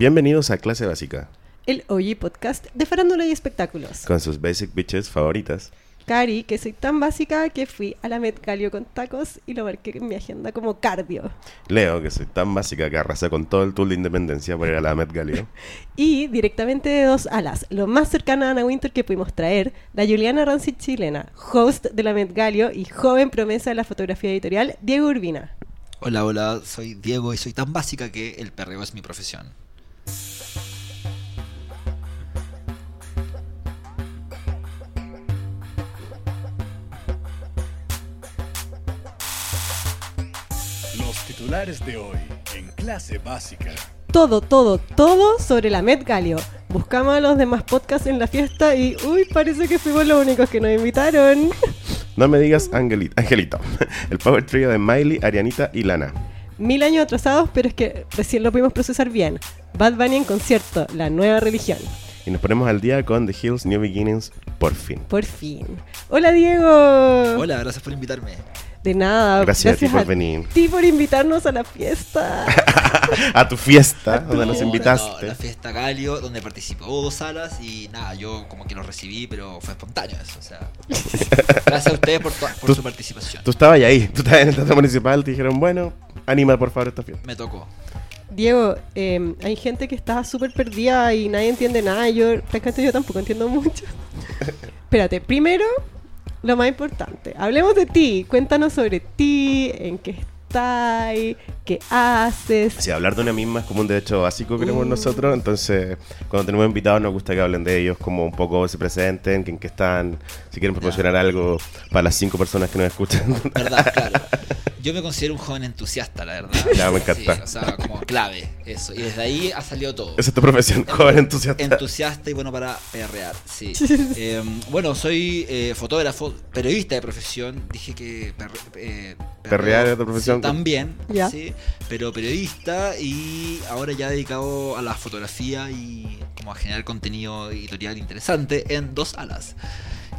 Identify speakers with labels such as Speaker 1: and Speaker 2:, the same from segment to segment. Speaker 1: Bienvenidos a Clase Básica,
Speaker 2: el OG Podcast de farándula y espectáculos.
Speaker 1: con sus basic bitches favoritas.
Speaker 2: Cari, que soy tan básica que fui a la Met Galio con tacos y lo marqué en mi agenda como cardio.
Speaker 1: Leo, que soy tan básica que arrasé con todo el tool de independencia para ir a la Met Galio.
Speaker 2: Y directamente de dos alas, lo más cercana a Ana Winter que pudimos traer, la Juliana Rancic chilena, host de la Met Galio y joven promesa de la fotografía editorial, Diego Urbina.
Speaker 3: Hola, hola, soy Diego y soy tan básica que el perreo es mi profesión.
Speaker 4: Los titulares de hoy en clase básica.
Speaker 2: Todo, todo, todo sobre la Met Galio. Buscamos a los demás podcasts en la fiesta y, uy, parece que fuimos los únicos que nos invitaron.
Speaker 1: No me digas Angelita, Angelito, el power trio de Miley, Arianita y Lana.
Speaker 2: Mil años atrasados, pero es que recién lo pudimos procesar bien. Bad Bunny en concierto, la nueva religión.
Speaker 1: Y nos ponemos al día con The Hills New Beginnings, por fin.
Speaker 2: Por fin. Hola Diego.
Speaker 1: Ah.
Speaker 3: Hola, gracias por invitarme.
Speaker 2: De nada.
Speaker 1: Gracias a ti por venir.
Speaker 2: ti por invitarnos a la fiesta.
Speaker 1: a tu fiesta,
Speaker 2: tu
Speaker 1: donde nos
Speaker 2: fiesta.
Speaker 3: No, la
Speaker 1: invitaste.
Speaker 3: fiesta Galio, donde participó dos salas y nada, yo como que los recibí, pero fue espontáneo eso. O sea, gracias a ustedes por, to- por
Speaker 1: Tú-
Speaker 3: su participación.
Speaker 1: Tú estabas ya ahí, tú estabas en el teatro municipal, te dijeron, bueno, anima por favor esta fiesta.
Speaker 3: Me tocó.
Speaker 2: Diego, eh, hay gente que está súper perdida y nadie entiende nada. Yo, francamente, yo tampoco entiendo mucho. Espérate, primero, lo más importante. Hablemos de ti. Cuéntanos sobre ti, en qué estás, qué haces.
Speaker 1: Si hablar de una misma es como un derecho básico, creemos
Speaker 2: Mm.
Speaker 1: nosotros, entonces cuando tenemos invitados nos gusta que hablen de ellos, como un poco se presenten, en qué están, si quieren proporcionar algo para las cinco personas que nos escuchan.
Speaker 3: ¿Verdad? Claro. Yo me considero un joven entusiasta, la verdad.
Speaker 1: Ya, me encanta.
Speaker 3: Sí, o sea, como clave, eso. Y desde ahí ha salido todo.
Speaker 1: Esa es tu profesión, joven entusiasta.
Speaker 3: entusiasta y bueno para perrear, sí. Eh, bueno, soy eh, fotógrafo, periodista de profesión. Dije que perre- eh,
Speaker 1: Perrear
Speaker 3: perreo,
Speaker 1: es tu profesión.
Speaker 3: sí, también,
Speaker 2: Ya.
Speaker 3: sí. Pero periodista y ahora ya dedicado a la fotografía y como a generar contenido editorial interesante en Dos Alas,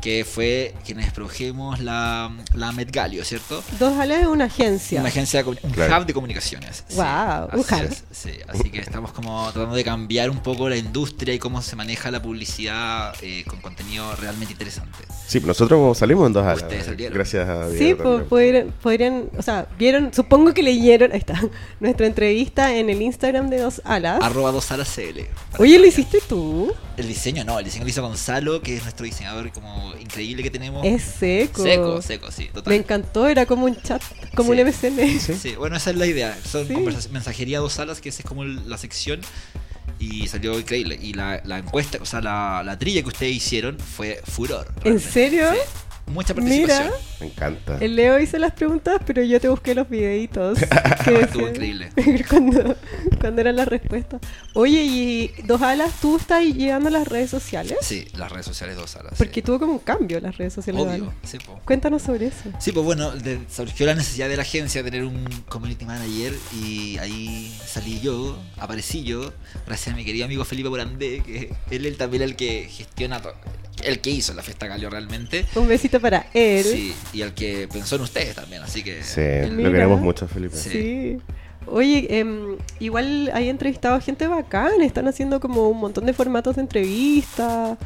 Speaker 3: que fue quienes produjimos la, la Met Galio, ¿cierto?
Speaker 2: Dos alas es una agencia.
Speaker 3: Una agencia, de comu- un
Speaker 1: Claro.
Speaker 3: hub de comunicaciones. sí.
Speaker 2: Guau, un
Speaker 3: Así
Speaker 2: hub.
Speaker 3: es, sí. Así que estamos como tratando de cambiar un poco la industria y cómo se maneja la publicidad eh, con contenido realmente interesante.
Speaker 1: Sí, pues nosotros salimos en dos alas.
Speaker 3: Ustedes salieron.
Speaker 1: Gracias a Dios.
Speaker 2: Sí, pues, po- podrían, podrían- o sea, vieron, supongo que leyeron, ahí está, nuestra entrevista en el Instagram de Dos Alas.
Speaker 3: Arroba dos alas CL.
Speaker 2: Ah. Oye, ¿lo hiciste tú?
Speaker 3: El diseño no, el diseño lo hizo Gonzalo, que es nuestro diseñador como increíble que tenemos.
Speaker 2: Es seco.
Speaker 3: seco, seco, sí, total.
Speaker 2: Me encantó, era como un chat, como
Speaker 3: Sí.
Speaker 2: un MSN.
Speaker 1: Sí.
Speaker 3: Sí, bueno, esa es la idea. Son
Speaker 2: Sí.
Speaker 3: conversa- mensajería dos alas, que esa es como el- la sección. Y salió increíble. Y la, la encuesta, o sea, la, la trilla que ustedes hicieron fue furor.
Speaker 2: ¿En
Speaker 3: realmente.
Speaker 2: serio?
Speaker 3: Sí, Mucha participación.
Speaker 2: Mira,
Speaker 1: Me encanta.
Speaker 2: el Leo hizo las preguntas, pero yo te busqué los videitos. que
Speaker 3: No,
Speaker 2: decían-
Speaker 3: estuvo increíble.
Speaker 2: cuando, cuando eran las respuestas. Oye, y Dos Alas, ¿tú estás llevando a las redes sociales?
Speaker 3: Sí, las redes sociales dos alas. sí.
Speaker 2: Porque tuvo como un cambio las redes sociales. de
Speaker 3: Obvio,
Speaker 2: Alas.
Speaker 3: sí, po.
Speaker 2: Cuéntanos sobre eso.
Speaker 3: Sí, pues bueno, de- surgió la necesidad de la agencia de tener un community manager y ahí salí yo, aparecí yo, gracias a mi querido amigo Felipe Morandé, que él, él también el que gestiona, to- el que hizo la fiesta Galio realmente.
Speaker 2: Un besito para él.
Speaker 3: Sí, y al que pensó en ustedes también, así que...
Speaker 1: Sí,
Speaker 2: Mira.
Speaker 1: lo queremos mucho, Felipe.
Speaker 3: Sí.
Speaker 2: Sí. Oye, em, igual hay entrevistado a gente bacán, están haciendo como un montón de formatos de entrevista,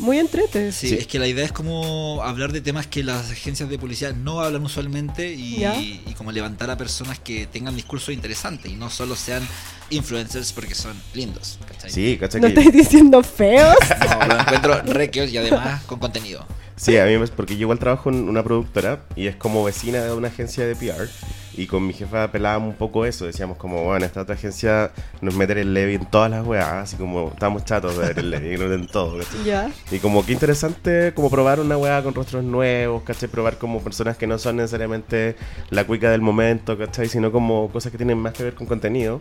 Speaker 2: muy entretes.
Speaker 3: Sí,
Speaker 1: Sí.
Speaker 3: es que la idea es como hablar de temas que las agencias de policía no hablan usualmente y,
Speaker 2: Ya.
Speaker 3: y como levantar a personas que tengan discursos interesantes y no solo sean influencers porque son lindos. ¿cachai?
Speaker 1: Sí, ¿cachai?
Speaker 2: No
Speaker 1: que-
Speaker 2: estáis diciendo feos.
Speaker 3: No, lo encuentro requios y además con contenido.
Speaker 1: Sí, a mí me, porque yo igual trabajo en una productora y es como vecina de una agencia de PR y con mi jefa pelábamos un poco eso, decíamos como, bueno, esta otra agencia nos meter el levy en todas las weas, así como estamos chatos de ver el levy, que nos den todo. ¿cachai?
Speaker 2: ya.
Speaker 1: Y como que interesante como probar una weá con rostros nuevos, ¿cachai? Probar como personas que no son necesariamente la cuica del momento, ¿cachai? Sino como cosas que tienen más que ver con contenido.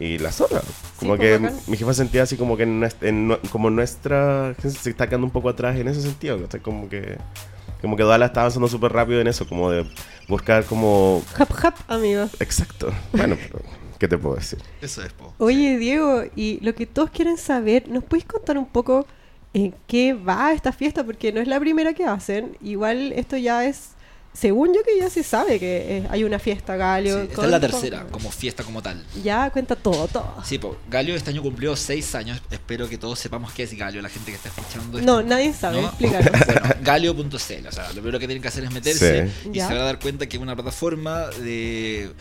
Speaker 1: Y la zona. Como
Speaker 2: pues,
Speaker 1: que
Speaker 2: bacán.
Speaker 1: mi jefa sentía así como que en nues- en nu- como nuestra agencia se está quedando un poco atrás en ese sentido, ¿cachai? Como que... Como que Dala estaba avanzando súper rápido en eso, como de buscar como...
Speaker 2: Hap hap, amigo.
Speaker 1: Exacto. Bueno, pero, ¿qué te puedo decir?
Speaker 3: Eso es, po.
Speaker 2: Oye, Diego, y lo que todos quieren saber, ¿nos puedes contar un poco eh, en qué va esta fiesta? Porque no es la primera que hacen. Igual esto ya es Según yo que ya se sabe que eh, hay una fiesta,
Speaker 3: Sí,
Speaker 2: Galio.
Speaker 3: esta
Speaker 2: con-
Speaker 3: es la tercera,
Speaker 2: con-
Speaker 3: como fiesta como tal.
Speaker 2: Ya cuenta todo, todo.
Speaker 3: Sí, pues Galio este año cumplió 6 años. Espero que todos sepamos qué es Galio, la gente que está escuchando. esto.
Speaker 2: No, nadie sabe,
Speaker 3: ¿No?
Speaker 2: explícalo.
Speaker 3: Bueno, galio.cl, o sea, lo primero que tienen que hacer es meterse
Speaker 1: Sí.
Speaker 3: y
Speaker 2: Ya.
Speaker 3: se van a dar cuenta que es una plataforma de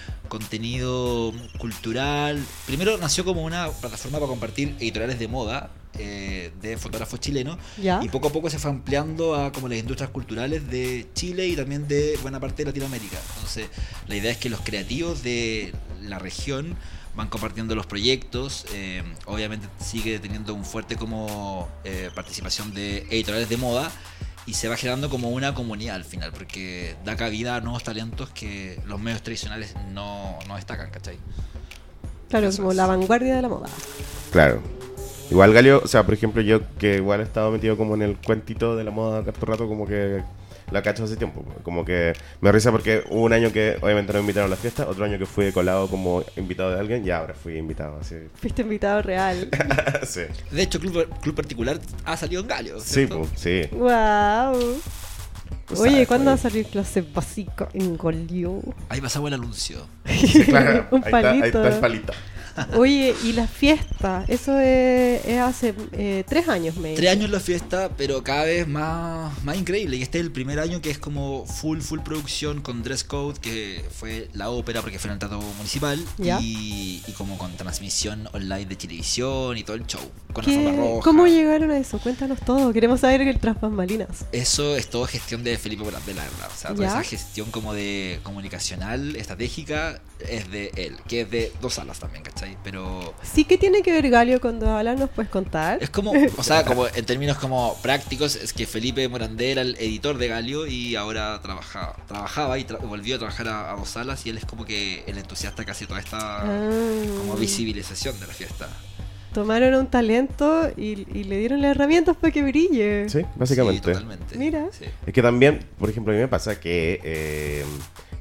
Speaker 3: contenido cultural. Primero nació como una plataforma para compartir editoriales de moda eh, de fotógrafos chilenos
Speaker 2: Ya.
Speaker 3: y poco a poco se fue ampliando a como las industrias culturales de Chile y también de buena parte de Latinoamérica. Entonces, la idea es que los creativos de la región van compartiendo los proyectos. eh, obviamente sigue teniendo un fuerte como eh, participación de editoriales de moda y se va generando como una comunidad al final, porque da cabida a nuevos talentos que los medios tradicionales no, no destacan, ¿cachai?
Speaker 2: Claro,
Speaker 3: Eso
Speaker 2: como
Speaker 3: es.
Speaker 2: la vanguardia de la moda.
Speaker 1: Claro. Igual Galio, o sea, por ejemplo, yo que igual he estado metido como en el cuentito de la moda harto rato, como que la cacho hace tiempo. pues. Como que me risa porque hubo un año que obviamente no me invitaron a la fiesta, otro año que fui de colado como invitado de alguien y ahora fui invitado, así.
Speaker 2: Fuiste invitado real.
Speaker 1: sí.
Speaker 3: De hecho, Club, Club Particular ha salido en Galio.
Speaker 1: Sí,
Speaker 3: ¿cierto?
Speaker 1: po, sí.
Speaker 2: wow.
Speaker 1: Tú
Speaker 2: Oye,
Speaker 1: sabes,
Speaker 2: ¿cuándo va a
Speaker 1: oye.
Speaker 2: salir clase básica en Golio?
Speaker 3: Ahí pasaba el anuncio.
Speaker 1: Sí, claro.
Speaker 2: Un
Speaker 1: ahí, está, ahí
Speaker 2: palito.
Speaker 1: está el palito.
Speaker 2: Oye, y la fiesta, eso es, es hace eh, tres años, me
Speaker 3: Tres años la fiesta, pero cada vez más, más increíble. Y este es el primer año que es como full, full producción con dress code, que fue la ópera porque fue en el teatro municipal.
Speaker 2: Ya.
Speaker 3: Y, y como con transmisión online de televisión y todo el show. Con
Speaker 2: ¿Qué?
Speaker 3: la roja.
Speaker 2: ¿Cómo llegaron a eso? Cuéntanos todo. Queremos saber el tras bambalinas.
Speaker 3: Eso es todo gestión de Felipe Morandé, la verdad. O sea, toda
Speaker 2: Ya.
Speaker 3: esa gestión como de comunicacional, estratégica, es de él, que es de dos alas también, ¿cachai? Pero
Speaker 2: Sí que tiene que ver Galio con dos alas, ¿nos puedes contar?
Speaker 3: es como, o sea, como en términos como prácticos, es que Felipe Morandé era el editor de Galio y ahora trabaja, trabajaba y tra- volvió a trabajar a, a dos alas y él es como que el entusiasta casi toda esta como
Speaker 2: Ah.
Speaker 3: visibilización de la fiesta.
Speaker 2: Tomaron un talento y, y le dieron las herramientas para que brille.
Speaker 1: Sí,
Speaker 3: Sí,
Speaker 1: básicamente.
Speaker 3: totalmente.
Speaker 2: Mira.
Speaker 3: Sí.
Speaker 1: Es que también, por ejemplo, a mí me pasa que eh,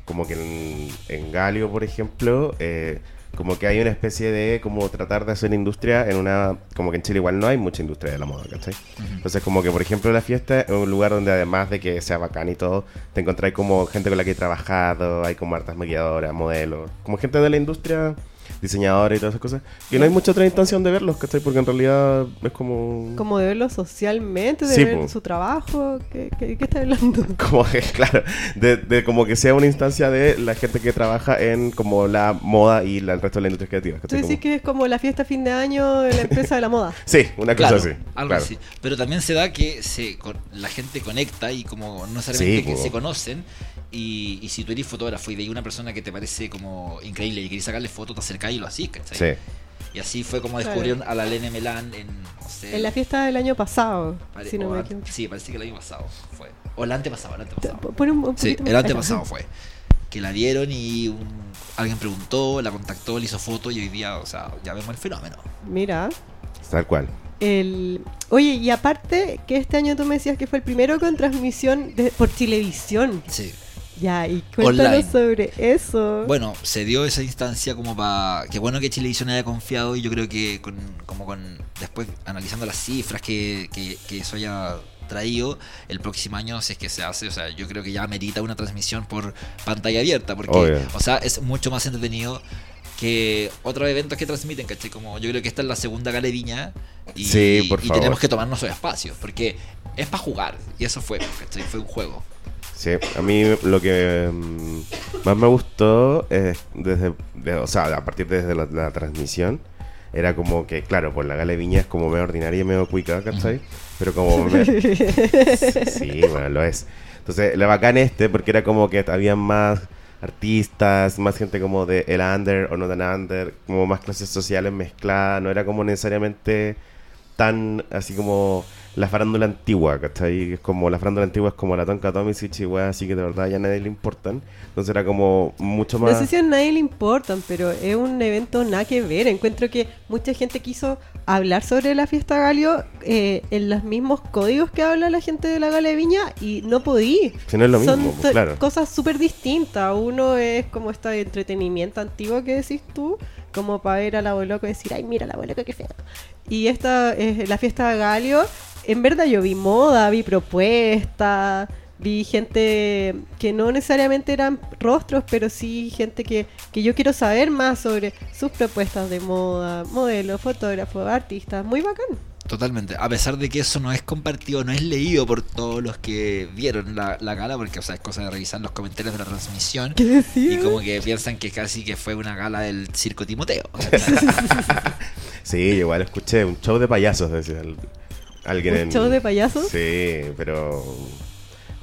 Speaker 1: como que en, en Galio, por ejemplo, eh, como que hay una especie de como tratar de hacer industria en una... Como que en Chile igual no hay mucha industria de la moda, ¿cachai? Entonces como que, por ejemplo, la fiesta es un lugar donde además de que sea bacán y todo, te encontráis como gente con la que he trabajado, hay como hartas maquilladoras, modelos, como gente de la industria, diseñadores y todas esas cosas. Que no hay mucha otra intención de verlos, ¿cachai? Porque en realidad es como...
Speaker 2: Como de verlo socialmente, de
Speaker 1: Sí,
Speaker 2: ver
Speaker 1: po.
Speaker 2: su trabajo. ¿Qué, qué, qué está hablando?
Speaker 1: como que, claro, de, de como que sea una instancia de la gente que trabaja en como la moda y la- el resto de la industria creativa.
Speaker 2: Tú
Speaker 1: ¿cachai?
Speaker 2: decís
Speaker 1: Como-
Speaker 2: que es como la fiesta fin de año de la empresa de la moda.
Speaker 1: Sí, una cosa
Speaker 3: Claro,
Speaker 1: así.
Speaker 3: algo
Speaker 1: claro.
Speaker 3: así. Pero también se da que se, con- la gente conecta y como no necesariamente
Speaker 1: Sí,
Speaker 3: que
Speaker 1: po.
Speaker 3: se conocen. Y, y si tú eres fotógrafo y de ahí una persona que te parece como increíble y querés sacarle fotos, te acercás y lo así, ¿cachai?
Speaker 1: Sí.
Speaker 3: Y así fue como
Speaker 2: Claro.
Speaker 3: descubrieron a la Lene Melan en, no sé,
Speaker 2: En la fiesta del año pasado,
Speaker 3: pare-
Speaker 2: si no
Speaker 3: o
Speaker 2: me
Speaker 3: an-
Speaker 2: equivoco.
Speaker 3: Sí, parece que el año pasado fue. O el antepasado, el
Speaker 2: Te-
Speaker 3: antepasado.
Speaker 2: Pon un, un
Speaker 3: Sí,
Speaker 2: poquito más
Speaker 3: el
Speaker 2: acá.
Speaker 3: antepasado fue. Que la vieron y un- alguien preguntó, la contactó, le hizo foto y hoy día, o sea, ya vemos el fenómeno.
Speaker 2: Mira.
Speaker 1: Tal cual.
Speaker 2: El... Oye, y aparte que este año tú me decías que fue el primero con transmisión de- por televisión.
Speaker 3: Sí.
Speaker 2: Ya, y cuéntanos
Speaker 3: Online.
Speaker 2: sobre eso.
Speaker 3: Bueno, se dio esa instancia como para... Qué bueno que Chilevisión haya confiado y yo creo que con, como con... Después, analizando las cifras que, que, que eso haya traído, el próximo año, si es que se hace, o sea, yo creo que ya merita una transmisión por pantalla abierta, porque,
Speaker 1: Obvio.
Speaker 3: o sea, es mucho más entretenido que otros eventos que transmiten, ¿cachai? Como yo creo que esta es la segunda galeviña y,
Speaker 1: Sí, por
Speaker 3: y
Speaker 1: favor.
Speaker 3: tenemos que tomarnos los espacios, porque es para jugar, y eso fue, ¿cachai? Fue un juego.
Speaker 1: Sí, a mí lo que mm, más me gustó, es desde, de- o sea, a partir desde la, la transmisión, era como que, claro, por la Gale Viña es como medio ordinaria y medio cuica, ¿cachai? Pero como... me- sí, bueno, lo es. Entonces, la bacán este, porque era como que había más artistas, más gente como de el under o no tan under, como más clases sociales mezcladas, no era como necesariamente tan así como la farándula antigua, ¿cachai? Es como la farándula antigua es como la tonka Tomisic y weas así que de verdad ya a nadie le importan. Entonces era como mucho más.
Speaker 2: No sé si a nadie le importan, pero es un evento nada que ver. Encuentro que mucha gente quiso hablar sobre la fiesta Galio eh, en los mismos códigos que habla la gente de la Gala de Viña y no podí.
Speaker 1: Si no es lo mismo,
Speaker 2: Son
Speaker 1: pues,
Speaker 2: to-
Speaker 1: claro.
Speaker 2: cosas súper distintas. Uno es como este entretenimiento antiguo que decís tú, como para ver al abuelo y decir, ay, mira, el abuelo que feo. Y esta es la fiesta de Galio. En verdad yo vi moda, vi propuestas, Vi gente que no necesariamente eran rostros, pero sí gente que, que yo quiero saber más sobre sus propuestas de moda, modelos, fotógrafos, artistas. Muy bacán.
Speaker 3: Totalmente. A pesar de que eso no es compartido, no es leído por todos los que vieron la, la gala, porque o sea, es cosa de revisar los comentarios de la transmisión.
Speaker 2: ¿Qué
Speaker 3: Y
Speaker 2: decir?
Speaker 3: como que piensan que casi que fue una gala del circo Timoteo.
Speaker 1: Sí, igual escuché un show de payasos, decía al- alguien
Speaker 2: ¿Un
Speaker 1: en-
Speaker 2: show de payasos?
Speaker 1: Sí, pero.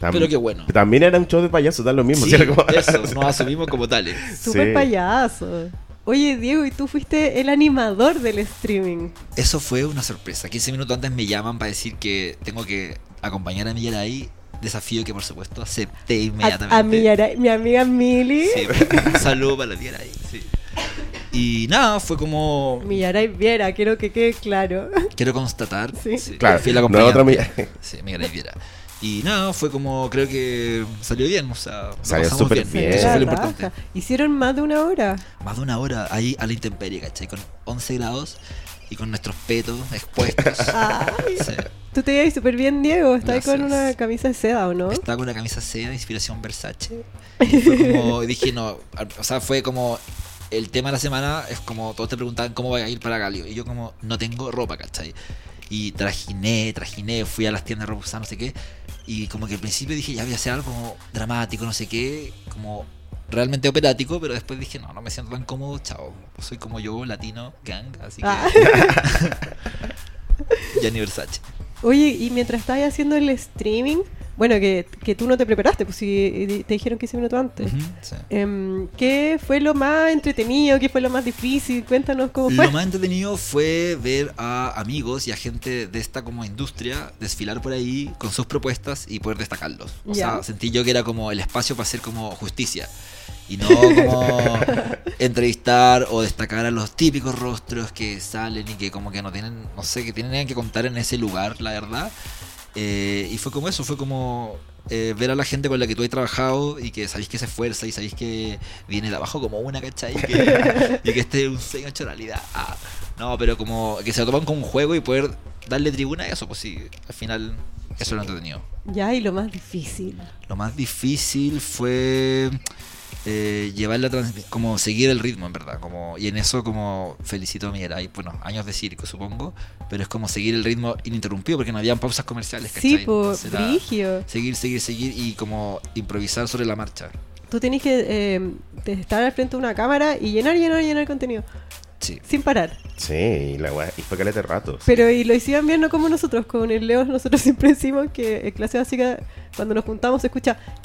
Speaker 1: tam-
Speaker 3: Pero qué bueno.
Speaker 1: También era un show de payasos, da lo mismo.
Speaker 2: pues,
Speaker 3: Sí,
Speaker 1: ¿sí? Era como-
Speaker 3: eso, nos asumimos como tales.
Speaker 2: Súper
Speaker 1: Sí.
Speaker 2: payaso. Oye, Diego, y tú fuiste el animador del streaming.
Speaker 3: Eso fue una sorpresa. 15 minutos antes me llaman para decir que tengo que acompañar a Miguel ahí. Desafío que, por supuesto, acepté inmediatamente.
Speaker 2: A, a mi, ara- mi amiga Mili.
Speaker 3: Sí, un saludo para la Miguel ahí. sí. Y nada, fue como.
Speaker 2: Millaray Viera, quiero que quede claro.
Speaker 3: Quiero constatar.
Speaker 2: Sí.
Speaker 1: Claro,
Speaker 3: fui la
Speaker 1: no
Speaker 3: acompañante.
Speaker 1: otro Miguel.
Speaker 3: Sí, Miguel Ayviera. Y nada, fue como. Creo que salió bien. O sea, lo
Speaker 1: Salió
Speaker 3: pasamos
Speaker 1: súper bien.
Speaker 3: Eso fue lo
Speaker 2: Raja.
Speaker 3: importante.
Speaker 2: Hicieron más de una hora.
Speaker 3: Más de una hora ahí a la intemperie, ¿cachai? Con 11 grados y con nuestros petos expuestos.
Speaker 2: Ay.
Speaker 3: Sí.
Speaker 2: Tú te veías súper bien, Diego. Estás
Speaker 3: Gracias.
Speaker 2: con una camisa de seda, ¿o no?
Speaker 3: Estaba con una camisa seda de inspiración Versace. Y fue como, dije, no, al- o sea, fue como el tema de la semana es como todos te preguntaban cómo voy a ir para Galio. Y yo como no tengo ropa, ¿cachai? Y trajiné, trajiné, fui a las tiendas de ropa usada, no sé qué. Y como que al principio dije, ya voy a hacer algo como dramático, no sé qué, como realmente operático, pero después dije, no, no me siento tan cómodo, chao. Soy como yo, latino, gang, así que...
Speaker 2: Ah.
Speaker 3: Gianni Versace.
Speaker 2: Oye, y mientras estabas haciendo el streaming, bueno, que, que tú no te preparaste, pues si di- te dijeron 15 minutos antes.
Speaker 3: Ujú, sí.
Speaker 2: Em, ¿Qué fue lo más entretenido? ¿Qué fue lo más difícil? Cuéntanos cómo fue.
Speaker 3: Lo más entretenido fue ver a amigos y a gente de esta como industria desfilar por ahí con sus propuestas y poder destacarlos. O
Speaker 2: Ya.
Speaker 3: sea, sentí yo que era como el espacio para hacer como justicia. Y no como entrevistar o destacar a los típicos rostros que salen y que como que no tienen, no sé, que tienen nada que contar en ese lugar, la verdad. Eh, y fue como eso, fue como eh, ver a la gente con la que tú has trabajado y que sabéis que se esfuerza y sabéis que viene de abajo como una, ¿cachai? Y que, y que este es un sueño hecho realidad. Ah, no, pero como que se lo toman como un juego y poder darle tribuna a eso, pues sí, al final eso es lo entretenido.
Speaker 2: Ya, y lo más difícil.
Speaker 3: Lo más difícil fue eh, llevar la trans- como seguir el ritmo, en verdad. Como, y en eso como felicito a Miguel. Hay, bueno, años de circo, supongo, pero es como seguir el ritmo ininterrumpido porque no habían pausas comerciales,
Speaker 2: Sí, pues,
Speaker 3: ¿cachai?
Speaker 2: por
Speaker 3: Entonces era
Speaker 2: Brigio.
Speaker 3: Seguir, seguir, seguir y como improvisar sobre la marcha.
Speaker 2: Tú tenés que em, te- estar al frente de una cámara y llenar, llenar, llenar contenido.
Speaker 3: Sí.
Speaker 2: Sin parar.
Speaker 1: Sí, y, la weá- y fue caleta de rato.
Speaker 2: Pero y lo hicieron bien, no como nosotros. Con el Leo nosotros siempre decimos que en clase básica, cuando nos juntamos, se escucha... "Ya,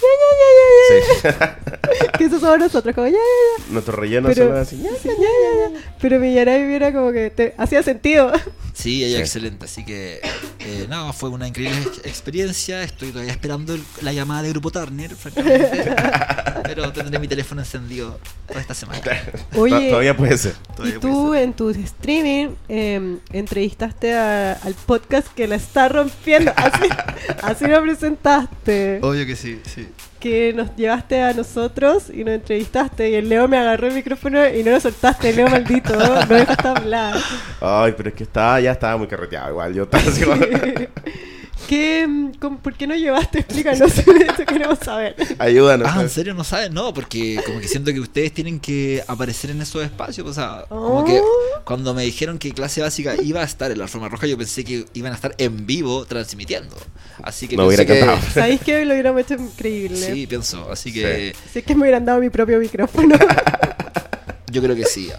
Speaker 2: ya, ya, ya,
Speaker 1: Sí.
Speaker 2: ya", Que eso somos nosotros, como... "Ya, ya,
Speaker 1: Nuestro relleno
Speaker 2: ya".
Speaker 1: solo
Speaker 2: Pero,
Speaker 1: así.
Speaker 2: "Ya, ya, ya, ya". Pero Millaray viera como que te- hacía sentido.
Speaker 3: Sí, ella
Speaker 1: Sí.
Speaker 3: excelente. Así que, eh, nada, fue una increíble ex- experiencia. Estoy todavía esperando el- la llamada de Grupo Turner, francamente. pero tendré mi teléfono encendido toda esta semana.
Speaker 1: To-
Speaker 2: Oye,
Speaker 1: Todavía puede ser.
Speaker 2: y
Speaker 3: Todavía puede
Speaker 2: tú
Speaker 3: ser.
Speaker 2: en tu streaming em, entrevistaste a- al podcast que la está rompiendo. Así, así lo presentaste.
Speaker 3: Obvio que sí, sí.
Speaker 2: que nos llevaste a nosotros y nos entrevistaste y el Leo me agarró el micrófono y no lo soltaste, Leo maldito, no dejaste hablar.
Speaker 1: Ay, pero es que estaba, ya estaba muy carreteado igual. Yo estaba así como-
Speaker 2: ¿Qué, mm, con- ¿Por qué no llevaste? Explícanos, eso queremos saber.
Speaker 1: Ayúdanos.
Speaker 3: Ah, ¿en serio no saben? No, porque como que siento que ustedes tienen que aparecer en esos espacios. O sea, como que
Speaker 2: Oh.
Speaker 3: cuando me dijeron que clase básica iba a estar en la forma roja, yo pensé que iban a estar en vivo transmitiendo. Así que
Speaker 1: No
Speaker 3: pensé
Speaker 1: hubiera
Speaker 3: que-
Speaker 1: cantado.
Speaker 2: ¿Sabéis que lo hubiéramos hecho increíble?
Speaker 3: Sí, pienso. Así que
Speaker 2: Si es que me hubieran dado mi propio micrófono.
Speaker 3: yo creo que sí.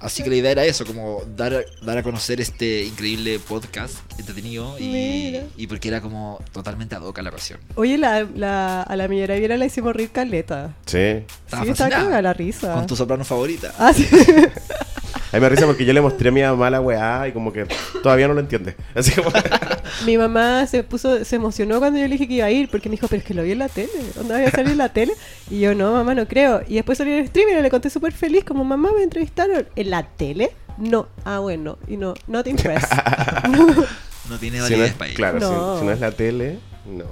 Speaker 3: Así que la idea era eso, como dar, dar a conocer este increíble podcast entretenido y,
Speaker 2: Mira.
Speaker 3: y porque era como totalmente ad hoc a la ocasión.
Speaker 2: Oye, la, la- a la millera viera la hicimos rir caleta.
Speaker 1: Sí.
Speaker 3: Estaba
Speaker 2: sí, estaba
Speaker 3: fascinada.
Speaker 2: cagada la risa.
Speaker 3: Con tu soprano favorita.
Speaker 2: Ah, sí.
Speaker 1: A mí me da risa porque yo le mostré a mi mamá la weá y como que todavía no lo entiende. Así como.
Speaker 2: Mi mamá se puso, se emocionó cuando yo le dije que iba a ir, porque me dijo, pero es que lo vi en la tele, ¿dónde voy a salir en la tele? Y yo, no, mamá, no creo. Y después salió en el streaming y le conté súper feliz, como, mamá, me entrevistaron en la tele. No, ah, bueno, y no, not impressed.
Speaker 3: No tiene
Speaker 1: Si no
Speaker 3: validez
Speaker 1: es,
Speaker 3: para ella.
Speaker 1: claro, si-
Speaker 2: No.
Speaker 1: si, no es la tele, no.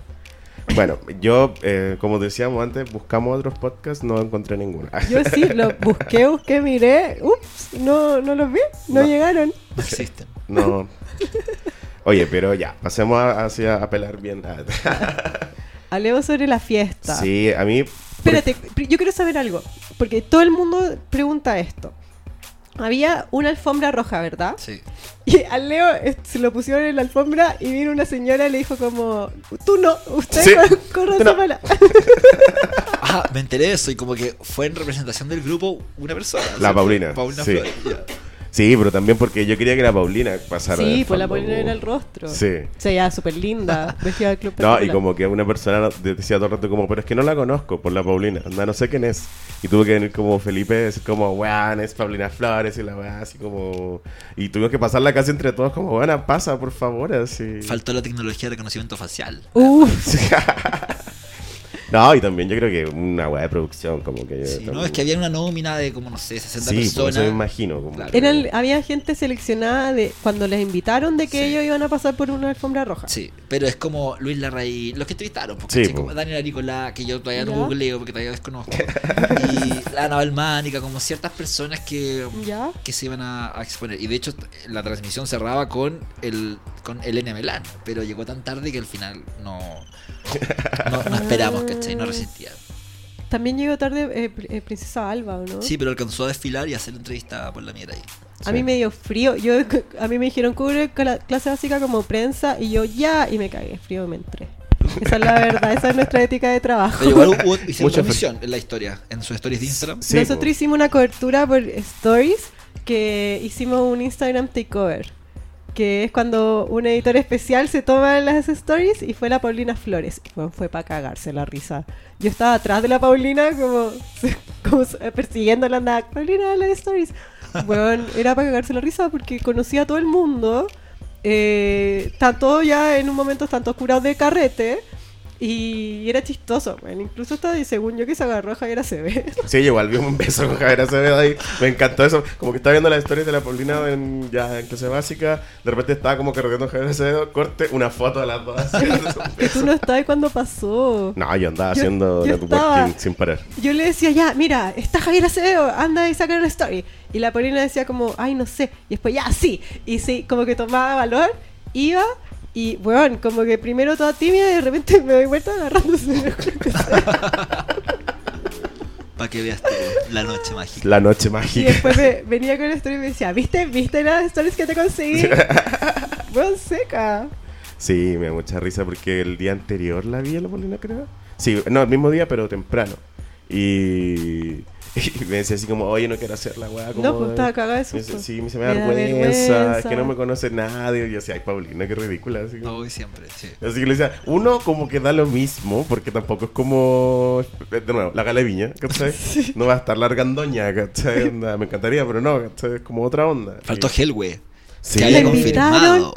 Speaker 1: Bueno, yo, eh, como decíamos antes, buscamos otros podcasts, no encontré ninguno. Ah,
Speaker 2: Yo sí, lo busqué, busqué, miré, ups, no, no los vi, no,
Speaker 1: No.
Speaker 2: llegaron.
Speaker 3: No existen.
Speaker 1: No. Oye, pero ya, pasemos a, hacia apelar bien. a-
Speaker 2: hablemos sobre la fiesta.
Speaker 1: Ah, Sí, a mí.
Speaker 2: Espérate, pri- yo quiero saber algo, porque todo el mundo pregunta esto. Había una alfombra roja, ¿verdad?
Speaker 3: Sí.
Speaker 2: Y al Leo eh, se lo pusieron en la alfombra y vino una señora y le dijo como, tú no, usted
Speaker 1: Sí.
Speaker 2: cor- corra
Speaker 1: Tú
Speaker 2: esa
Speaker 1: no.
Speaker 2: bala".
Speaker 3: Ah, me enteré de eso y como que fue en representación del grupo una persona.
Speaker 1: La
Speaker 3: ¿cierto?
Speaker 1: Paulina,
Speaker 3: Paulina
Speaker 1: sí.
Speaker 3: Flores, ya.
Speaker 1: Sí, pero también porque yo quería que la Paulina pasara.
Speaker 2: Sí,
Speaker 1: del
Speaker 2: pues la
Speaker 1: fondo,
Speaker 2: ponen en
Speaker 1: como-
Speaker 2: el rostro.
Speaker 1: Sí.
Speaker 2: Se veía súper linda, vestida del club.
Speaker 1: No, y
Speaker 2: Particular.
Speaker 1: como que una persona decía todo el rato como, pero es que no la conozco por la Paulina, anda, no sé quién es. Y tuve que venir como Felipe, decir como, weón, es Paulina Flores y la weá, así como... Y tuvimos que pasarla casi entre todos como, weón, pasa, por favor, así.
Speaker 3: Faltó la tecnología de reconocimiento facial.
Speaker 2: Uf,
Speaker 1: no, y también yo creo que una weá de producción, como que... yo
Speaker 3: Sí, no,
Speaker 1: también-
Speaker 3: es que había una nómina de como, no sé, 60
Speaker 1: Sí, por
Speaker 3: personas.
Speaker 1: eso me imagino. Como
Speaker 3: Claro.
Speaker 1: que-
Speaker 2: eran- había gente seleccionada de cuando les invitaron de que
Speaker 3: Sí.
Speaker 2: ellos iban a pasar por una alfombra roja.
Speaker 3: Sí, pero es como Luis Larraín, los que entrevistaron, porque
Speaker 1: Sí, pues.
Speaker 3: ¿cachai?
Speaker 1: po.
Speaker 3: como Daniel Aricolá, que yo todavía no
Speaker 2: Ya.
Speaker 3: googleo porque todavía desconozco, y la Ana Balmánica, como ciertas personas que,
Speaker 2: ¿Ya?
Speaker 3: que se iban a, a exponer. Y de hecho, la transmisión cerraba con el con Elena Melán, pero llegó tan tarde que al final no, no, no esperamos, ¿cachai? No resistía.
Speaker 2: También llegó tarde eh, pr- eh, Princesa Alba, ¿o ¿no?
Speaker 3: Sí, pero alcanzó a desfilar y a hacer la entrevista por la mierda ahí.
Speaker 2: A mí
Speaker 1: Sí.
Speaker 2: me dio frío. Yo, a mí me dijeron cubre cla- clase básica como prensa y yo ya, y me cagué frío y me entré. Esa es la verdad, esa es nuestra ética de trabajo.
Speaker 3: Pero igual hubo, hicieron
Speaker 1: Mucha
Speaker 3: transmisión en la historia, en sus stories de Instagram.
Speaker 1: Sí,
Speaker 2: Nosotros
Speaker 1: po.
Speaker 2: hicimos una cobertura por Stories que hicimos un Instagram takeover, que es cuando un editor especial se toma las Stories y fue la Paulina Flores. Bueno, fue para cagarse la risa. Yo estaba atrás de la Paulina como, como persiguiéndola, andaba, Paulina, las Stories. Bueno, era para cagarse la risa porque conocía a todo el mundo. Eh, están todos ya en un momento, están todos curados de carrete. Y era chistoso, bueno, incluso hasta según yo que se agarró a Javier Acevedo.
Speaker 1: Sí, igual vi un beso con Javier Acevedo ahí. Me encantó eso. Como que estaba viendo las historias de la Paulina en, ya en clase básica. De repente estaba como carreteando con Javier Acevedo. Corte una foto de las dos. así, dándose un
Speaker 2: Que
Speaker 1: beso.
Speaker 2: tú no estabas cuando pasó.
Speaker 1: No, yo andaba
Speaker 2: Yo-
Speaker 1: haciendo
Speaker 2: yo
Speaker 1: networking
Speaker 2: estaba-
Speaker 1: sin parar.
Speaker 2: Yo le decía, ya, mira, está Javier Acevedo, anda y saca una story. Y la Paulina decía como, ay, no sé. Y después, ya, sí. Y sí, como que tomaba valor, iba y, weón, como que primero toda tímida y de repente me doy vuelta agarrándose.
Speaker 3: Para que veas tú la noche mágica.
Speaker 1: La noche
Speaker 2: y
Speaker 1: mágica.
Speaker 2: después me- venía con la story y me decía, ¿viste? ¿Viste las stories que te conseguí? weón, seca.
Speaker 1: Sí, me da mucha risa porque el día anterior la vi a la Paulina, creo. Sí, no, el mismo día, pero temprano. Y, y me decía así como, oye, no quiero hacer la weá. como
Speaker 2: No, pues, estaba cagada de
Speaker 1: Me dice,
Speaker 2: susto.
Speaker 1: Sí, me, se me,
Speaker 2: Me
Speaker 1: da
Speaker 2: da
Speaker 1: vergüenza, Es
Speaker 2: vergüenza.
Speaker 1: que no me conoce nadie. Y yo decía, ay, Paulina, qué ridícula. Así como-
Speaker 3: No, y siempre, sí.
Speaker 1: Así que le decía, uno como que da lo mismo, porque tampoco es como, eh, de nuevo, la gala de viña, ¿cachai? No va a estar largandoña, ¿cachai? Onda, me encantaría, pero no, ¿cachai? Es como otra onda.
Speaker 3: Faltó
Speaker 1: Y-
Speaker 3: Hellway.
Speaker 1: Sí.
Speaker 3: Que había
Speaker 2: La invitaron.
Speaker 3: confirmado.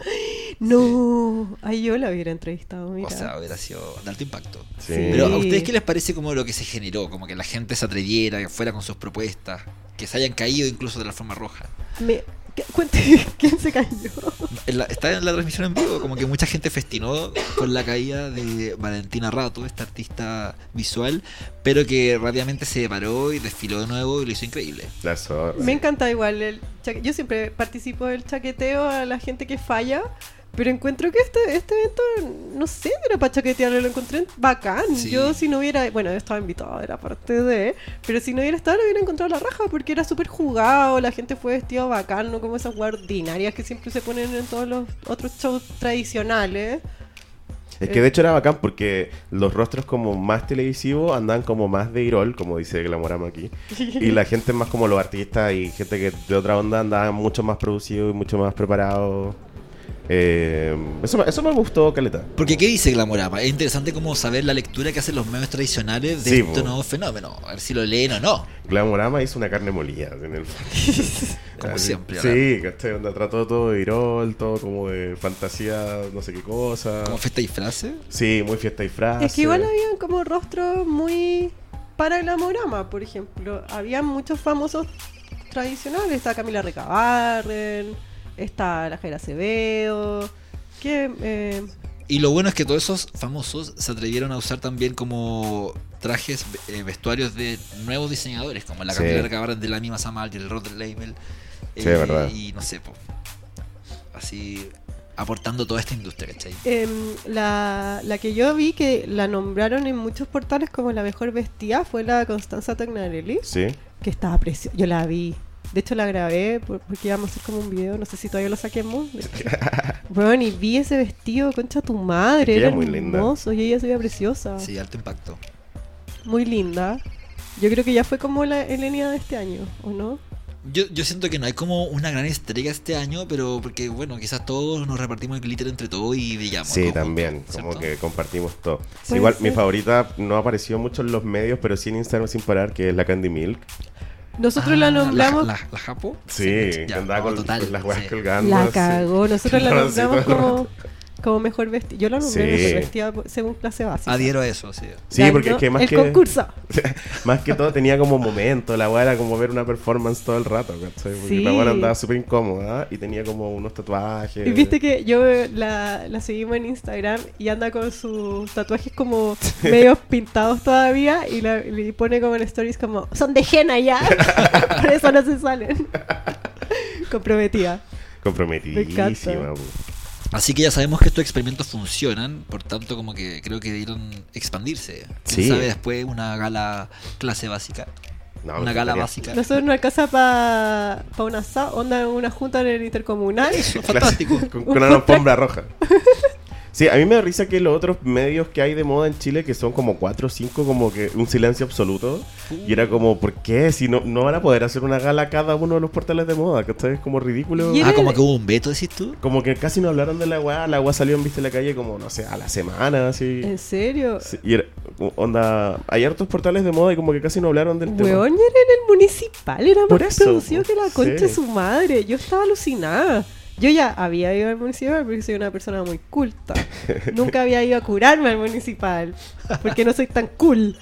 Speaker 2: No. Ay, yo la hubiera entrevistado, mira.
Speaker 3: O sea, hubiera sido de alto impacto.
Speaker 1: Sí.
Speaker 3: Pero a ustedes, ¿qué les parece como lo que se generó? Como que la gente se atreviera, que fuera con sus propuestas, que se hayan caído incluso de la forma roja.
Speaker 2: Me- ¿Qué- cuente, ¿quién se cayó?
Speaker 3: En la- está en la transmisión en vivo, como que mucha gente festinó con la caída de Valentina Rato, esta artista visual, pero que rápidamente se paró y desfiló de nuevo y lo hizo increíble.
Speaker 1: La zorra.
Speaker 2: Me encanta igual el chaque- Yo siempre participo del chaqueteo a la gente que falla, pero encuentro que este, este evento, no sé, era para chaquetearlo, lo encontré bacán.
Speaker 3: Sí.
Speaker 2: Yo si no hubiera, bueno, yo estaba invitada, era parte de, pero si no hubiera estado, lo hubiera encontrado la raja, porque era súper jugado, la gente fue vestida bacán, no como esas guardinarias que siempre se ponen en todos los otros shows tradicionales.
Speaker 1: Es que de hecho era bacán porque los rostros como más televisivos andan como más de irol, como dice Glamorama aquí. Y la gente más como los artistas y gente que de otra onda andaban mucho más producido y mucho más preparado. Eh, eso, me- eso me gustó, Caleta.
Speaker 3: Porque ¿qué dice Glamorama? Es interesante como saber la lectura que hacen los medios tradicionales de
Speaker 1: Sí,
Speaker 3: estos
Speaker 1: po.
Speaker 3: nuevos fenómenos. A ver si lo leen o no.
Speaker 1: Glamorama hizo una carne molida en el
Speaker 3: Como
Speaker 1: Así-
Speaker 3: siempre. ¿verdad?
Speaker 1: Sí, ¿cachai? Onda, trató todo de irol, todo como de fantasía, no sé qué cosa.
Speaker 3: Como fiesta y frase.
Speaker 1: Sí, muy fiesta y frase.
Speaker 2: Es que igual habían como rostros muy para glamorama, por ejemplo. Había muchos famosos tradicionales. Está Camila Recabarren, está la Jaira Acevedo. Que, eh,
Speaker 3: Y lo bueno es que todos esos famosos se atrevieron a usar también como trajes, eh, vestuarios de nuevos diseñadores, como la
Speaker 1: Sí.
Speaker 3: Camila Recabarren de la misma Samal eh, y el Rod Label.
Speaker 1: Sí, es verdad.
Speaker 3: Y no sé, po. así. aportando toda esta industria, ¿cachai?
Speaker 2: Em, la, la que yo vi que la nombraron en muchos portales como la mejor vestida fue la Constanza Tagnarelli,
Speaker 1: Sí.
Speaker 2: que estaba preciosa. Yo la vi. De hecho, la grabé por- porque íbamos a hacer como un video. No sé si todavía lo saquemos. bueno, y vi ese vestido, concha tu madre.
Speaker 1: Es que ella
Speaker 2: Era
Speaker 1: es muy linda.
Speaker 2: hermoso. Y ella se veía preciosa.
Speaker 3: Sí, alto impacto.
Speaker 2: Muy linda. Yo creo que ya fue como la Elenia de este año, ¿o no?
Speaker 3: Yo, yo siento que no hay como una gran estrella este año, pero porque, bueno, quizás todos nos repartimos el glitter entre todos y brillamos.
Speaker 1: Sí,
Speaker 3: ¿no?
Speaker 1: también,
Speaker 3: Juntos,
Speaker 1: como
Speaker 3: ¿cierto?
Speaker 1: que compartimos todo.
Speaker 2: Puede
Speaker 1: Igual, mi
Speaker 2: ser.
Speaker 1: favorita no apareció mucho en los medios, pero sí en Instagram sin parar, que es la Candy Milk.
Speaker 2: Nosotros
Speaker 3: Ah,
Speaker 2: la nombramos.
Speaker 3: ¿La, la Japo?
Speaker 1: Sí,
Speaker 3: ya,
Speaker 1: que andaba
Speaker 3: no,
Speaker 1: con,
Speaker 3: total,
Speaker 1: con las weas
Speaker 3: sí.
Speaker 1: colgando.
Speaker 2: La
Speaker 1: sí.
Speaker 2: cagó. Nosotros la
Speaker 1: No, sí,
Speaker 2: nombramos
Speaker 1: todo el
Speaker 2: como, como mejor vestida. Yo la nombré
Speaker 1: Sí.
Speaker 2: mejor vestida po- según clase básica.
Speaker 3: Adhiero a eso, sí.
Speaker 1: Sí,
Speaker 2: Ganó
Speaker 1: porque es que más
Speaker 2: el
Speaker 1: que,
Speaker 2: concurso.
Speaker 1: más que todo tenía como momento, la wea era como ver una performance todo el rato, ¿cachai? Porque
Speaker 2: Sí.
Speaker 1: la wea andaba súper incómoda y tenía como unos tatuajes.
Speaker 2: Y viste que yo eh, la, la seguimos en Instagram y anda con sus tatuajes como medios pintados todavía y la- le pone como en stories como son de Jena ya. Por eso no se salen. Comprometida.
Speaker 1: Comprometidísima,
Speaker 2: encanta.
Speaker 1: po.
Speaker 3: Así que ya sabemos que estos experimentos funcionan, por tanto como que creo que debieron expandirse. ¿Quién
Speaker 1: Sí.
Speaker 3: sabe después una gala clase básica?
Speaker 1: No, me
Speaker 3: una gala
Speaker 1: encantaría.
Speaker 3: básica.
Speaker 2: Nosotros no alcanza para una sa- onda una junta en el intercomunal.
Speaker 3: Eso,
Speaker 1: Clase-
Speaker 3: fantástico.
Speaker 1: Con, con una alfombra roja. Sí, a mí me da risa que los otros medios que hay de moda en Chile, que son como cuatro o cinco, como que un silencio absoluto. Y era como, ¿por qué? Si no, no van a poder hacer una gala cada uno de los portales de moda, que es como ridículo.
Speaker 2: Y era-
Speaker 3: Ah, como que hubo un veto, decís tú.
Speaker 1: Como que casi no hablaron de la weá, la weá salió en Viste la Calle como, no sé, a la semana, así.
Speaker 2: ¿En serio?
Speaker 1: Sí, y era, onda, hay hartos portales de moda y como que casi no hablaron del tema.
Speaker 2: Weón, era en el municipal, era
Speaker 1: Por
Speaker 2: más
Speaker 1: eso,
Speaker 2: producido que la
Speaker 1: sí.
Speaker 2: concha de su madre. Yo estaba alucinada. Yo ya había ido al municipal porque soy una persona muy culta. Nunca había ido a curarme al municipal porque no soy tan cool.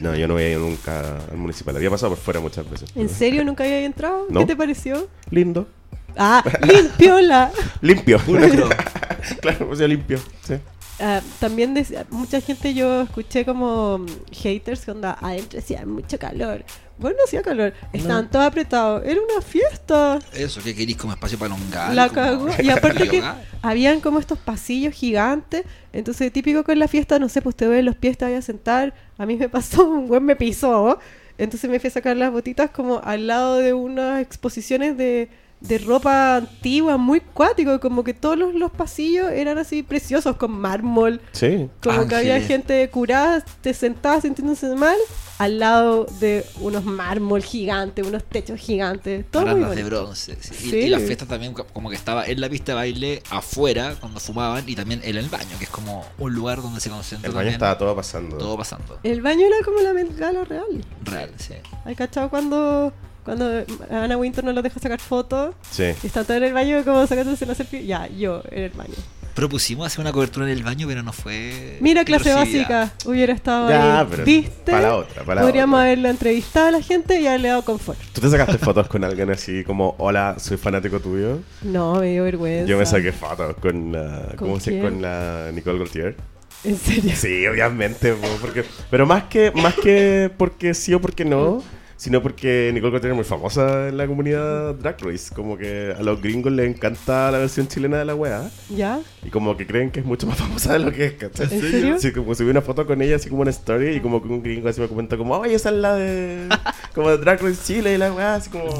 Speaker 1: No, yo no había ido nunca al municipal, había pasado por fuera muchas veces.
Speaker 2: ¿En serio nunca había entrado?
Speaker 1: No.
Speaker 2: ¿Qué te pareció?
Speaker 1: Lindo.
Speaker 2: Ah, limpiola.
Speaker 1: Limpio.
Speaker 3: Pulcro.
Speaker 1: claro, o sea, limpio. Sí.
Speaker 2: Ah, también decía- mucha gente yo escuché como mm, haters que onda adentro decía mucho calor. Bueno, no hacía calor. Estaban todos apretados. Era una fiesta.
Speaker 3: Eso, que querís como espacio para elongar.
Speaker 2: La
Speaker 3: como-
Speaker 2: cagó. Y aparte que
Speaker 3: yoga.
Speaker 2: habían como estos pasillos gigantes. Entonces, típico con la fiesta, no sé, pues te ven los pies, te vayas a sentar. A mí me pasó, un buen me pisó. Entonces me fui a sacar las botitas como al lado de unas exposiciones de, de ropa antigua, muy cuático. Como que todos los, los pasillos eran así preciosos, con mármol.
Speaker 1: Sí.
Speaker 2: Como que había
Speaker 3: Ángeles.
Speaker 2: gente curada, te sentabas sintiéndose mal, al lado de unos mármol gigantes, unos techos gigantes. Todo muy
Speaker 3: Gradas de
Speaker 2: bonito.
Speaker 3: bronce. sí. Y-
Speaker 2: Sí.
Speaker 3: Y, las fiestas también, co- como que estaba en la pista de baile, afuera, cuando fumaban, y también en el baño, que es como un lugar donde se concentra
Speaker 1: El baño
Speaker 3: también
Speaker 1: estaba todo pasando.
Speaker 3: todo pasando.
Speaker 2: El baño era como la Met Gala real.
Speaker 3: Real, sí.
Speaker 2: ¿Hay cachado cuando, cuando Ana Winter no los deja sacar fotos?
Speaker 1: Sí.
Speaker 2: Y está todo en el baño como sacándose la selfie. Ya, yo en el baño.
Speaker 3: Propusimos hacer una cobertura en el baño, pero no fue.
Speaker 2: Mira, clase
Speaker 3: recibida.
Speaker 2: básica. Hubiera estado
Speaker 1: Ya,
Speaker 2: ahí.
Speaker 1: pero
Speaker 2: ¿Viste?
Speaker 1: para la otra, para la
Speaker 2: Podríamos
Speaker 1: otra.
Speaker 2: haberla entrevistado a la gente y haberle dado confort.
Speaker 1: ¿Tú te sacaste fotos con alguien así como, hola, soy fanático tuyo?
Speaker 2: No, me dio vergüenza.
Speaker 1: Yo me saqué fotos con la, ¿cómo
Speaker 2: ¿Con
Speaker 1: se-
Speaker 2: quién?
Speaker 1: con la Nicole Gaultier.
Speaker 2: En serio.
Speaker 1: Sí, obviamente, po, porque, pero más que, más que porque sí o porque no, sino porque Nicole Gaultier es muy famosa en la comunidad Drag Race. Como que a los gringos les encanta la versión chilena de la weá.
Speaker 2: ¿Ya?
Speaker 1: Y como que creen que es mucho más famosa de lo que es, ¿cachai?
Speaker 2: ¿En serio?
Speaker 1: Sí, como subí una foto con ella así como una story y como que un gringo así me comentó como, oye, esa es la de... como de Drag Race Chile y la weá, así como...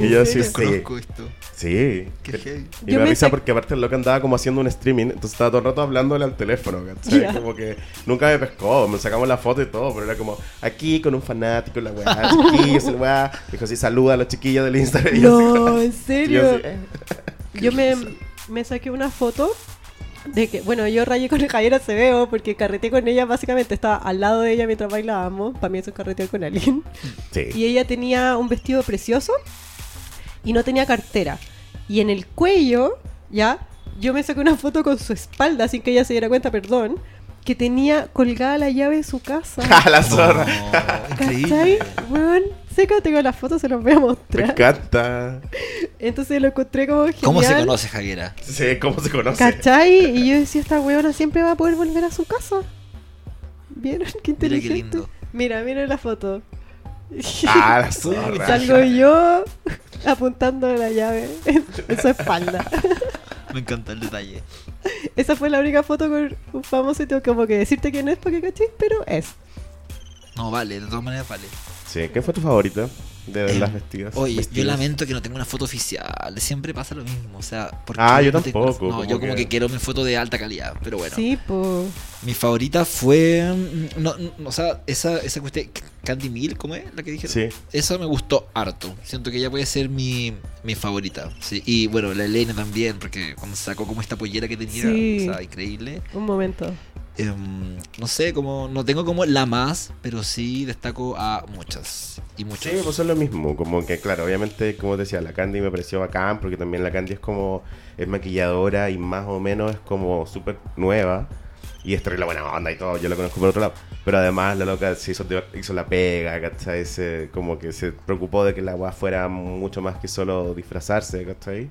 Speaker 1: Y yo
Speaker 2: ¿En
Speaker 1: así,
Speaker 2: serio?
Speaker 1: sí,
Speaker 3: Conozco esto.
Speaker 1: sí.
Speaker 3: Qué heavy.
Speaker 1: Y
Speaker 2: Yo
Speaker 1: me
Speaker 2: me
Speaker 1: risa
Speaker 2: sac-
Speaker 1: porque aparte el loco andaba como haciendo un streaming, entonces estaba todo el rato hablándole al teléfono, ¿cachai?
Speaker 2: Ya.
Speaker 1: Como que nunca me pescó, me sacamos la foto y todo, pero era como, aquí con un fanático, la weá, chiquillos, la weá. Dijo, sí, saluda a los chiquillos del Instagram. Y yo así como-
Speaker 2: No, en
Speaker 1: y yo
Speaker 2: serio.
Speaker 1: así, eh.
Speaker 2: Yo me, me saqué una foto de que, bueno, yo rayé con Javier Acevedo porque carreteé con ella, básicamente estaba al lado de ella mientras bailábamos. Para mí eso es carretear con alguien.
Speaker 1: Sí.
Speaker 2: Y ella tenía un vestido precioso y no tenía cartera. Y en el cuello, ya, yo me saqué una foto con su espalda sin que ella se diera cuenta, perdón, que tenía colgada la llave de su casa.
Speaker 1: A la zorra.
Speaker 3: No,
Speaker 2: ¿Cachai?
Speaker 3: Ah, increíble.
Speaker 2: Weón, seca, tengo las fotos, se los voy a
Speaker 1: Me
Speaker 2: mostrar.
Speaker 1: encanta.
Speaker 2: Entonces lo encontré como genial.
Speaker 3: ¿Cómo se conoce Javiera?
Speaker 1: Sí, ¿cómo se conoce?
Speaker 2: ¿Cachai? Y yo decía, esta weona siempre va a poder volver a su casa. ¿Vieron? Qué
Speaker 3: qué
Speaker 2: inteligente.
Speaker 3: lindo. Ah,
Speaker 2: Mira, mira la foto.
Speaker 1: A la
Speaker 2: Y
Speaker 1: zorra.
Speaker 2: salgo yo apuntando la llave en, en su espalda.
Speaker 3: Me encantó el detalle.
Speaker 2: Esa fue la única foto con un famoso y tengo como que decirte que no es porque caché, pero es.
Speaker 3: No, vale, de todas maneras vale.
Speaker 1: Sí, ¿qué fue tu favorita de
Speaker 3: Eh,
Speaker 1: las vestidas?
Speaker 3: Oye, yo
Speaker 1: Vestidos.
Speaker 3: lamento que no tengo una foto oficial. Siempre pasa lo mismo. O sea, ¿por
Speaker 1: Ah,
Speaker 3: qué
Speaker 1: yo
Speaker 3: no tengo-
Speaker 1: tampoco,
Speaker 3: no,
Speaker 1: como
Speaker 3: yo como
Speaker 1: que-
Speaker 3: que quiero mi foto de alta calidad. Pero bueno.
Speaker 2: Sí, pues.
Speaker 3: Mi favorita fue. mm, No, mm, o sea, esa, esa que usted. Candy Mill, ¿cómo es la que dijeron?
Speaker 1: Sí.
Speaker 3: Esa me gustó harto. Siento que ella puede ser mi, mi favorita. Sí. Y bueno, la Elena también, porque cuando sacó como esta pollera que tenía,
Speaker 2: Sí.
Speaker 3: o sea, increíble.
Speaker 2: Un momento.
Speaker 3: Em, no sé, como. No tengo como la más, pero sí destaco a muchas. Y
Speaker 1: Sí,
Speaker 3: muchas.
Speaker 1: pues es lo mismo, como que claro, obviamente como te decía, la Candy me pareció bacán, porque también la Candy es como, es maquilladora y más o menos es como súper nueva, y es terrible buena onda y todo, yo la conozco por otro lado, pero además la loca se hizo, hizo la pega, ¿cachai? Se- como que se preocupó de que la weá fuera mucho más que solo disfrazarse, ¿cachai?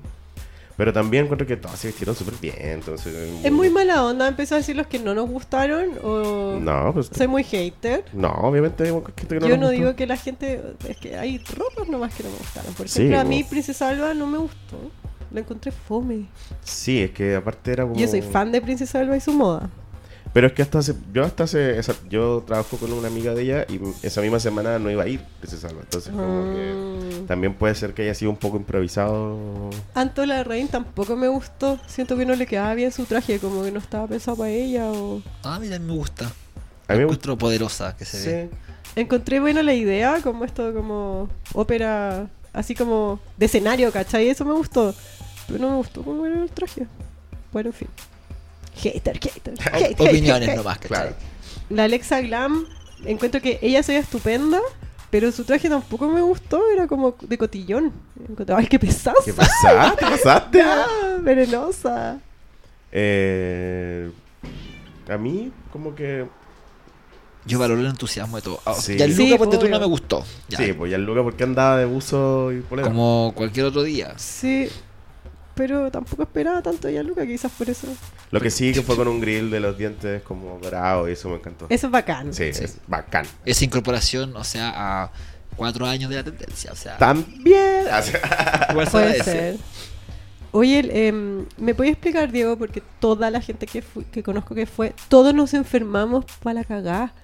Speaker 1: Pero también encuentro que todos se vistieron súper bien, entonces...
Speaker 2: Es muy mala onda empezó a decir los que no nos gustaron o.
Speaker 1: No, pues...
Speaker 2: Soy muy hater.
Speaker 1: No, obviamente hay gente que no
Speaker 2: Yo
Speaker 1: nos
Speaker 2: no
Speaker 1: gustó.
Speaker 2: digo que la gente. Es que hay ropas nomás que no me gustaron. Por
Speaker 1: Sí,
Speaker 2: ejemplo, a
Speaker 1: po.
Speaker 2: mí Princesa Alba no me gustó. La encontré fome.
Speaker 1: Sí, es que aparte era como...
Speaker 2: Yo soy fan de Princesa Alba y su moda.
Speaker 1: Pero es que hasta hace, yo hasta hace, esa- yo trabajo con una amiga de ella y esa misma semana no iba a ir Princesa Alba. Entonces como que
Speaker 2: Mm.
Speaker 1: también puede ser que haya sido un poco improvisado.
Speaker 2: Anto la Reina tampoco me gustó. Siento que no le quedaba bien su traje, como que no estaba pensado para ella. O...
Speaker 3: Ah, mira, me gusta.
Speaker 1: A mí me gustó.
Speaker 3: Encuentro poderosa que se
Speaker 1: Sí.
Speaker 3: ve.
Speaker 2: Encontré buena la idea, como esto, como ópera, así como de escenario, ¿cachai? Eso me gustó. Pero no me gustó cómo era el traje. Bueno, en fin. Hater, hater. hater,
Speaker 3: Opiniones
Speaker 2: hater.
Speaker 3: nomás, ¿cachai?
Speaker 1: Claro.
Speaker 2: La Alexa Glam, encuentro que ella se veía estupenda, pero su traje tampoco me gustó, era como de cotillón. Encontré, ay, qué pesada.
Speaker 1: ¿Qué pasa? ¿Qué pasaste?
Speaker 2: Ah, venenosa.
Speaker 1: Eh, a mí como que
Speaker 3: Yo valoro el entusiasmo de todo. Ah,
Speaker 1: Sí.
Speaker 3: Ya el
Speaker 2: Sí,
Speaker 3: Luca Ponte tú
Speaker 2: obvio.
Speaker 3: no me gustó. Ya.
Speaker 1: sí, pues ya el Luca porque andaba de buzo y polera.
Speaker 3: Como cualquier otro día.
Speaker 2: Sí, pero tampoco esperaba tanto de Luca, quizás por eso.
Speaker 1: Lo que sí que fue con un grill de los dientes como dorado y eso me encantó.
Speaker 2: Eso es bacán.
Speaker 1: Sí,
Speaker 3: Sí.
Speaker 1: es bacán.
Speaker 3: Esa incorporación, o sea, a cuatro años de la tendencia. O sea,
Speaker 1: También.
Speaker 3: igual se
Speaker 2: Ah, Puede
Speaker 3: agradece.
Speaker 2: ser. Oye, el, em, ¿me puedes explicar, Diego? Porque toda la gente que, fu- que conozco que fue, todos nos enfermamos para la cagá.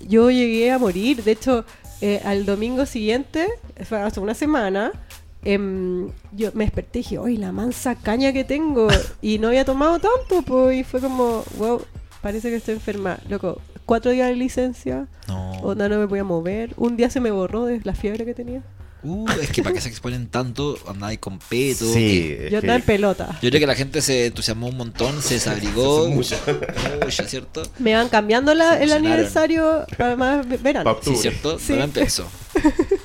Speaker 2: Yo llegué a morir. De hecho, eh, al domingo siguiente, fue hace una semana, em, yo me desperté y dije, oye, la mansa caña que tengo. Y no había tomado tanto, pues. Y fue como, wow, parece que estoy enferma. Loco, cuatro días de licencia,
Speaker 3: No.
Speaker 2: onda no me voy a mover. Un día se me borró de la fiebre que tenía.
Speaker 3: Uh, es que para que se exponen tanto, andáis con peto.
Speaker 1: Sí, es
Speaker 3: que-
Speaker 2: Yo
Speaker 1: que-
Speaker 2: andaba en pelota.
Speaker 3: Yo creo que la gente se entusiasmó un montón, se desabrigó.
Speaker 1: Mucho.
Speaker 3: Mucho, ¿cierto?
Speaker 2: Me van cambiando la- el
Speaker 3: Funcionaron.
Speaker 2: aniversario para más ve- verano.
Speaker 1: Pa-
Speaker 3: Sí,
Speaker 1: Octubre.
Speaker 3: ¿cierto?
Speaker 2: Sí.
Speaker 3: No la empezó.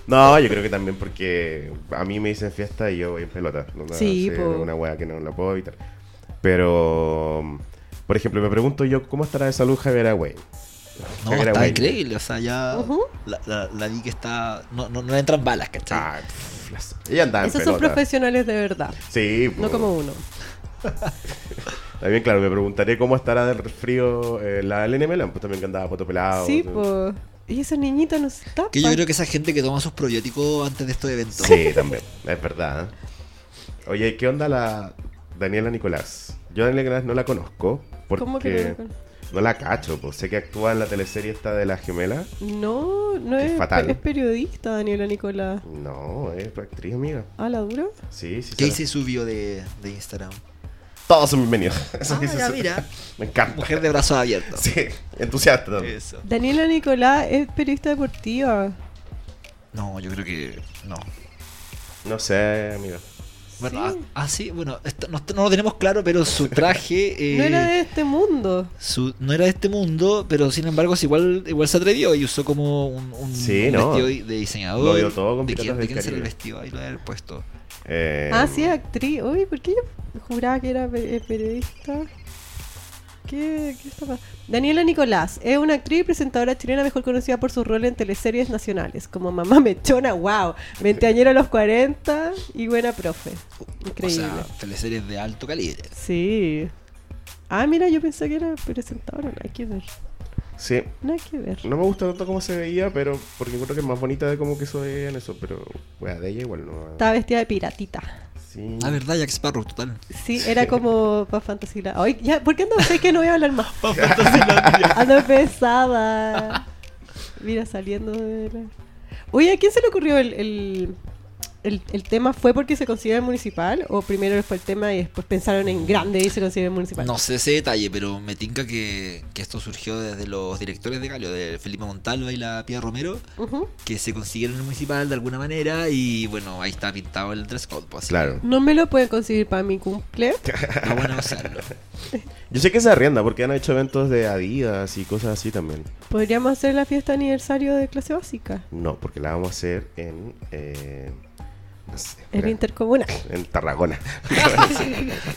Speaker 1: No, yo creo que también porque a mí me dicen fiesta y yo voy en pelota. No, no, sí,
Speaker 2: Sí, po.
Speaker 1: una weá que no la puedo evitar. Pero, por ejemplo, me pregunto yo cómo estará de salud Javier Agüey.
Speaker 3: No,
Speaker 1: Era
Speaker 3: está
Speaker 1: bueno.
Speaker 3: increíble. O sea, ya
Speaker 2: Ujú.
Speaker 3: la, la- la vi que está. No, no, no entran balas, ¿cachai?
Speaker 1: Ah, pff, las- ella andaba en
Speaker 2: Esos son
Speaker 1: pelota.
Speaker 2: profesionales de verdad,
Speaker 1: sí, po.
Speaker 2: no como uno.
Speaker 1: También, claro, me preguntaré cómo estará del frío eh, la Elena Melán, pues también que andaba poto pelado.
Speaker 2: sí,
Speaker 1: todo.
Speaker 2: pues. Y esa niñita nos tapa.
Speaker 3: Que yo creo que esa gente que toma sus probióticos antes de estos eventos.
Speaker 1: Sí, también, es verdad. ¿eh? Oye, ¿qué onda la Daniela Nicolás? Yo a Daniela Nicolás no la conozco porque
Speaker 2: ¿Cómo que no la conozco?
Speaker 1: no la cacho, pues sé que actúa en la teleserie esta de las gemelas.
Speaker 2: No, no
Speaker 1: Qué
Speaker 2: es,
Speaker 1: fatal.
Speaker 2: es periodista Daniela Nicolás.
Speaker 1: No, es tu actriz, amiga.
Speaker 2: ¿A la dura?
Speaker 1: Sí, sí,
Speaker 3: ¿Qué
Speaker 1: sí.
Speaker 3: hice su bio de, de Instagram?
Speaker 1: Todos son bienvenidos. Eso
Speaker 3: Ah,
Speaker 1: dice
Speaker 3: ya,
Speaker 1: su-
Speaker 3: mira.
Speaker 1: Me encanta.
Speaker 3: Mujer de brazos abiertos.
Speaker 1: Sí, entusiasta. también.
Speaker 3: Eso.
Speaker 2: Daniela Nicolás es periodista deportiva.
Speaker 3: No, yo creo que no.
Speaker 1: No sé, amiga.
Speaker 3: Bueno,
Speaker 2: Sí.
Speaker 3: ah, ah, sí, bueno, esto- no, no lo tenemos claro, pero su traje. eh,
Speaker 2: No era de este mundo.
Speaker 3: su- no era de este mundo, pero sin embargo se igual, igual se atrevió y usó como un, un-
Speaker 1: Sí,
Speaker 3: un
Speaker 1: no.
Speaker 3: vestido de diseñador.
Speaker 1: Lo dio todo con
Speaker 3: ¿De
Speaker 1: Piratas
Speaker 3: quién,
Speaker 1: del
Speaker 3: de quién será el
Speaker 1: Caribe.
Speaker 3: vestido? Ahí lo había puesto.
Speaker 1: Eh,
Speaker 2: ah, sí, es actriz. Uy, ¿por qué yo juraba que era pe- eh, periodista? ¿Qué, qué está pa- Daniela Nicolás es una actriz y presentadora chilena mejor conocida por su rol en teleseries nacionales, como Mamá Mechona, wow, Veinteañero a los 40 y Buena Profe. Increíble.
Speaker 3: O sea, teleseries de alto calibre.
Speaker 2: Sí. Ah, mira, yo pensé que era presentadora, nada que ver,
Speaker 1: Sí.
Speaker 2: nada que ver.
Speaker 1: No me gusta tanto cómo se veía, pero porque creo que es más bonita de cómo que se veía en eso, pero bueno, de ella igual no.
Speaker 2: Estaba vestida de piratita.
Speaker 1: Sí, Sí.
Speaker 3: La verdad, Jack Sparrow, total.
Speaker 2: Sí, era como para fantasía. Ay, ya, ¿por qué ando? Sé que no voy a hablar más. ando pesada. Ah, Mira, saliendo de la... Oye, ¿a quién se le ocurrió el, el, el- el tema? ¿Fue porque se considera el municipal? ¿O primero fue el tema y después pensaron en grande y se considera el municipal?
Speaker 3: No sé ese detalle, pero me tinca que, que esto surgió desde los directores de Galio, de Felipe Montalva y la Pía Romero,
Speaker 2: Ujú.
Speaker 3: que se consiguieron en el municipal de alguna manera y bueno, ahí está pintado el dress code, pues, así
Speaker 1: Claro.
Speaker 2: No me lo pueden conseguir para mi cumple.
Speaker 3: que Está bueno usarlo.
Speaker 1: Yo sé que se arrienda porque han hecho eventos de Adidas y cosas así también.
Speaker 2: Podríamos hacer la fiesta de aniversario de clase básica.
Speaker 1: No, porque la vamos a hacer en. eh, no sé,
Speaker 2: El
Speaker 1: espera,
Speaker 2: intercomunal.
Speaker 1: en Tarragona.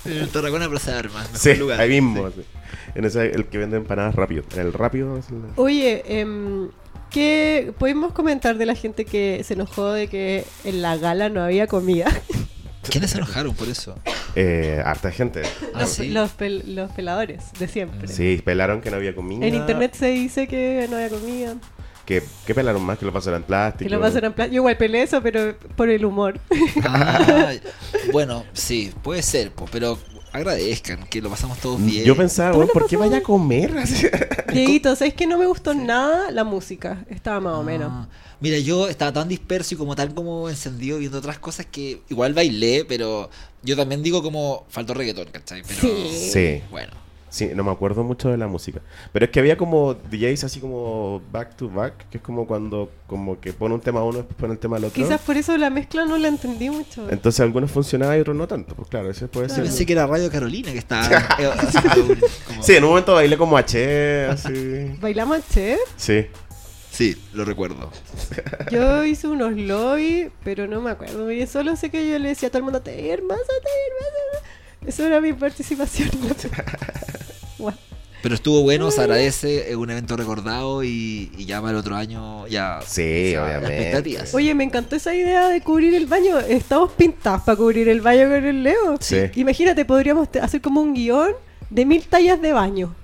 Speaker 3: El Tarragona Plaza de Armas, mejor
Speaker 1: Sí,
Speaker 3: lugar.
Speaker 1: ahí mismo. sí. En ese, el que vende empanadas rápido. En el rápido. es la-
Speaker 2: Oye, em, ¿qué podemos comentar de la gente que se enojó de que en la gala no había comida?
Speaker 3: ¿Quiénes se enojaron por eso?
Speaker 1: Eh, harta gente.
Speaker 3: Ah,
Speaker 2: los,
Speaker 3: sí.
Speaker 2: los pel- los peladores de siempre.
Speaker 1: Sí, pelaron que no había comida.
Speaker 2: En internet se dice que no había comida.
Speaker 1: Que, que pelaron más, que lo pasaron en plástico.
Speaker 2: Que lo pasaron en plan- Yo igual peleé eso, pero por el humor.
Speaker 3: Ah, bueno, sí, puede ser, pues, pero agradezcan que lo pasamos todos bien.
Speaker 1: Mm, Yo pensaba,
Speaker 2: Todos
Speaker 1: weón,
Speaker 2: lo
Speaker 1: ¿por qué
Speaker 2: pasaron.
Speaker 1: vaya a comer? Así-
Speaker 2: Dieguito, ¿sabes que no me gustó nada la música? Estaba más o menos.
Speaker 3: Ah, Mira, yo estaba tan disperso y como tan como encendido viendo otras cosas que igual bailé, pero yo también digo como faltó reggaetón, ¿cachai? Pero,
Speaker 2: Sí.
Speaker 1: Sí.
Speaker 3: Bueno,
Speaker 1: Sí, no me acuerdo mucho de la música. Pero es que había como DJs así como back to back, que es como cuando como que pone un tema uno, después pone el tema al otro.
Speaker 2: Quizás por eso la mezcla no la entendí mucho.
Speaker 1: Entonces algunos funcionaban y otros no tanto. Pues claro, eso puede
Speaker 3: yo
Speaker 1: ser.
Speaker 3: pensé que era Radio Carolina que estaba. eh, haciendo un- como-
Speaker 1: Sí, en un momento bailé como H, así.
Speaker 2: ¿Bailamos chef?
Speaker 1: Sí.
Speaker 3: Sí, lo recuerdo.
Speaker 2: Yo hice unos lobby, pero no me acuerdo. Y solo sé que yo le decía a todo el mundo, te vi hermosa, te vi hermosa. Eso era mi participación. Guau.
Speaker 3: Pero estuvo bueno, se agradece, es un evento recordado y, y ya para el otro año ya.
Speaker 1: Sí,
Speaker 3: ya, las
Speaker 1: obviamente.
Speaker 3: expectativas.
Speaker 2: Oye, me encantó esa idea de cubrir el baño. Estamos pintadas para cubrir el baño con el Leo.
Speaker 1: Sí.
Speaker 2: Imagínate, podríamos te- hacer como un guión de mil tallas de baño.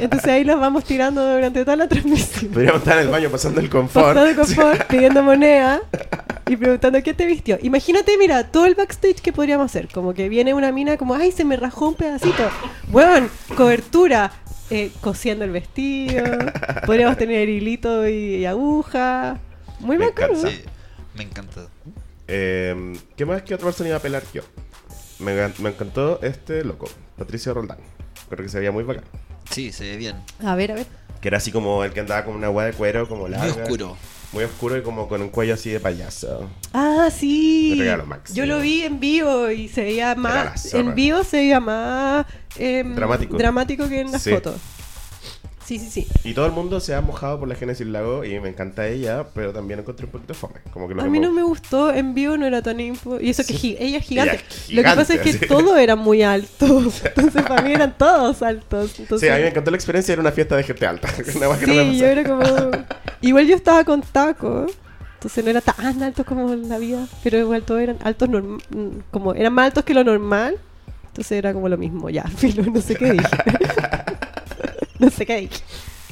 Speaker 2: Entonces ahí las vamos tirando durante toda la transmisión.
Speaker 1: Podríamos estar en el baño pasando el confort.
Speaker 2: Pasando confort, pidiendo moneda y preguntando qué te vistió. Imagínate, mira, todo el backstage que podríamos hacer. Como que viene una mina como, ay, se me rajó un pedacito. Weón, cobertura, eh, cosiendo el vestido. Podríamos tener hilito y, y aguja. Muy
Speaker 1: Me
Speaker 2: bacano.
Speaker 1: encanta.
Speaker 3: Sí, me encanta.
Speaker 1: Eh, ¿Qué más que otra persona iba a pelar yo? Me, gan- me encantó este loco, Patricio Roldán. Creo que se veía muy bacán.
Speaker 3: Sí, se ve bien.
Speaker 2: A ver, a ver.
Speaker 1: Que era así como el que andaba con una agua de cuero, como
Speaker 3: Muy
Speaker 1: larga.
Speaker 3: oscuro.
Speaker 1: Muy oscuro y como con un cuello así de payaso.
Speaker 2: Ah, sí.
Speaker 1: Me regalo, Max.
Speaker 2: Yo lo vi en vivo y se veía
Speaker 1: la
Speaker 2: más.
Speaker 1: zorra.
Speaker 2: En vivo se veía más em,
Speaker 1: Dramático.
Speaker 2: dramático que en las
Speaker 1: Sí.
Speaker 2: fotos. Sí, sí, sí.
Speaker 1: Y todo el mundo se ha mojado por la Génesis Lago y me encanta ella, pero también encontré un poquito fome. Como que lo
Speaker 2: A
Speaker 1: que
Speaker 2: mí no me gustó, en vivo no era tan impo... Y eso que gi- ella es gigante.
Speaker 1: Ella es
Speaker 2: Lo que pasa es
Speaker 1: gigante,
Speaker 2: que
Speaker 1: sí.
Speaker 2: todos eran muy altos. Entonces para mí eran todos altos.
Speaker 1: Sí,
Speaker 2: Entonces,
Speaker 1: a mí me encantó la experiencia, era una fiesta de gente alta. Una hueá que no me
Speaker 2: Sí, yo
Speaker 1: pasaba.
Speaker 2: era como... Igual yo estaba con taco. Entonces no era tan altos como en la vida. Pero igual todos eran altos norm- mm, como Eran más altos que lo normal. Entonces era como lo mismo. Ya, filo, no sé qué dije. no sé qué dije.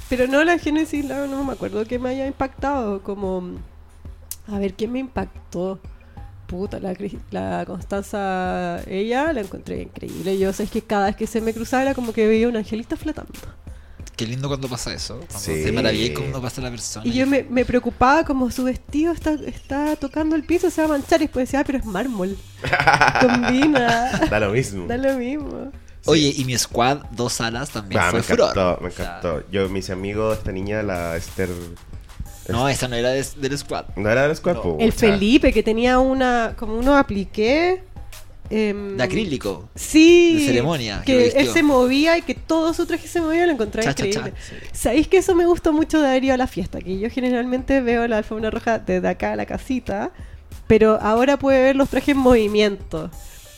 Speaker 2: Pero no, la Génesis, la- no me acuerdo que me haya impactado. Como... A ver, ¿quién me impactó? Puta, la, Cris- la Constanza, ella la encontré increíble. Yo sé que cada vez que se me cruzaba era como que veía un angelito flotando.
Speaker 3: Qué lindo cuando pasa eso. Cuando
Speaker 1: Sí.
Speaker 3: Te maravillas cuando pasa la persona.
Speaker 2: Y yo me, me preocupaba como su vestido está, está tocando el piso, se va a manchar. Y después decía, ah, pero es mármol. Combina.
Speaker 1: Da lo mismo.
Speaker 2: da lo mismo.
Speaker 3: Oye, y mi squad, dos alas también.
Speaker 1: Ah, me
Speaker 3: fue
Speaker 1: encantó,
Speaker 3: furor.
Speaker 1: me
Speaker 3: O sea,
Speaker 1: encantó. Yo, mis amigos, esta niña, la Esther.
Speaker 3: no, esa no era des- del squad.
Speaker 1: ¿No era del squad?
Speaker 3: No.
Speaker 1: Pucha.
Speaker 2: El Felipe, que tenía una, como uno apliqué. em,
Speaker 3: De acrílico.
Speaker 2: Sí.
Speaker 3: De ceremonia, que lo
Speaker 2: Que él
Speaker 3: vistió.
Speaker 2: se movía y que todo su traje se movía, lo encontraba
Speaker 3: Cha, cha,
Speaker 2: increíble.
Speaker 3: cha. Sí.
Speaker 2: Sabéis que eso me gustó mucho de haber ido a la fiesta, que yo generalmente veo la alfombra roja desde acá a la casita, pero ahora pude ver los trajes en movimiento.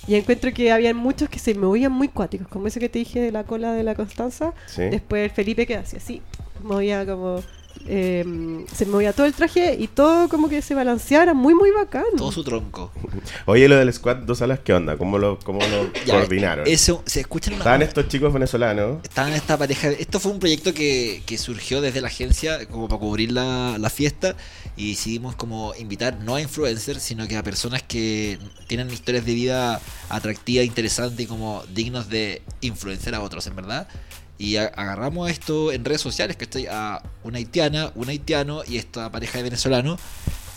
Speaker 2: Y encuentro que había muchos que se movían muy cuáticos, como ese que te dije de la cola de la Constanza.
Speaker 1: Sí.
Speaker 2: Después el Felipe que hacía así, movía como eh, se movía todo el traje y todo como que se balanceaba, era muy, muy bacán.
Speaker 3: Todo su tronco.
Speaker 1: Oye, lo del squad dos alas, ¿qué onda? ¿Cómo lo, cómo lo
Speaker 3: Ya,
Speaker 1: coordinaron?
Speaker 3: Eso, se escuchan una
Speaker 1: Estaban estos chicos venezolanos.
Speaker 3: Estaban esta pareja. Esto fue un proyecto que, que surgió desde la agencia como para cubrir la, la fiesta y decidimos como invitar no a influencers, sino que a personas que tienen historias de vida atractiva, interesante y como dignos de influenciar a otros, en verdad. Y a- agarramos esto en redes sociales, que estoy a una haitiana, un haitiano y esta pareja de venezolano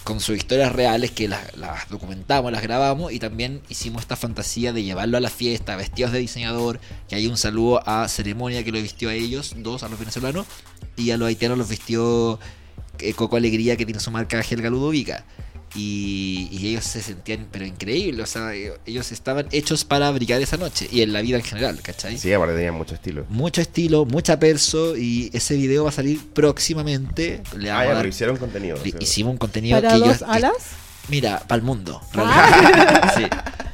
Speaker 3: con sus historias reales que las, las documentamos, las grabamos y también hicimos esta fantasía de llevarlo a la fiesta, vestidos de diseñador, que hay un saludo a Ceremonia que lo vistió a ellos, dos a los venezolanos, y a los haitianos los vistió eh, Coco Alegría que tiene su marca Helga Ludovica. Y, y ellos se sentían, pero increíble, o sea, e- ellos estaban hechos para brillar esa noche y en la vida en general, ¿cachai?
Speaker 1: Sí, aparte tenían mucho estilo.
Speaker 3: Mucho estilo, mucha perso y ese video va a salir próximamente. Le
Speaker 1: Ah,
Speaker 3: vamos a
Speaker 1: ya,
Speaker 3: dar-
Speaker 1: pero hicieron contenido.
Speaker 3: le-
Speaker 1: o sea.
Speaker 3: Hicimos un contenido
Speaker 2: Para
Speaker 3: que
Speaker 2: dos
Speaker 3: yo- que-
Speaker 2: alas.
Speaker 3: Mira, para el mundo.
Speaker 2: Ah.
Speaker 3: Sí.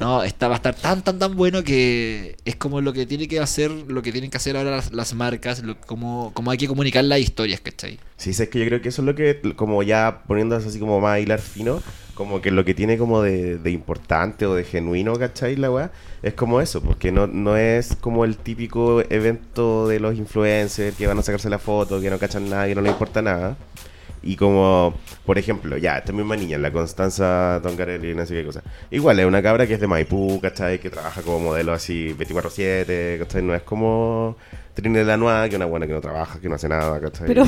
Speaker 3: No, esta va a estar tan, tan, tan bueno que es como lo que tiene que hacer, lo que tienen que hacer ahora las, las marcas, lo, como, como hay que comunicar las historias, ¿cachai?
Speaker 1: Sí, sí, es que yo creo que eso es lo que, como ya poniéndose así como más a hilar fino, como que lo que tiene como de, de importante o de genuino, ¿cachai? La weá, es como eso, porque no, no es como el típico evento de los influencers que van a sacarse la foto, que no cachan nada, que no les importa nada. Y como, por ejemplo, ya, esta misma niña, la Constanza Tongarelli, no sé qué cosa. Igual es una cabra que es de Maipú, ¿cachai? Que trabaja como modelo así 24-7, ¿cachai? No es como Trinidad Lanois, que es una buena que no trabaja, que no hace nada, ¿cachai?
Speaker 2: Pero-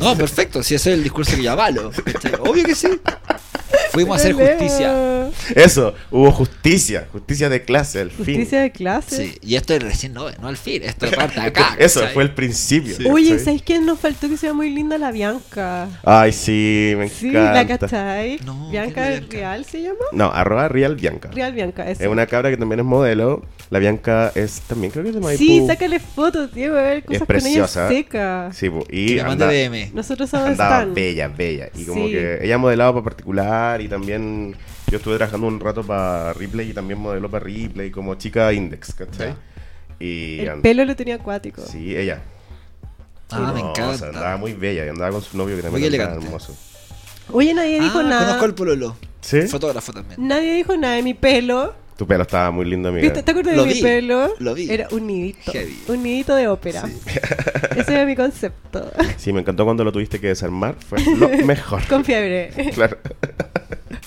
Speaker 3: No, perfecto, si ese es el discurso que yo avalo, ¿cachai? Obvio que sí. Fuimos a hacer justicia.
Speaker 1: Eso, hubo justicia, justicia de clase al fin.
Speaker 2: Justicia de clase.
Speaker 3: Sí, y esto es recién, no, no al fin, esto parte de acá.
Speaker 1: Eso
Speaker 3: ¿cachai?
Speaker 1: fue el principio.
Speaker 3: Sí.
Speaker 2: Oye,
Speaker 1: ¿cachai?
Speaker 2: ¿sabes quién nos faltó que sea muy linda la Bianca?
Speaker 1: Ay, sí, me
Speaker 2: Sí, la
Speaker 1: encanta.
Speaker 2: cachai.
Speaker 3: No,
Speaker 2: Bianca
Speaker 3: ¿quién es Bianca?
Speaker 2: Real se llama.
Speaker 1: no, arroba Real Bianca.
Speaker 2: Real Bianca, eso.
Speaker 1: Es una cabra que también es modelo. La Bianca es también, creo que es de Maipú.
Speaker 2: Sí, sácale fotos, tío, a ver cosas
Speaker 1: Es preciosa.
Speaker 2: con ella seca.
Speaker 1: Sí, po,
Speaker 3: Que
Speaker 1: y
Speaker 3: me mande
Speaker 1: anda,
Speaker 3: DM.
Speaker 2: Nosotros somos
Speaker 1: andaba
Speaker 2: Stan.
Speaker 1: bella, bella. Y como
Speaker 2: Sí.
Speaker 1: que ella modelaba para particular y también yo estuve trabajando un rato para Ripley y también modeló para Ripley como chica index, ¿cachai? Y
Speaker 2: El
Speaker 1: and-
Speaker 2: pelo lo tenía acuático.
Speaker 1: Sí, ella.
Speaker 3: Ah, me
Speaker 1: No, o sea, andaba
Speaker 3: encanta.
Speaker 1: muy bella y andaba con su novio que
Speaker 3: Muy
Speaker 1: también era
Speaker 3: elegante.
Speaker 1: hermoso.
Speaker 2: Oye, nadie dijo
Speaker 3: Ah,
Speaker 2: nada.
Speaker 3: Conozco al pololo,
Speaker 1: ¿Sí?
Speaker 3: fotógrafo también.
Speaker 2: Nadie dijo nada de mi pelo.
Speaker 1: Tu pelo estaba muy lindo, amiga.
Speaker 2: ¿Viste? ¿Te acuerdas
Speaker 3: Lo
Speaker 2: de mi
Speaker 3: vi,
Speaker 2: pelo?
Speaker 3: lo vi.
Speaker 2: Era un nidito.
Speaker 3: Heavy.
Speaker 2: Un nidito de ópera. Ese era mi concepto.
Speaker 1: Sí, me encantó cuando lo tuviste que desarmar. Fue lo mejor.
Speaker 2: Con fiebre.
Speaker 1: claro.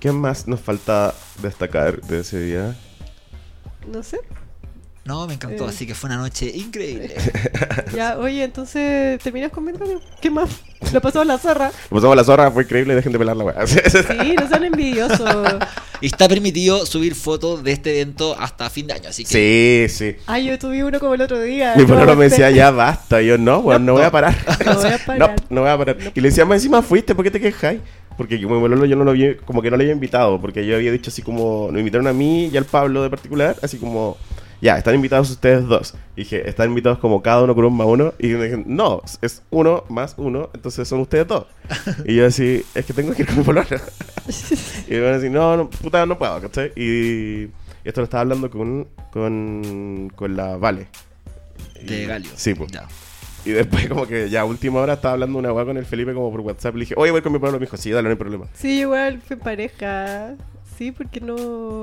Speaker 1: ¿Qué más nos falta destacar de ese día?
Speaker 2: No sé.
Speaker 3: No, me encantó,
Speaker 2: Eh.
Speaker 3: así que fue una noche increíble.
Speaker 2: Ya, oye, entonces, ¿terminas conmigo? ¿Qué más? Lo pasó la zorra.
Speaker 1: Lo pasamos la zorra, fue increíble, dejen de pelar la weá.
Speaker 2: Sí, no sean envidiosos.
Speaker 3: Y está permitido subir fotos de este evento hasta fin de año, así que
Speaker 1: sí, sí.
Speaker 2: Ay, Ah, yo tuve uno como el otro día.
Speaker 1: Mi pololo
Speaker 2: No, este,
Speaker 1: me decía,
Speaker 2: espera.
Speaker 1: ya basta. Y yo, no, weón, no, voy a parar.
Speaker 2: No voy a parar.
Speaker 1: No, no voy a parar. Y le decía, "Más encima fuiste, ¿por qué te quejáis? Porque yo, mi pololo yo no lo había, como que no lo había invitado, porque yo había dicho así como, lo invitaron a mí y al Pablo de particular, así como, ya, están invitados ustedes dos. Y dije, están invitados como cada uno con un más uno. Y me dijeron, no, es uno más uno, entonces son ustedes dos. Y yo así, es que tengo que ir con mi pololo. Y me van a decir, no, no, puta, no puedo, ¿cachai? Y esto lo estaba hablando con, con, con la Vale.
Speaker 3: de
Speaker 1: Y-
Speaker 3: Galio.
Speaker 1: Sí, pues.
Speaker 3: Ya.
Speaker 1: Y después como que ya a última hora estaba hablando una weá con el Felipe como por WhatsApp. Le dije, oye, voy con mi pueblo. Me dijo, sí, dale, no hay problema.
Speaker 2: Sí, igual fue en pareja. Sí, porque no.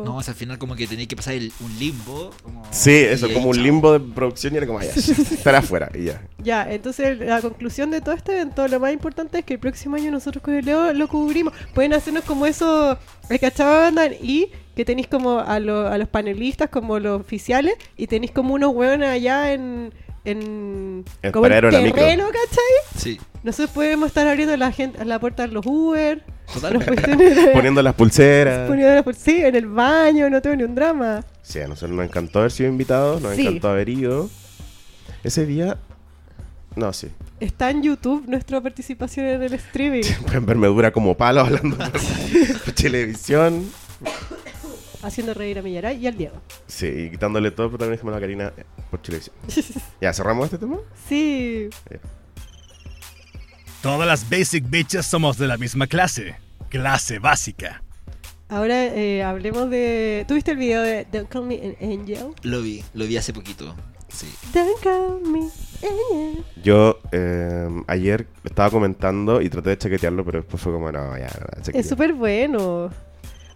Speaker 3: No, o sea, al final como que tenía que pasar el- un limbo. como-
Speaker 1: Sí, eso,
Speaker 3: y ahí,
Speaker 1: como un
Speaker 3: chao.
Speaker 1: limbo de producción y era como, "Ah, ya, estará afuera y ya.
Speaker 2: Ya, entonces la conclusión de todo este evento, lo más importante es que el próximo año nosotros con el Leo lo cubrimos. Pueden hacernos como eso, el cachaba andan y que tenéis como a, lo- a los panelistas, como los oficiales, y tenéis como unos hueones allá en. en
Speaker 1: En
Speaker 2: como en
Speaker 1: paradero de la micro.
Speaker 2: terreno, ¿cachai?
Speaker 3: Sí,
Speaker 2: Nosotros podemos estar abriendo la, gente, la puerta de los Uber, las
Speaker 3: totalmente.
Speaker 2: cuestiones de-
Speaker 1: Poniendo las pulseras.
Speaker 2: poniendo las por- sí, en el baño, no tengo ni un drama.
Speaker 1: Sí, a nosotros nos encantó haber sido invitados, nos
Speaker 2: Sí.
Speaker 1: encantó haber ido. Ese día... No, sí.
Speaker 2: Está en YouTube nuestra participación en el streaming.
Speaker 1: Pueden verme dura como palo hablando por, por televisión.
Speaker 2: haciendo reír a Millaray y al Diego.
Speaker 1: Sí, y quitándole todo el protagonismo a la Karina eh, por televisión. ¿Ya cerramos este tema?
Speaker 2: sí.
Speaker 4: Todas las basic bitches somos de la misma clase. Clase básica.
Speaker 2: Ahora eh, hablemos de. ¿Tuviste el video de Don't Call Me an Angel?
Speaker 3: Lo vi, lo vi hace poquito. Sí.
Speaker 2: Don't Call Me Angel.
Speaker 1: Yo eh, ayer estaba comentando y traté de chaquetearlo, pero después fue como, no, ya, no, chaquetea.
Speaker 2: Es súper bueno.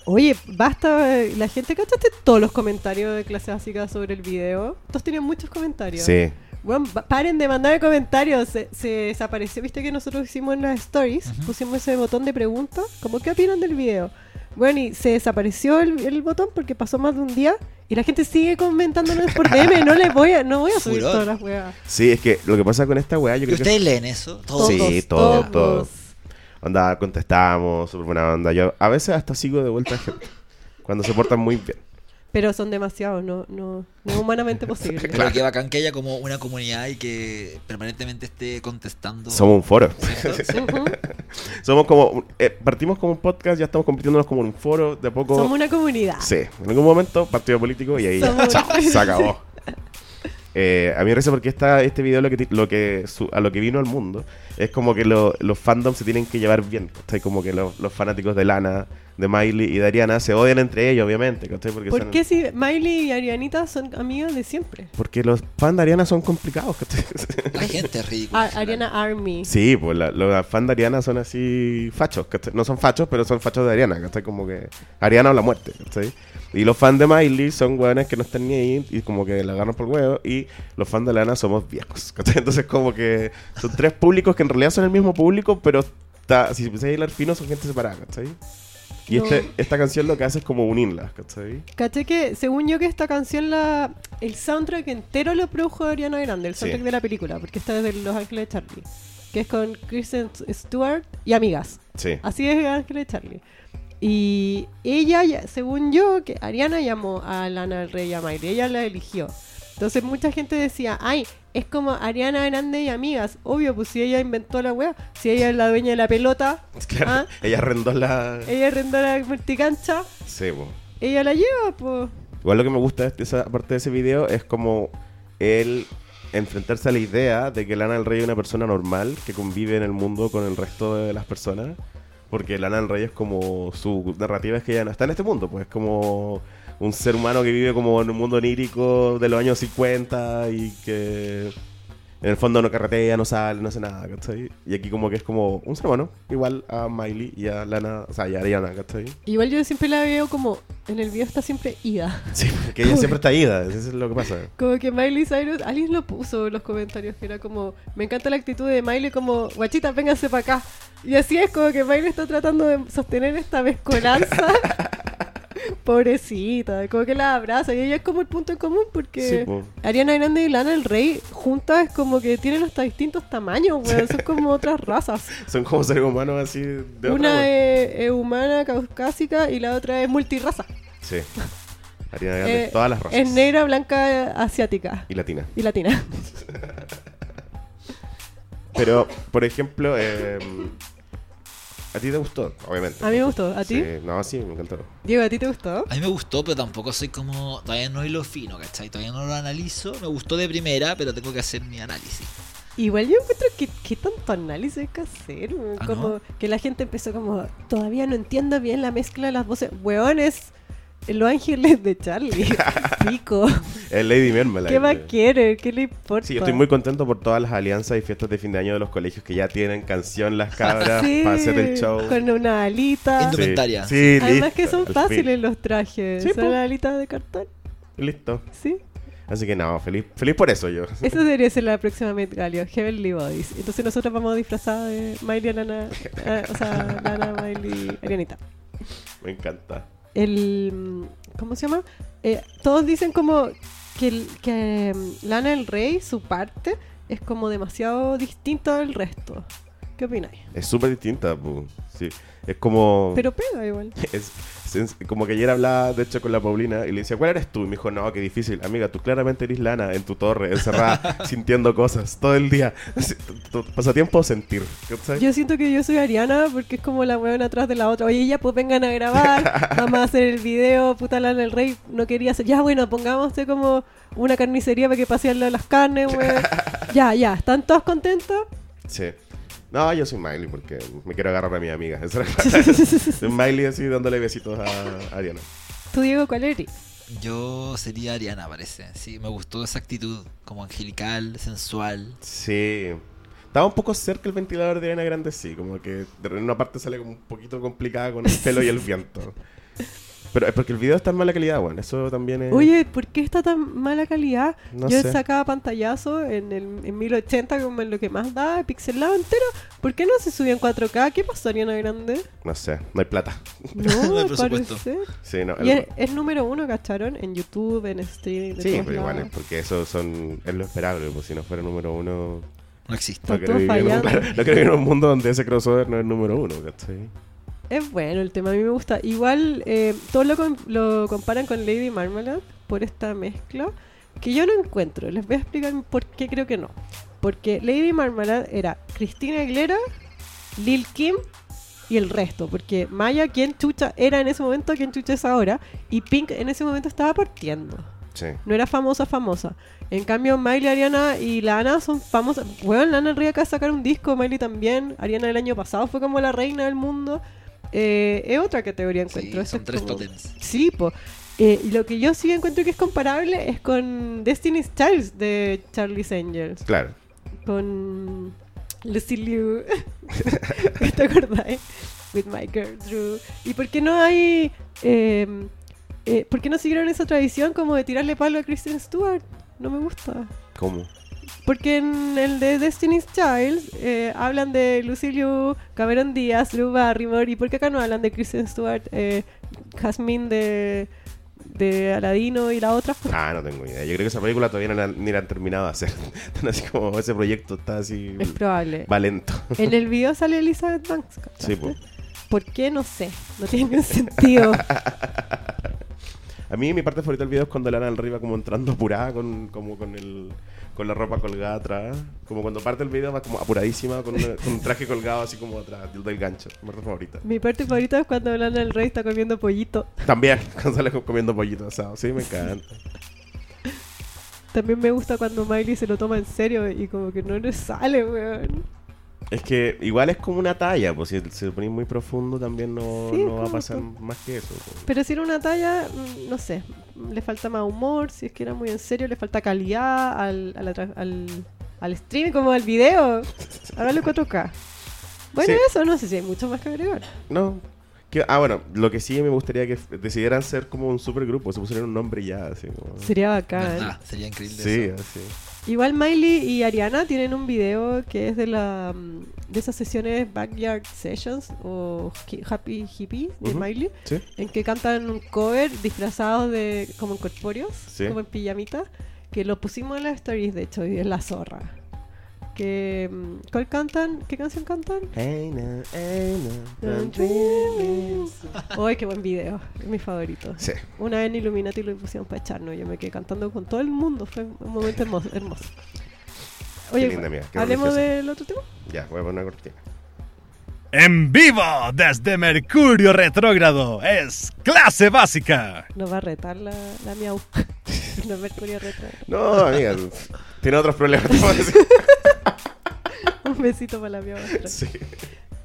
Speaker 2: Oye, basta. eh, La gente, ¿cachaste todos los comentarios de clase básica sobre el video? Todos tienen muchos comentarios.
Speaker 1: Sí,
Speaker 2: Weón, pa- paren de mandar comentarios. Se, se desapareció. Viste que nosotros hicimos en las stories,
Speaker 3: Ujú.
Speaker 2: pusimos ese botón de preguntas, como qué opinan del video. Bueno, y se desapareció el, el botón porque pasó más de un día y la gente sigue comentándonos por DM. No les voy a, no voy a subir
Speaker 3: Furor.
Speaker 2: todas las weas.
Speaker 1: sí, es que lo que pasa con esta weá, yo
Speaker 3: ¿Y
Speaker 1: creo que...
Speaker 3: ustedes leen eso? ¿Todo?
Speaker 1: Sí. todo,
Speaker 2: todos,
Speaker 1: todo. Onda, contestamos, súper buena onda. Yo a veces hasta sigo de vuelta a gente. cuando se portan muy bien.
Speaker 2: Pero son demasiados, no, no, no es humanamente posible.
Speaker 3: Pero que bacán que haya como una comunidad y que permanentemente esté contestando.
Speaker 1: Somos un foro.
Speaker 2: Ujú.
Speaker 1: Somos como... un- eh, partimos como un podcast, ya estamos compitiéndonos como un foro, de a poco...
Speaker 2: Somos una comunidad.
Speaker 1: Sí, en algún momento partido político y ahí ya,
Speaker 2: Somos-
Speaker 1: chao, se acabó. Eh, a mí me parece porque esta, este video lo que, ti- lo que su- a lo que vino al mundo es como que lo- los fandoms se tienen que llevar bien. ¿cachai? Como que los, los fanáticos de Lana, de Miley y de Ariana se odian entre ellos, obviamente. ¿cachai? Porque,
Speaker 2: ¿Por
Speaker 1: son-
Speaker 2: qué si Miley y Arianita son amigas de siempre?
Speaker 1: porque los fans de Ariana son complicados. ¿cachai?
Speaker 3: La gente es ridícula.
Speaker 2: A-
Speaker 3: al final.
Speaker 2: Ah, Ariana Army.
Speaker 1: sí, pues la- los fans de Ariana son así fachos. ¿cachai? No son fachos, pero son fachos de Ariana. ¿cachai? Como que Ariana o la muerte. ¿cachai? Y los fans de Miley son hueones que no están ni ahí y como que la agarran por el huevo. Y los fans de Lana somos viejos. ¿cachai? Entonces, como que son tres públicos que en realidad son el mismo público, pero está, si empiezas a hilar fino, son gente separada. ¿cachai? Y
Speaker 2: No.
Speaker 1: este- esta canción lo que hace es como unirlas. ¿cachai?
Speaker 2: Caché que, según yo, que esta canción, la el soundtrack entero lo produjo Ariana Grande, el
Speaker 1: Sí.
Speaker 2: soundtrack de la película, porque está desde Los Ángeles de Charlie, que es con Kristen Stewart y amigas.
Speaker 1: Sí.
Speaker 2: Así es Ángeles de Charlie. Y ella, ya- según yo, que Ariana llamó a Lana del Rey y a Miley, ella la eligió. Entonces mucha gente decía, ay, es como Ariana Grande y amigas. Obvio, pues si ella inventó la wea, si ella es la dueña de la pelota,
Speaker 1: Claro,
Speaker 2: ¿Ah? Eh.
Speaker 1: Ella arrendó la.
Speaker 2: ella arrendó la multicancha,
Speaker 1: Sí, pues. po.
Speaker 2: ella la lleva, pues.
Speaker 1: Igual lo que me gusta de esa parte de ese video es como él enfrentarse a la idea de que Lana del Rey es una persona normal que convive en el mundo con el resto de las personas. Porque Lana del Rey es como su narrativa es que ella no está en este mundo, pues es como un ser humano que vive como en un mundo onírico de los años 50 y que en el fondo no carretea, no sale, no hace nada, ¿cachai? Y aquí como que es como un ser humano, igual a Miley y a Lana, o sea, y a Ariana, ¿cachai?
Speaker 2: Igual yo siempre la veo como en el video está siempre ida.
Speaker 1: Sí, que ella siempre está ida, eso es lo que pasa.
Speaker 2: Como que Miley Cyrus, alguien lo puso en los comentarios, que era como, me encanta la actitud de Miley, como, guachita, véngase para acá. Y así es como que Miley está tratando de sostener esta mezcolanza. Pobrecita, como que la abraza y ella es como el punto en común
Speaker 1: Sí,
Speaker 2: porque
Speaker 1: po.
Speaker 2: Ariana Grande y Lana del Rey juntas como que tienen hasta distintos tamaños, weón, son como otras razas.
Speaker 1: Son como seres humanos así de otra,
Speaker 2: Una
Speaker 1: wea.
Speaker 2: es, es humana, caucásica y la otra es multirraza.
Speaker 1: Sí. Ariana Grande,
Speaker 2: Eh,
Speaker 1: todas las razas.
Speaker 2: Es negra, blanca, asiática
Speaker 1: Y latina.
Speaker 2: y latina.
Speaker 1: Pero, por ejemplo, eh, a ti te gustó, obviamente.
Speaker 2: A mí me gustó. ¿A ti?
Speaker 1: Sí, no, sí, me encantó.
Speaker 2: Diego, ¿a ti te gustó?
Speaker 3: A mí me gustó, pero tampoco soy como. Todavía no hilo fino, ¿cachai? Todavía no lo analizo. Me gustó de primera, pero tengo que hacer mi análisis.
Speaker 2: Igual yo encuentro que qué tanto análisis hay que hacer.
Speaker 3: ¿Ah,
Speaker 2: como que la gente empezó como, todavía no entiendo bien la mezcla de las voces. Weones, Los Ángeles de Charlie. Pico.
Speaker 1: Es Lady Mermelade.
Speaker 2: ¿Qué más quiere? ¿Qué le importa?
Speaker 1: Sí, yo estoy muy contento por todas las alianzas y fiestas de fin de año de los colegios que ya tienen canción las cabras
Speaker 2: Sí,
Speaker 1: para hacer el show.
Speaker 2: Con una alita.
Speaker 1: Sí,
Speaker 3: Indumentaria.
Speaker 1: Sí,
Speaker 2: Además
Speaker 1: listo,
Speaker 2: que son
Speaker 1: al fin.
Speaker 2: fáciles los trajes.
Speaker 1: Sí, po.
Speaker 2: son las alitas de cartón.
Speaker 1: Listo.
Speaker 2: Sí.
Speaker 1: Así que no, feliz, feliz por eso yo.
Speaker 2: Esa debería ser la próxima Met Gala, Heavenly Bodies. Entonces nosotros vamos disfrazadas de Miley Lana, eh, o sea, Lana, Miley, Arianita.
Speaker 1: Me encanta.
Speaker 2: El, mm, ¿Cómo se llama? Eh, todos dicen como que, el- que mm, Lana el Rey, su parte, es como demasiado distinta del resto. ¿Qué opináis?
Speaker 1: Es súper distinta, pu. Sí. Es como.
Speaker 2: Pero pega igual.
Speaker 1: Es, es- como que ayer hablaba, de hecho, con la Paulina y le decía, ¿cuál eres tú? Y me dijo, no, qué difícil. Amiga, tú claramente eres lana en tu torre, encerrada, sintiendo cosas todo el día. Así, tu- tu Pasatiempo sentir. ¿cachai?
Speaker 2: Yo siento que yo soy Ariana porque es como la weón atrás de la otra. Oye, ya pues vengan a grabar, vamos a hacer el video, puta Lana el Rey no quería hacer. Ya bueno, pongámoste como una carnicería para que pasearle las carnes, weón. ya, ya, ¿están todos contentos?
Speaker 1: Sí. No, yo soy Miley porque me quiero agarrar a mis amigas. Eso era- soy Miley así dándole besitos a Ariana.
Speaker 2: Tú, Diego, ¿cuál eres?
Speaker 3: Yo sería Ariana, parece. Sí, me gustó esa actitud, como angelical, sensual.
Speaker 1: Sí. Estaba un poco cerca el ventilador de Ariana Grande, sí. Como que de- en una parte sale como un poquito complicada con el pelo y el viento. Pero es porque el video está en mala calidad, bueno. Eso también es...
Speaker 2: Oye, ¿por qué está tan mala calidad?
Speaker 1: Eh. No
Speaker 2: Yo
Speaker 1: sé.
Speaker 2: sacaba pantallazo en, el, en 1080 como en lo que más da, pixelado entero. ¿Por qué no se subió en 4K? ¿Qué pasó, Ariana Grande?
Speaker 1: No sé, no hay plata.
Speaker 2: No,
Speaker 3: No hay
Speaker 2: al
Speaker 3: presupuesto.
Speaker 2: parecer.
Speaker 1: Sí, no.
Speaker 2: Y
Speaker 1: el-
Speaker 2: es, es número uno, ¿cacharon? En YouTube, en streaming, de
Speaker 1: Sí,
Speaker 2: todos
Speaker 1: pero igual es
Speaker 2: lados.
Speaker 1: porque eso son, es lo esperable. Pues si no fuera número uno...
Speaker 3: No existe.
Speaker 1: No
Speaker 2: Están
Speaker 1: creo,
Speaker 2: todos
Speaker 1: vivir en un,
Speaker 2: fallando.
Speaker 1: claro, no creo vivir en un mundo donde ese crossover no es número uno, ¿cachai?
Speaker 2: Es bueno el tema, a mí me gusta. Igual, eh, todos lo, com- lo comparan con Lady Marmalade por esta mezcla, que yo no encuentro. Les voy a explicar por qué creo que no. Porque Lady Marmalade era Cristina Aguilera, Lil Kim y el resto. Porque Maya, quien chucha era en ese momento, quien chucha es ahora. Y Pink en ese momento estaba partiendo.
Speaker 1: Sí.
Speaker 2: No era famosa, famosa. En cambio, Miley, Ariana y Lana son famosas. Bueno, Lana Ría acaba de sacar un disco, Miley también. Ariana el año pasado fue como la reina del mundo. Eh, es otra categoría,
Speaker 3: Sí,
Speaker 2: encuentro. Eso
Speaker 3: son
Speaker 2: es
Speaker 3: tres
Speaker 2: como-
Speaker 3: tótems.
Speaker 2: Sí, po. Eh, y lo que yo sí encuentro que es comparable es con Destiny's Child de Charlie's Angels.
Speaker 1: Claro.
Speaker 2: Con Lucy Liu. ¿Te acordáis? With my girl Drew. ¿Y por qué no hay... eh, eh, ¿Por qué no siguieron esa tradición como de tirarle palo a Kristen Stewart? No me gusta.
Speaker 1: ¿Cómo?
Speaker 2: Porque en el de Destiny's Child eh, hablan de Lucy Liu, Cameron Díaz, Drew Barrymore. ¿Y por qué acá no hablan de Kristen Stewart, eh, Jasmine de, de Aladino y la otra?
Speaker 1: Ah, no tengo idea. Yo creo que esa película todavía no la- ni la han terminado de hacer. Están así como ese proyecto está así.
Speaker 2: Es probable.
Speaker 1: Va lento.
Speaker 2: En el video sale Elizabeth Banks.
Speaker 1: Sí,
Speaker 2: ¿cachaste?
Speaker 1: pues.
Speaker 2: ¿Por qué? No sé. No tiene ningún sentido.
Speaker 1: A mí mi parte favorita del video es cuando Lana del Rey va como entrando apurada con, como con el con la ropa colgada atrás. Como cuando parte el video va como apuradísima con, una- con un traje colgado así como atrás del, del gancho. Mi parte favorita.
Speaker 2: Mi parte favorita es cuando Lana del Rey está comiendo pollito.
Speaker 1: También, Gonzalo comiendo pollito asado. Sí, me encanta.
Speaker 2: También me gusta cuando Miley se lo toma en serio y como que no le sale, weón.
Speaker 1: Es que igual es como una talla, pues si, si lo ponís muy profundo también no,
Speaker 2: Sí,
Speaker 1: no va a
Speaker 2: como
Speaker 1: pasar
Speaker 2: que-
Speaker 1: más que eso. pues.
Speaker 2: Pero si era una talla, mm, no sé, le falta más humor, si es que era muy en serio, le falta calidad al, a la tra- al, al stream, como al video. Hágalo en 4K. Bueno,
Speaker 1: Sí.
Speaker 2: eso no sé si hay mucho más que agregar.
Speaker 1: No. Que- ah, bueno, lo que sí me gustaría que f- decidieran ser como un supergrupo, se pusieran un nombre ya, así como...
Speaker 2: Sería bacán.
Speaker 3: ¿Verdad? Sería increíble.
Speaker 1: Sí, eh.
Speaker 3: eso.
Speaker 1: así.
Speaker 2: Igual Miley y Ariana tienen un video que es de la mm, de esas sesiones Backyard Sessions o Hi- Happy Hippie de
Speaker 1: Ujú.
Speaker 2: Miley,
Speaker 1: Sí.
Speaker 2: en que cantan un cover disfrazados de como en corpóreos,
Speaker 1: Sí.
Speaker 2: como en pijamita, que lo pusimos en las stories de hecho y es la zorra. Que mm, ¿cuál cantan? ¿Qué canción cantan?
Speaker 1: Hey, no, hey, no, don't dream it.
Speaker 2: Uy, qué buen video, es mi favorito.
Speaker 1: Sí.
Speaker 2: Una vez en Illuminati lo pusieron para echarnos. Yo me quedé cantando con todo el mundo. Fue un momento hermoso. hermoso. Oye,
Speaker 1: linda mía, qué
Speaker 2: hablemos
Speaker 1: religiosa.
Speaker 2: del otro tema.
Speaker 1: Ya, voy a poner una cortina.
Speaker 4: En vivo desde Mercurio Retrógrado es clase básica.
Speaker 2: Nos va a retar la, la miau. Nos Mercurio reta.
Speaker 1: No, amiga, tiene otros problemas. te puedo decir.
Speaker 2: Un besito para la miau. astral.
Speaker 1: Sí.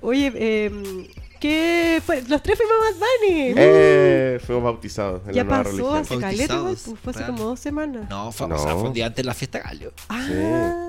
Speaker 2: Oye, eh, ¿qué fue? Los tres fuimos a Bad Bunny. Uh,
Speaker 1: Eh, fuimos bautizados en
Speaker 2: ya
Speaker 1: la nueva
Speaker 2: pasó
Speaker 1: religión.
Speaker 2: hace caleta, igual, pues, fue hace
Speaker 3: Bautizados,
Speaker 2: como dos semanas.
Speaker 3: No, fue,
Speaker 1: No.
Speaker 3: o sea, fue un día antes de la fiesta gallo.
Speaker 2: Ah.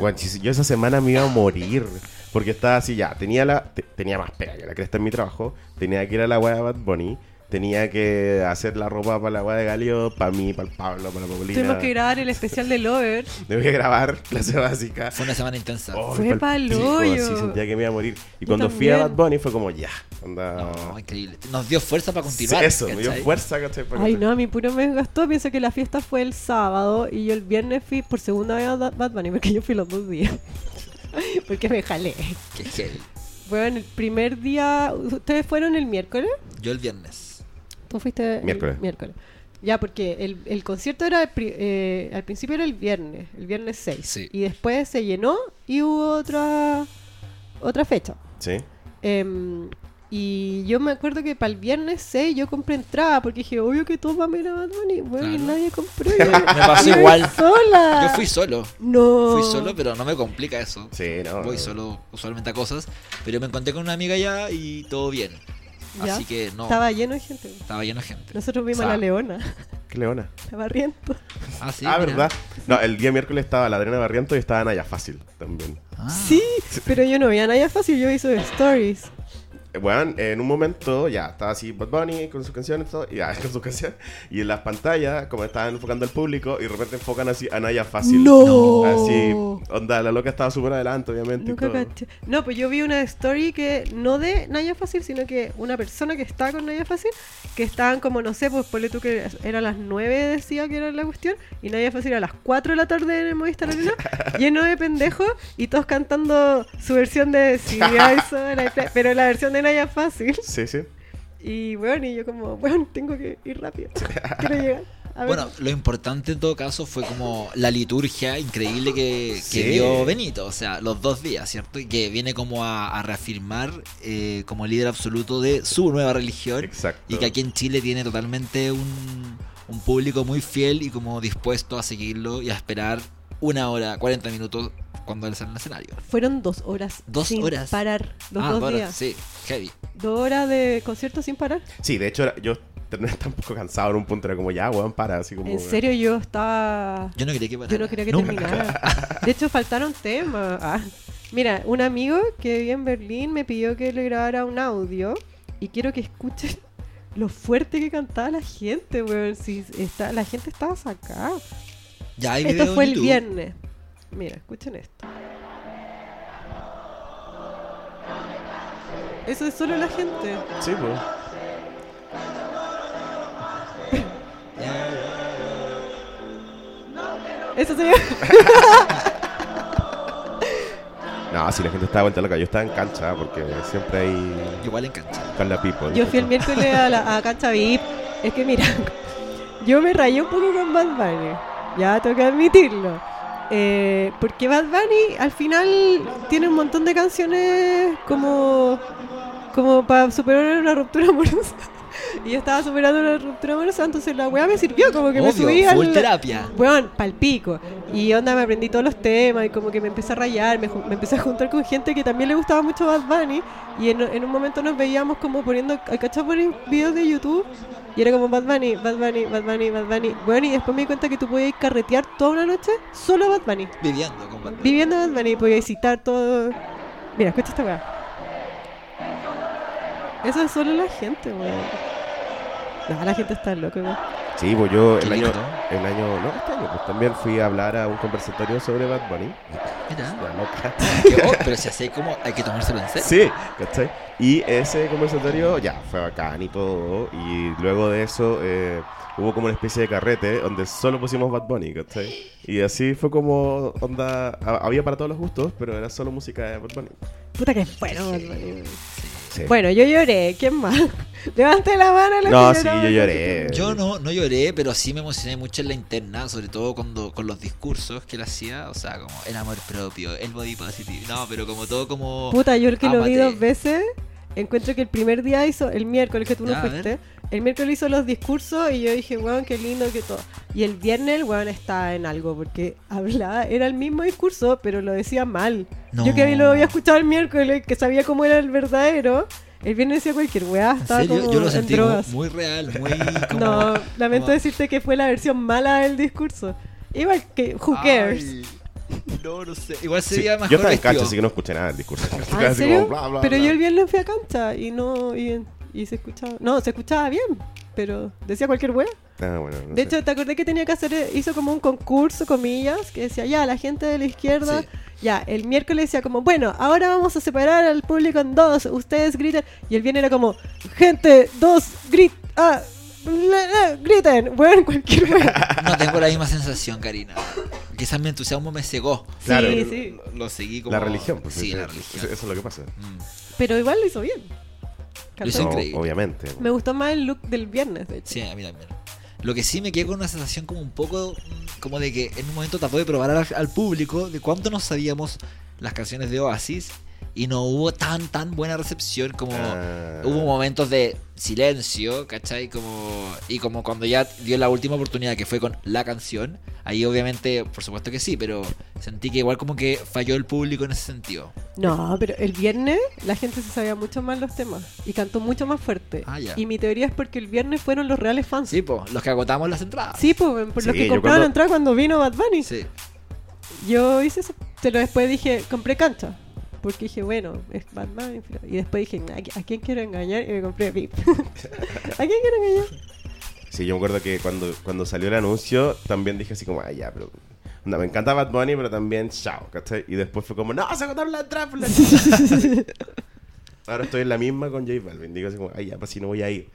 Speaker 1: Bueno, si- si yo esa semana me iba a morir. Porque estaba así ya. Tenía la te- tenía más pega que la cresta en mi trabajo. Tenía que ir a la weá de Bad Bunny. Tenía que hacer la ropa para la weá de Galio. Para mí, para el Pablo, para la Paulina.
Speaker 2: Tuvimos que grabar el especial de Lover.
Speaker 1: Tenía que grabar clase básica.
Speaker 3: Fue una semana intensa.
Speaker 1: Oh,
Speaker 2: Fue pa'l
Speaker 1: pico,
Speaker 2: hoyo.
Speaker 1: así sentía que me iba a morir. Y
Speaker 2: Yo
Speaker 1: cuando fui a Bad
Speaker 2: también.
Speaker 1: Bunny fue como ya. Anda.
Speaker 3: No, increíble. Nos dio fuerza para continuar.
Speaker 1: Eso, me dio
Speaker 3: ¿cachai?
Speaker 1: fuerza, ¿cachai? Para
Speaker 2: Ay,
Speaker 1: que-
Speaker 2: no, a mí puro me gastó. Pienso que la fiesta fue el sábado y yo el viernes fui por segunda vez a Da- Bad Bunny porque yo fui los dos días. porque me jalé.
Speaker 3: Qué gel.
Speaker 2: Bueno, el primer día. ¿Ustedes fueron el miércoles?
Speaker 3: Yo el viernes.
Speaker 2: ¿Tú fuiste el
Speaker 1: Miércoles.
Speaker 2: miércoles. Ya, porque el, el concierto era el pri- eh, al principio era el viernes, el viernes 6.
Speaker 3: Sí.
Speaker 2: Y después se llenó y hubo otra, otra fecha.
Speaker 1: Sí.
Speaker 2: Em, Y yo me acuerdo que para el viernes 6 yo compré entrada porque dije, obvio que todos van a ir a Bad Bunny. Bueno, y
Speaker 3: Claro.
Speaker 2: nadie compró. Me
Speaker 3: pasó igual.
Speaker 2: Sola.
Speaker 3: Yo fui solo.
Speaker 2: No.
Speaker 3: Fui solo, pero no me complica eso.
Speaker 1: Sí, no.
Speaker 3: Voy solo usualmente a cosas. Pero me encontré con una amiga ya y todo bien.
Speaker 2: Ya.
Speaker 3: Así que no.
Speaker 2: Estaba lleno de gente.
Speaker 3: Estaba lleno de gente.
Speaker 2: Nosotros vimos a
Speaker 3: Sa-
Speaker 2: la leona,
Speaker 1: Qué leona.
Speaker 2: la barriento.
Speaker 3: Ah, sí.
Speaker 1: ah,
Speaker 3: mira.
Speaker 1: ¿verdad? No, el día miércoles estaba la Adriana Barriento y estaba Naya Fácil también.
Speaker 3: Ah.
Speaker 2: Sí, pero yo no veía a Naya Fácil, yo hice stories.
Speaker 1: Eh, Weón, en un momento ya estaba así Bad Bunny con sus canciones todo, y ya, con sus canciones. Y en las pantallas, como estaban enfocando al público, y de repente enfocan así a Naya Fácil.
Speaker 2: No.
Speaker 1: Así, onda, la loca estaba súper adelante, obviamente. y
Speaker 2: Nunca
Speaker 1: todo.
Speaker 2: caché. No, pues yo vi una story que no de Naya Fácil, sino que una persona que estaba con Naya Fácil, que estaban como, no sé, pues ponle tú que era a las 9, decía que era la cuestión, y Naya Fácil a las 4 de la tarde en el Movistar Arena, lleno de pendejos, y todos cantando su versión de Si hay sol, hay playa", pero la versión de Naya Fácil.
Speaker 1: Sí, sí.
Speaker 2: Y bueno, y yo como, bueno, tengo que ir rápido, quiero llegar. A ver.
Speaker 3: Bueno, lo importante en todo caso fue como la liturgia increíble que, que
Speaker 1: Sí.
Speaker 3: dio Benito, o sea, los dos días, ¿cierto? Y que viene como a, a reafirmar eh, como líder absoluto de su nueva religión
Speaker 1: Exacto.
Speaker 3: y que aquí en Chile tiene totalmente un, un público muy fiel y como dispuesto a seguirlo y a esperar una hora, 40 minutos cuando él sale al escenario.
Speaker 2: Fueron dos horas.
Speaker 3: Dos
Speaker 2: sin
Speaker 3: horas. Ah,
Speaker 2: Parar. Los dos
Speaker 3: bueno,
Speaker 2: días.
Speaker 3: sí, heavy.
Speaker 2: Dos horas de concierto sin parar.
Speaker 1: Sí, de hecho, era- yo terminé tan poco cansado en un punto, era como ya, weón, para, así como.
Speaker 2: En serio, yo estaba.
Speaker 3: Yo no quería que parara.
Speaker 2: Yo no quería que
Speaker 3: Nunca.
Speaker 2: terminara. De hecho, faltaron temas. Ah. Mira, un amigo que vive en Berlín me pidió que le grabara un audio y quiero que escuchen lo fuerte que cantaba la gente, weón. Si está, la gente estaba sacada.
Speaker 3: Ya hay video
Speaker 2: Esto
Speaker 3: en
Speaker 2: fue el
Speaker 3: YouTube.
Speaker 2: viernes. Mira, escuchen esto. Eso es solo la gente.
Speaker 1: Sí, pues.
Speaker 2: Eso se llama-
Speaker 1: No, si la gente estaba vuelta loca. Yo estaba en cancha porque siempre hay.
Speaker 3: Igual en cancha.
Speaker 1: con la people.
Speaker 2: Yo fui el miércoles a, la, a Cancha VIP. Es que mira, yo me rayé un poco con Bad Bunny. Ya tengo que admitirlo. Eh, porque Bad Bunny al final tiene un montón de canciones como, como para superar una ruptura amorosa. Y yo estaba superando una ruptura amorosa, entonces la weá me sirvió, como que me
Speaker 3: Obvio,
Speaker 2: subí
Speaker 3: full
Speaker 2: al,
Speaker 3: terapia.
Speaker 2: Weón, palpico. Y onda, me aprendí todos los temas y como que me empecé a rayar, me, ju- me empecé a juntar con gente que también le gustaba mucho Bad Bunny. Y en, en un momento nos veíamos como poniendo, al cacho poner videos de YouTube. Y era como Bad Bunny, Bad Bunny, Bad Bunny, Bad Bunny. Bueno, y después me di cuenta que tú podías carretear toda una noche solo Bad Bunny.
Speaker 3: Viviendo con Bad Bunny.
Speaker 2: Viviendo Bad Bunny, podías citar todo. Mira, escucha esta weá. Eso es solo la gente, weón. No, la gente está loca, weón.
Speaker 1: Sí, pues yo
Speaker 3: Qué
Speaker 1: el año,
Speaker 3: lindo.
Speaker 1: el año. No, este año, pues también fui a hablar a un conversatorio sobre Bad Bunny.
Speaker 3: Mira.
Speaker 1: La loca.
Speaker 3: Que, oh, pero si así como hay que tomárselo en serio.
Speaker 1: Sí, ¿cachai? Y ese conversatorio ya fue bacán y todo. Y luego de eso eh, hubo como una especie de carrete donde solo pusimos Bad Bunny, ¿cachai? Y así fue como onda. ha- Había para todos los gustos, pero era solo música de Bad Bunny.
Speaker 2: Puta que es bueno, Bad Bunny, weón.
Speaker 1: Sí.
Speaker 2: Bueno, yo lloré. ¿Quién más? Levante la mano. los
Speaker 1: No,
Speaker 2: que
Speaker 1: sí,
Speaker 2: lloraron.
Speaker 1: yo lloré.
Speaker 3: Yo no, no lloré, pero sí me emocioné mucho en la interna, sobre todo cuando, con los discursos que él hacía, o sea, como el amor propio, el body positive, no, pero como todo como...
Speaker 2: Puta, yo el que lo vi
Speaker 3: Ámate.
Speaker 2: dos veces, encuentro que el primer día hizo, el miércoles que tú no
Speaker 3: Ya, a ver.
Speaker 2: fuiste, el miércoles hizo los discursos y yo dije, weón, qué lindo que todo. Y el viernes el weón estaba en algo, porque hablaba, era el mismo discurso, pero lo decía mal.
Speaker 3: No.
Speaker 2: Yo que lo había escuchado el miércoles, que sabía cómo era el verdadero, el viernes decía cualquier weá,
Speaker 3: en
Speaker 2: estaba
Speaker 3: serio,
Speaker 2: como
Speaker 3: yo lo
Speaker 2: en
Speaker 3: sentí como
Speaker 2: drogas.
Speaker 3: muy real, muy como...
Speaker 2: No, lamento
Speaker 3: como-
Speaker 2: decirte que fue la versión mala del discurso. Igual que, who cares.
Speaker 3: Ay, no, no sé. Igual
Speaker 1: Sí,
Speaker 3: sería más
Speaker 1: yo estaba en cancha,
Speaker 3: vestido.
Speaker 1: así que no escuché nada del discurso.
Speaker 2: Ah, ¿en serio? pero yo el viernes fui a cancha y no y, y se escuchaba, no, se escuchaba bien, pero decía cualquier wea.
Speaker 1: Ah, bueno, no
Speaker 2: De
Speaker 1: sé.
Speaker 2: hecho, te acordé que tenía que hacer eh, hizo como un concurso comillas que decía, ya, la gente de la izquierda,
Speaker 3: Sí.
Speaker 2: ya, el miércoles decía como, bueno, ahora vamos a separar al público en dos, ustedes griten y el viernes era como, gente, dos, grit, ah, bla, bla, griten, bueno, cualquier wea.
Speaker 3: No tengo la misma sensación, Karina. Quizás mi entusiasmo me cegó.
Speaker 1: Claro.
Speaker 2: sí, sí,
Speaker 3: Lo, lo seguí como...
Speaker 1: La religión, pues,
Speaker 3: Sí,
Speaker 1: es-
Speaker 3: la
Speaker 1: es-
Speaker 3: religión.
Speaker 1: Eso es lo que pasa.
Speaker 3: Mm.
Speaker 2: pero igual lo hizo bien.
Speaker 3: Lo hizo
Speaker 2: ¿Cachai?
Speaker 1: No,
Speaker 3: increíble.
Speaker 1: obviamente.
Speaker 2: Me gustó más el look del viernes, de hecho.
Speaker 3: Sí, a mí también. Lo que sí me quedé con una sensación como un poco, mm, como de que en un momento trató de probar al, al público de cuánto nos sabíamos las canciones de Oasis y no hubo tan, tan buena recepción como
Speaker 1: Ah.
Speaker 3: hubo momentos de silencio, ¿cachai? Como, y como cuando ya dio la última oportunidad que fue con la canción, ahí obviamente, por supuesto que sí, pero sentí que igual como que falló el público en ese sentido.
Speaker 2: No, pero el viernes la gente se sabía mucho más los temas y cantó mucho más fuerte.
Speaker 3: Ah, ya.
Speaker 2: Y mi teoría es porque el viernes fueron los reales fans.
Speaker 3: Sí, pues, los que agotamos las entradas.
Speaker 2: Sí, po, por los
Speaker 1: Sí,
Speaker 2: que
Speaker 1: yo
Speaker 2: compraron
Speaker 1: cuando-
Speaker 2: entrada cuando vino Bad Bunny.
Speaker 3: Sí.
Speaker 2: Yo hice eso, pero después dije, compré cancha. Porque dije, bueno, es Bad Bunny. pero- Y después dije, ¿a, qui- a quién quiero engañar? Y me compré VIP. ¿A quién quiero engañar?
Speaker 1: Sí, yo me acuerdo que cuando, cuando salió el anuncio, también dije así como, ah, ya, pero... onda, me encanta Bad Bunny, pero también chao, ¿cachai? Y después fue como, no, se agotaron las entradas por la Ahora estoy en la misma con J Balvin. Digo así como, ay, ya, pues si no voy a ir.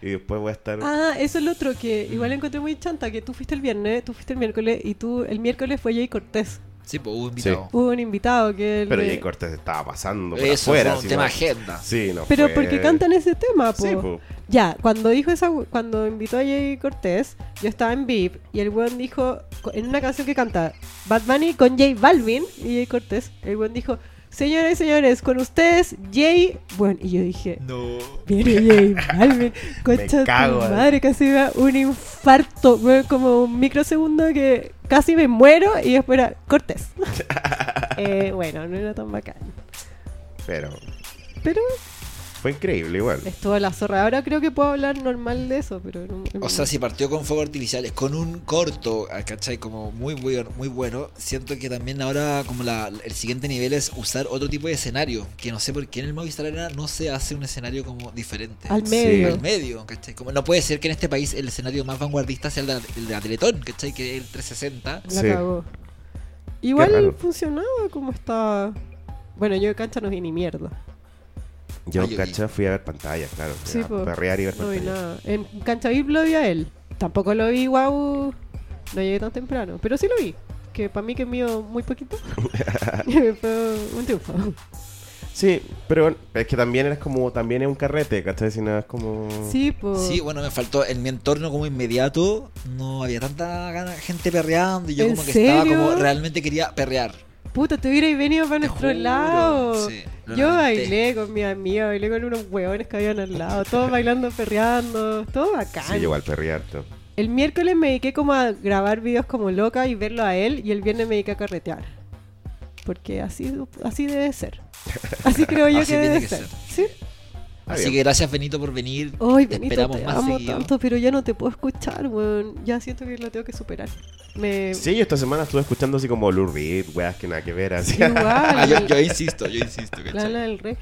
Speaker 1: Y después voy a estar...
Speaker 2: Ah, eso es lo otro que igual encontré muy chanta, que tú fuiste el viernes, tú fuiste el miércoles y tú el miércoles fue Jay Cortés.
Speaker 3: Sí, pues hubo invitado.
Speaker 2: Hubo un invitado que... el
Speaker 1: pero
Speaker 2: de-
Speaker 1: Jay Cortés estaba pasando por
Speaker 3: Eso
Speaker 1: afuera.
Speaker 3: fue
Speaker 1: así
Speaker 3: un tema
Speaker 1: como-
Speaker 3: agenda.
Speaker 1: Sí, no
Speaker 2: Pero
Speaker 1: fue-
Speaker 2: porque cantan ese tema, po.
Speaker 1: Sí, po.
Speaker 2: Ya, cuando dijo esa cuando invitó a Jay Cortés, yo estaba en VIP y el weón dijo co- en una canción que canta Bad Bunny con Jay Balvin y Jay Cortés, el weón dijo, "Señores, señores, con ustedes Jay." Bueno, y yo dije,
Speaker 3: No.
Speaker 2: "Viene Jay Balvin, concha de
Speaker 1: cago,
Speaker 2: tu
Speaker 1: eh.
Speaker 2: madre, casi me da un infarto, weón, como un microsegundo que casi me muero y después era Cortés." Eh, bueno, no era tan bacán.
Speaker 1: Pero
Speaker 2: Pero
Speaker 1: fue increíble igual.
Speaker 2: Estuvo la zorra. Ahora creo que puedo hablar normal de eso, pero... no-
Speaker 3: O sea, si partió con fuegos artificiales, con un corto, ah, ¿cachai? Como muy, muy, muy bueno. Siento que también ahora como la, el siguiente nivel es usar otro tipo de escenario. Que no sé por qué en el Movistar Arena no se hace un escenario como diferente.
Speaker 2: Al
Speaker 3: Sí.
Speaker 2: medio.
Speaker 3: Al medio, ¿cachai? Como no puede ser que en este país el escenario más vanguardista sea el de, el de la Teletón, ¿cachai? Que es el 360.
Speaker 2: La
Speaker 1: Sí.
Speaker 2: cagó. Igual
Speaker 1: raro.
Speaker 2: funcionaba como estaba. Bueno, yo de cancha no vi ni mierda.
Speaker 1: Yo,
Speaker 3: Oye,
Speaker 1: cacha, fui a ver pantalla, claro.
Speaker 2: Sí,
Speaker 1: a
Speaker 2: po.
Speaker 1: perrear y ver
Speaker 2: No vi
Speaker 1: pantalla.
Speaker 2: nada. En cancha VIP lo vi a él. Tampoco lo vi, wow. No llegué tan temprano. Pero sí lo vi. Que para mí que mío muy poquito. Fue un triunfo.
Speaker 1: Sí, pero bueno, es que también eres como, también es un carrete, ¿cachai? Si no es como...
Speaker 2: Sí, pues.
Speaker 3: Sí, bueno, me faltó en mi entorno como inmediato, no había tanta gana- gente perreando y yo
Speaker 2: ¿En
Speaker 3: como que estaba
Speaker 2: serio?
Speaker 3: como realmente quería perrear.
Speaker 2: Puta, te hubierais venido para
Speaker 3: Te
Speaker 2: nuestro
Speaker 3: juro.
Speaker 2: lado.
Speaker 3: Sí, lo
Speaker 2: Yo
Speaker 3: lamenté.
Speaker 2: bailé con mi amiga, bailé con unos hueones que habían al lado, todos bailando, perreando, todo bacán.
Speaker 1: Sí, igual perrear, todo.
Speaker 2: El miércoles me dediqué como a grabar videos como loca y verlo a él, y el viernes me dediqué a carretear. Porque así, así debe ser. Así creo yo
Speaker 3: Así
Speaker 2: que
Speaker 3: tiene
Speaker 2: debe
Speaker 3: que
Speaker 2: ser.
Speaker 3: ser.
Speaker 2: ¿Sí?
Speaker 1: Ah,
Speaker 3: Así
Speaker 1: bien.
Speaker 3: que gracias Benito por venir.
Speaker 2: Ay,
Speaker 3: Te
Speaker 2: Benito,
Speaker 3: esperamos
Speaker 2: te
Speaker 3: más
Speaker 2: amo
Speaker 3: seguido.
Speaker 2: tanto, pero ya no te puedo escuchar, weón. Ya siento que lo tengo que superar. Me...
Speaker 1: Sí, yo esta semana estuve escuchando así como Lou Reed, weas que nada que ver, así.
Speaker 3: Ah,
Speaker 2: Igual.
Speaker 3: yo, yo insisto, yo insisto. ¿cachai?
Speaker 2: Lana del Rey.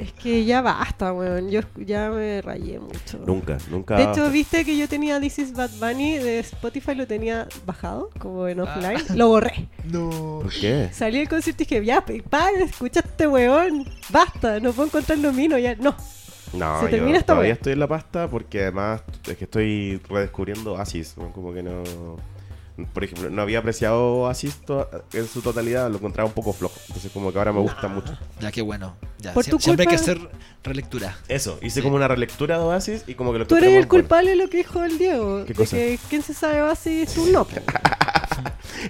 Speaker 2: Es que ya basta, weón. Yo ya me rayé mucho.
Speaker 1: nunca, nunca.
Speaker 2: De hecho, viste que yo tenía This is Bad Bunny de Spotify, lo tenía bajado, como
Speaker 3: Ah.
Speaker 2: en offline. Lo borré.
Speaker 3: No.
Speaker 1: ¿Por qué?
Speaker 2: Salí del concierto y dije, ya, pe- para, escucha este weón. Basta, no puedo encontrar lo mío, ya. No.
Speaker 1: No,
Speaker 2: Se
Speaker 1: yo
Speaker 2: termina esta
Speaker 1: todavía
Speaker 2: wea.
Speaker 1: estoy en la pasta porque además es que estoy redescubriendo Oasis, ¿no? como que no... Por ejemplo, no había apreciado Oasis to- en su totalidad, lo encontraba un poco flojo, entonces como que ahora me
Speaker 2: Ah.
Speaker 1: gusta mucho.
Speaker 3: Ya, qué bueno. Ya,
Speaker 2: Por
Speaker 3: sie-
Speaker 2: tu
Speaker 3: siempre hay que
Speaker 2: culpa-
Speaker 3: hacer relectura.
Speaker 1: Eso, hice como una relectura de Oasis y como que lo
Speaker 2: Tú eres
Speaker 1: encontré
Speaker 2: el
Speaker 1: más bueno.
Speaker 2: culpable de lo que dijo el Diego.
Speaker 1: ¿Qué
Speaker 2: de
Speaker 1: cosa?
Speaker 2: que quién se sabe va si tú no. po.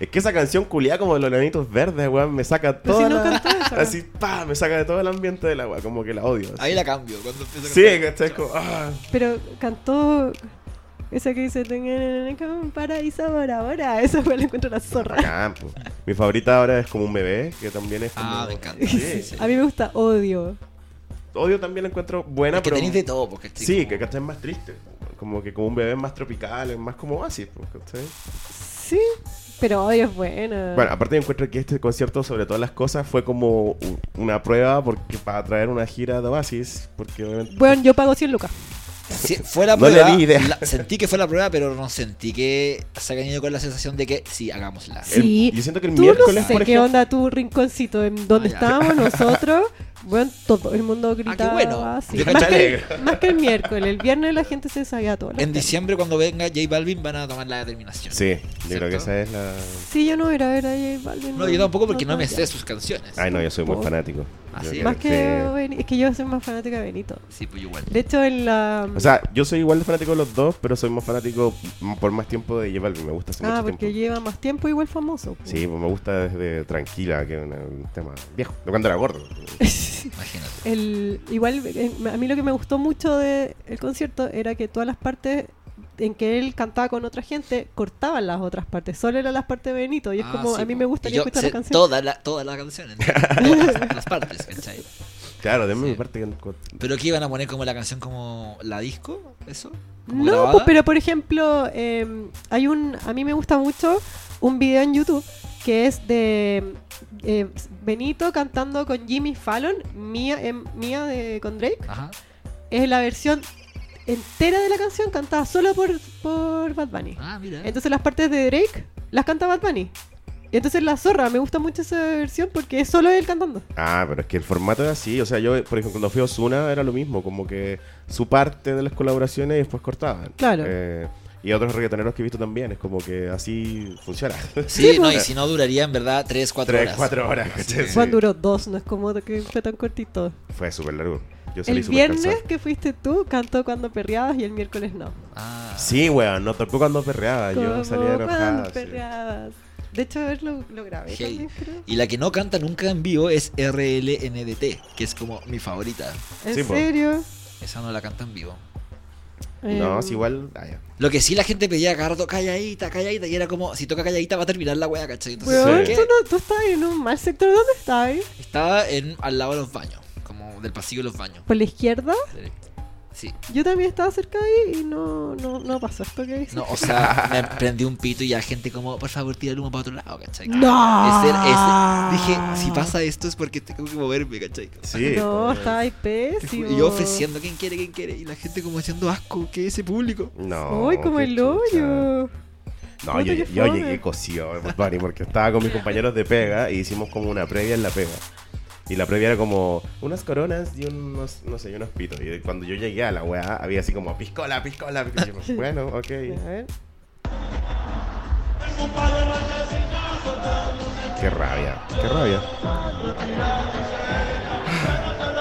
Speaker 1: Es que esa canción culiada como de los enanitos verdes, weón, me saca
Speaker 2: Pero
Speaker 1: toda
Speaker 2: si no
Speaker 1: la-
Speaker 2: cantó esa.
Speaker 1: Así, pa, me saca de todo el ambiente de la weá, como que la odio. así.
Speaker 3: Ahí la cambio. Cuando empiezo a
Speaker 1: Sí,
Speaker 3: cantar.
Speaker 1: ¿cachai? Como, ah.
Speaker 2: Pero cantó esa que dice, tengan como un paraíso ahora, ahora. Esa fue la encuentro la zorra.
Speaker 1: Bacán, po. Mi favorita ahora es como un bebé, que también es como...
Speaker 3: Ah, me encanta.
Speaker 1: Sí.
Speaker 3: Sí.
Speaker 2: A mí me gusta odio.
Speaker 1: Odio también la encuentro buena,
Speaker 3: Es que
Speaker 1: pero...
Speaker 3: tenéis de todo, porque
Speaker 1: Sí, que ¿cachai? Es más triste. Como que como un bebé es más tropical, es más como así, po, ¿cachai?
Speaker 2: Sí, pero odio es buena.
Speaker 1: Bueno, aparte yo encuentro que este concierto, sobre todas las cosas, fue como u- una prueba porque para traer una gira de Oasis, porque obviamente...
Speaker 2: Bueno, yo pago 100 lucas.
Speaker 3: Sí, fue la
Speaker 1: No le
Speaker 3: prueba.
Speaker 1: di idea.
Speaker 3: la- sentí que fue la prueba, pero no sentí que se hayan ido con la sensación de que sí, hagámosla.
Speaker 1: El-
Speaker 2: Sí.
Speaker 1: yo siento que el
Speaker 2: Tú no
Speaker 1: miércoles,
Speaker 2: sé
Speaker 1: por
Speaker 2: qué
Speaker 1: ejemplo-
Speaker 2: onda tu rinconcito, en donde
Speaker 3: Ah, ya. Ah,
Speaker 2: estábamos nosotros. Bueno, todo el mundo gritaba
Speaker 3: bueno.
Speaker 2: así.
Speaker 1: Yo
Speaker 2: Más
Speaker 1: caché
Speaker 2: que,
Speaker 1: alegre.
Speaker 2: más que el miércoles, el viernes la gente se sabía todo.
Speaker 3: En diciembre, cuando venga J Balvin, van a tomar la determinación.
Speaker 1: Sí, yo
Speaker 3: ¿Cierto?
Speaker 1: creo que esa es la...
Speaker 2: Sí, yo no voy a ir a ver a J Balvin.
Speaker 3: No, yo tampoco porque no me
Speaker 2: Ah, ya.
Speaker 3: sé sus canciones.
Speaker 1: Ay, no, yo soy muy
Speaker 2: Por-
Speaker 1: fanático.
Speaker 3: Así
Speaker 1: Yo
Speaker 2: Más
Speaker 1: creo
Speaker 2: que, Ben- es que yo soy más fanática de Benito.
Speaker 3: Sí, pues igual.
Speaker 2: De hecho, en la.
Speaker 1: O sea, yo soy igual de fanático de los dos, pero soy más fanático m- por más tiempo de J Balvin. Me gusta hace
Speaker 2: ah,
Speaker 1: mucho
Speaker 2: porque
Speaker 1: tiempo.
Speaker 2: lleva más tiempo igual famoso. po.
Speaker 1: Sí, pues me gusta desde Tranquila, que es una- un tema viejo. De cuando era gordo.
Speaker 3: Imagínate.
Speaker 2: El, igual, eh, a mí lo que me gustó mucho del concierto era que todas las partes en que él cantaba con otra gente cortaban las otras partes. Solo eran las partes de Benito. Y es
Speaker 3: Ah,
Speaker 2: como,
Speaker 3: sí,
Speaker 2: a mí
Speaker 3: po.
Speaker 2: me gustaría
Speaker 3: Yo
Speaker 2: escuchar
Speaker 3: sé
Speaker 2: las canciones.
Speaker 3: Todas la- todas las canciones. Todas las partes, ¿cachai?
Speaker 1: Claro, denme
Speaker 3: Sí.
Speaker 1: mi parte. con- con-
Speaker 3: ¿Pero qué iban a poner como la canción como la disco? ¿Eso? ¿Como
Speaker 2: No,
Speaker 3: grabada?
Speaker 2: pues, pero por ejemplo, eh, hay un. A mí me gusta mucho un video en YouTube que es de eh, Benito cantando con Jimmy Fallon, Mía, em, Mía de, con Drake.
Speaker 3: Ajá.
Speaker 2: Es la versión entera de la canción cantada solo por, por Bad Bunny.
Speaker 3: Ah, mira.
Speaker 2: Entonces las partes de Drake las canta Bad Bunny. Y entonces la zorra, me gusta mucho esa versión porque es solo él cantando.
Speaker 1: Ah, pero es que el formato es así. O sea, yo, por ejemplo, cuando fui a Osuna era lo mismo. Como que su parte de las colaboraciones y después cortaban.
Speaker 2: Claro.
Speaker 1: Eh, y otros reggaetoneros que he visto también. Es como que así funciona.
Speaker 3: Sí,
Speaker 2: Sí,
Speaker 3: no, y
Speaker 2: pues.
Speaker 3: si no duraría en verdad 3, 4
Speaker 1: Tres,
Speaker 3: horas.
Speaker 1: cuatro horas. ¿cachai? Sí.
Speaker 2: Juan duró dos, no es como que fue tan cortito.
Speaker 1: Fue súper largo. Yo salí
Speaker 2: El
Speaker 1: súper
Speaker 2: viernes
Speaker 1: cansado.
Speaker 2: que fuiste tú cantó cuando perreabas y el miércoles no.
Speaker 3: Ah,
Speaker 1: Sí, weón, no tocó cuando perreaba. Ah, Yo
Speaker 2: Como
Speaker 1: salía enojado.
Speaker 2: cuando
Speaker 1: sí.
Speaker 2: perreabas. De hecho, a ver, lo, lo grabé
Speaker 3: Hey.
Speaker 2: también, creo.
Speaker 3: Y la que no canta nunca en vivo es RLNDT, que es como mi favorita.
Speaker 2: ¿En
Speaker 1: Sí, po.
Speaker 2: serio?
Speaker 3: Esa no la canta en vivo.
Speaker 1: No,
Speaker 2: Em,
Speaker 1: es igual. ah, ya.
Speaker 3: Lo que sí la gente pedía a Gardo calladita, calladita, y era como, si toca calladita va a terminar la wea, ¿cachai? Entonces,
Speaker 2: weón,
Speaker 1: Sí.
Speaker 2: tú, no, tú estabas en un mal sector. ¿Dónde estabas?
Speaker 3: estaba en, al lado de los baños, como del pasillo de los baños.
Speaker 2: ¿Por la izquierda?
Speaker 3: Sí.
Speaker 2: Yo también estaba cerca ahí y no, no, no pasó esto que dices.
Speaker 3: No, o sea, me prendí un pito y ya gente como, por favor, tira el humo para otro lado, ¿cachai?
Speaker 2: ¡No!
Speaker 3: Ese- ese- Dije, si pasa esto es porque tengo que moverme, ¿cachai?
Speaker 1: Sí. pues.
Speaker 2: No,
Speaker 1: weón.
Speaker 2: estaba ahí pésimo.
Speaker 3: Y yo ofreciendo, ¿quién quiere, quién quiere? Y la gente como haciendo asco, ¿qué es ese público?
Speaker 1: No.
Speaker 2: Uy,
Speaker 1: Oh,
Speaker 2: como
Speaker 1: qué
Speaker 2: el
Speaker 1: chucha.
Speaker 2: hoyo.
Speaker 1: No,
Speaker 2: Puta,
Speaker 1: yo,
Speaker 2: qué
Speaker 1: yo
Speaker 2: fome.
Speaker 1: llegué cosido Bad Bunny, porque estaba con mis compañeros de pega y hicimos como una previa en la pega. Y la previa era como unas coronas y unos, no sé, y unos pitos. Y cuando yo llegué a la weá, había así como piscola, piscola. piscola. Y yo, bueno,
Speaker 2: A
Speaker 1: ok.
Speaker 2: ver.
Speaker 1: Qué rabia, qué rabia.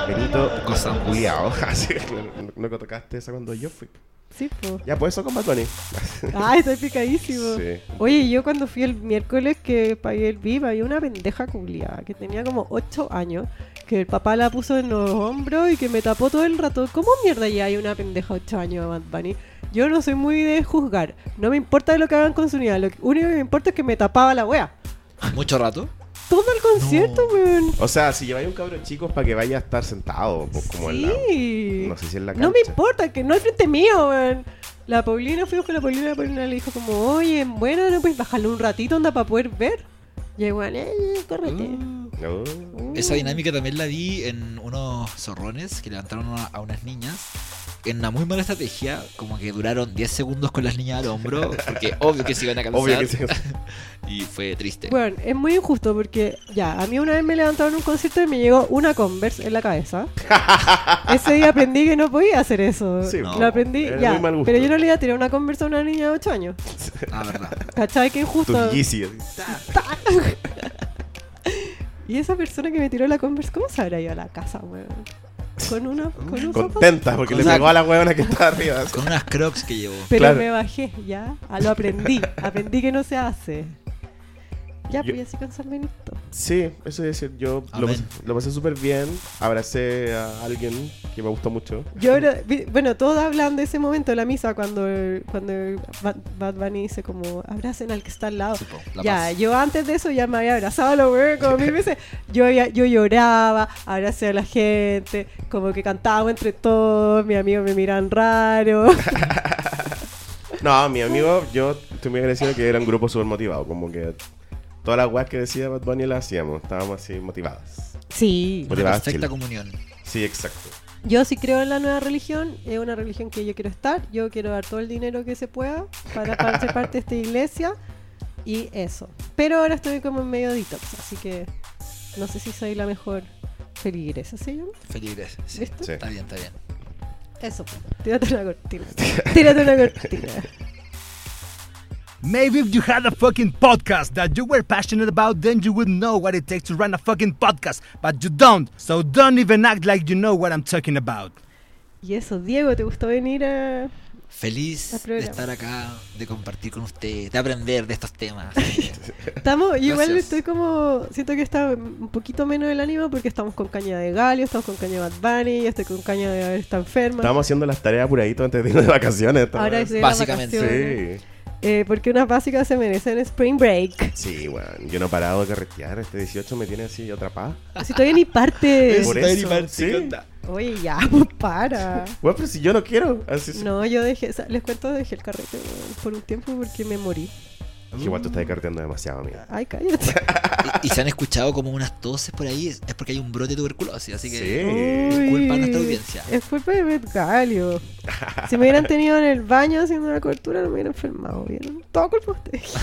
Speaker 1: Benito,
Speaker 3: Gozamos.
Speaker 1: culiao. Así, no- No no tocaste esa cuando yo fui.
Speaker 2: Sí, po.
Speaker 1: Ya, pues eso con Bad Bunny.
Speaker 2: Ah, estoy picadísimo.
Speaker 1: Sí.
Speaker 2: Oye, yo cuando fui el miércoles que pagué el VIP, había una pendeja culiada que tenía como 8 años, que el papá la puso en los hombros y que me tapó todo el rato. ¿Cómo mierda ya hay una pendeja 8 años de Bad Bunny? Yo no soy muy de juzgar. No me importa lo que hagan con su unidad. Lo que- único que me importa es que me tapaba la wea.
Speaker 3: Mucho rato.
Speaker 2: Todo el concierto, weón.
Speaker 1: O sea, si lleváis un cabro chico es para que vaya a estar sentado, pues, como en la.
Speaker 2: Sí.
Speaker 1: No sé si en la
Speaker 2: No me
Speaker 1: cancha.
Speaker 2: importa, que no al frente mío, weón. La Paulina, fuimos con la Paulina, la Paulina le dijo como, oye, bueno, no puedes bajarle un ratito, onda, para poder ver. Y igual, eh,
Speaker 1: Mm.
Speaker 2: correte.
Speaker 1: No.
Speaker 2: Uh.
Speaker 3: Esa dinámica también la vi en unos zorrones que levantaron a, a unas niñas. En una muy mala estrategia, como que duraron 10 segundos con las niñas al hombro, porque obvio que se iban a cansar.
Speaker 1: Obvio que sí.
Speaker 3: Y fue triste.
Speaker 2: Bueno, es muy injusto porque ya, a mí una vez me levantaron un concierto y me llegó una Converse en la cabeza. Ese día aprendí que no podía hacer eso.
Speaker 1: Sí,
Speaker 3: no,
Speaker 2: Lo aprendí,
Speaker 1: era
Speaker 2: ya.
Speaker 1: muy mal gusto.
Speaker 2: Pero yo no le iba a tirar una Converse a una niña de 8 años.
Speaker 3: Ah, verdad.
Speaker 2: ¿Cachai? Qué
Speaker 1: Tu
Speaker 2: injusto.
Speaker 1: Yeezy, así.
Speaker 2: Y esa persona que me tiró la Converse, ¿cómo se habrá ido a la casa, weón? Con una, con un zapato.
Speaker 1: Contenta porque le
Speaker 3: Con-
Speaker 1: pegó a la huevona que está arriba. así.
Speaker 3: Con unas crocs que llevó.
Speaker 2: Pero
Speaker 1: Claro.
Speaker 2: me bajé, ya. Ah, lo aprendí. aprendí que no se hace. Ya,
Speaker 1: Yo-
Speaker 2: pues ya sí con San Benito.
Speaker 1: Sí, eso es decir, yo lo pasé,
Speaker 3: Amén.
Speaker 1: lo pasé súper bien. Abracé a alguien que me gustó mucho.
Speaker 2: Yo ahora- vi- bueno, todos hablan de ese momento de la misa cuando, cuando Bad, Bad Bunny dice como abracen al que está al lado.
Speaker 3: Supo, la
Speaker 2: ya,
Speaker 3: paz.
Speaker 2: yo antes de eso ya me había abrazado a los weones como mil veces. Yo, había- yo lloraba, abracé a la gente, como que cantaba entre todos, mis amigos me miran raro.
Speaker 1: No, mi amigo, yo estoy muy agradecido que era un grupo súper motivado. Como que todas las weas que decía Bad Bunny las hacíamos. Estábamos así motivadas.
Speaker 2: Sí.
Speaker 1: Porque
Speaker 3: Una
Speaker 1: va a
Speaker 3: perfecta
Speaker 1: Chile.
Speaker 3: comunión.
Speaker 1: Sí, exacto.
Speaker 2: Yo sí creo en la nueva religión, es una religión que yo quiero estar, yo quiero dar todo el dinero que se pueda para para ser parte de esta iglesia y eso. Pero ahora estoy como en medio detox, así que no sé si soy la mejor feligresa, ¿se llama?
Speaker 3: Feliz. Sí.
Speaker 2: ¿Listo?
Speaker 1: Sí.
Speaker 3: Está bien, está bien.
Speaker 2: Eso, pues. tírate una cortina. Tírate una cortina.
Speaker 5: Maybe if you had a fucking podcast that you were passionate about, then you would know what it takes to run a fucking podcast, but you don't, so don't even act like you know what I'm talking about.
Speaker 2: Y eso, Diego, ¿te gustó venir a...? La
Speaker 3: Feliz de
Speaker 2: programa.
Speaker 3: estar acá, de compartir con usted, de aprender de estos temas.
Speaker 2: Estamos, yo igual
Speaker 3: Gracias.
Speaker 2: estoy como, siento que está un poquito menos el ánimo porque estamos con caña de Galio, estamos con caña de Bad Bunny, yo estoy con caña de haber estado enferma.
Speaker 1: Estábamos haciendo las tareas apuradito antes de irnos de vacaciones. esta
Speaker 2: Ahora
Speaker 1: vez.
Speaker 2: es de las
Speaker 3: Básicamente.
Speaker 2: vacaciones.
Speaker 1: Sí.
Speaker 2: Eh, porque unas básicas se merecen Spring Break.
Speaker 1: Sí, weón. Yo no he parado de carretear. Este 18 me tiene así atrapado.
Speaker 2: Si todavía ni parte.
Speaker 1: Por
Speaker 3: Está
Speaker 1: eso,
Speaker 3: animal,
Speaker 1: sí.
Speaker 3: ¿qué onda?
Speaker 2: Oye, ya, pues, para.
Speaker 1: Weón, pero si yo no quiero. Así sí.
Speaker 2: No, yo dejé, o sea, les cuento, dejé el carrete weón, por un tiempo porque me morí.
Speaker 1: Que Igual tú estás carreteando demasiado, amiga.
Speaker 2: Ay, cállate.
Speaker 3: Y, y se han escuchado como unas toses por ahí, es es porque hay un brote de tuberculosis, así que
Speaker 1: Sí.
Speaker 2: Uy,
Speaker 3: Eh, culpa a nuestra audiencia.
Speaker 2: Es culpa de Beth Galio. Si me hubieran tenido en el baño haciendo una cobertura, no me hubieran enfermado. ¿vieron? Todo culpa de ustedes.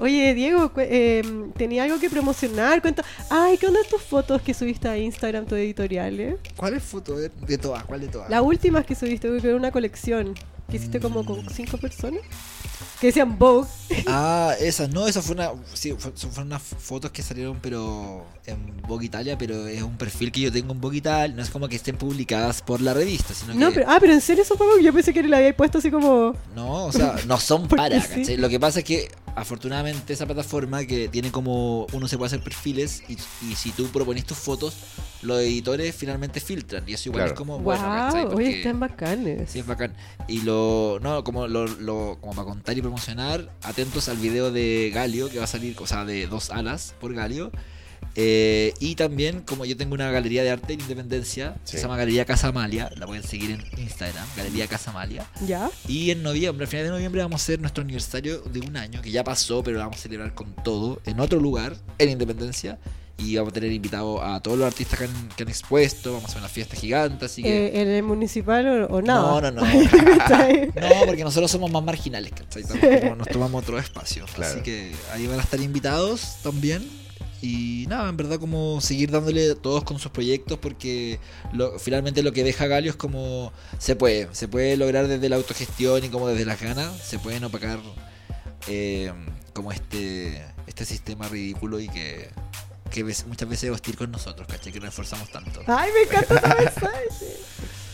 Speaker 2: Oye, Diego, cu- eh, tenía algo que promocionar. Cuenta. Ay, ¿qué onda tus fotos que subiste a Instagram, tus editoriales?
Speaker 3: ¿Cuál es foto de, de todas? ¿Cuál de todas?
Speaker 2: Las últimas que subiste, que era una colección que hiciste como
Speaker 3: Mm.
Speaker 2: con cinco personas que decían Vogue.
Speaker 3: Ah, esas, no, esas fue una, sí, fue- son- fueron unas fotos que salieron pero en Vogue Italia, pero es un perfil que yo tengo en Vogue Italia, no es como que estén publicadas por la revista, sino
Speaker 2: No,
Speaker 3: que...
Speaker 2: pero, ah, pero en serio eso fue Vogue. Yo pensé que le había puesto así como.
Speaker 3: No, o sea, no son
Speaker 2: Porque
Speaker 3: para,
Speaker 2: sí.
Speaker 3: ¿cachai? Lo que pasa es que afortunadamente esa plataforma que tiene como uno se puede hacer perfiles y, y si tú propones tus fotos, los editores finalmente filtran y eso igual
Speaker 1: Claro.
Speaker 3: es como
Speaker 2: ¡Wow!
Speaker 3: bueno, ¿cachai? Porque
Speaker 2: oye, están bacanes.
Speaker 3: sí es bacán. Y lo no, como lo, lo- como para contar y promocionar, atentos al video de Galio que va a salir, o sea, de dos alas por Galio. Eh, y también, como yo tengo una galería de arte en Independencia,
Speaker 1: Sí.
Speaker 3: se llama Galería Casa Amalia, la pueden seguir en Instagram, Galería Casa Amalia.
Speaker 2: ¿Ya?
Speaker 3: Y en noviembre, al final de noviembre, vamos a hacer nuestro aniversario de un año, que ya pasó, pero lo vamos a celebrar con todo, en otro lugar, en Independencia. Y vamos a tener invitados a todos los artistas que han, que han expuesto, vamos a hacer una fiesta gigante, así que...
Speaker 2: Eh, ¿En el municipal o, o nada?
Speaker 3: No, no, no.
Speaker 2: ¿Cachai?
Speaker 3: No, porque nosotros somos más marginales, ¿cachai? Tampoco como nos tomamos otro espacio.
Speaker 1: Claro.
Speaker 3: Así que ahí van a estar invitados también. Y nada, en verdad como seguir dándole todos con sus proyectos porque lo- finalmente lo que deja Galio es como se puede, se puede lograr desde la autogestión y como desde las ganas, se pueden opacar eh, como este, este sistema ridículo y que, que ves- muchas veces es hostil con nosotros, ¿cachai? Que nos esforzamos tanto.
Speaker 1: Ah.
Speaker 2: Ay, me encanta ese mensaje.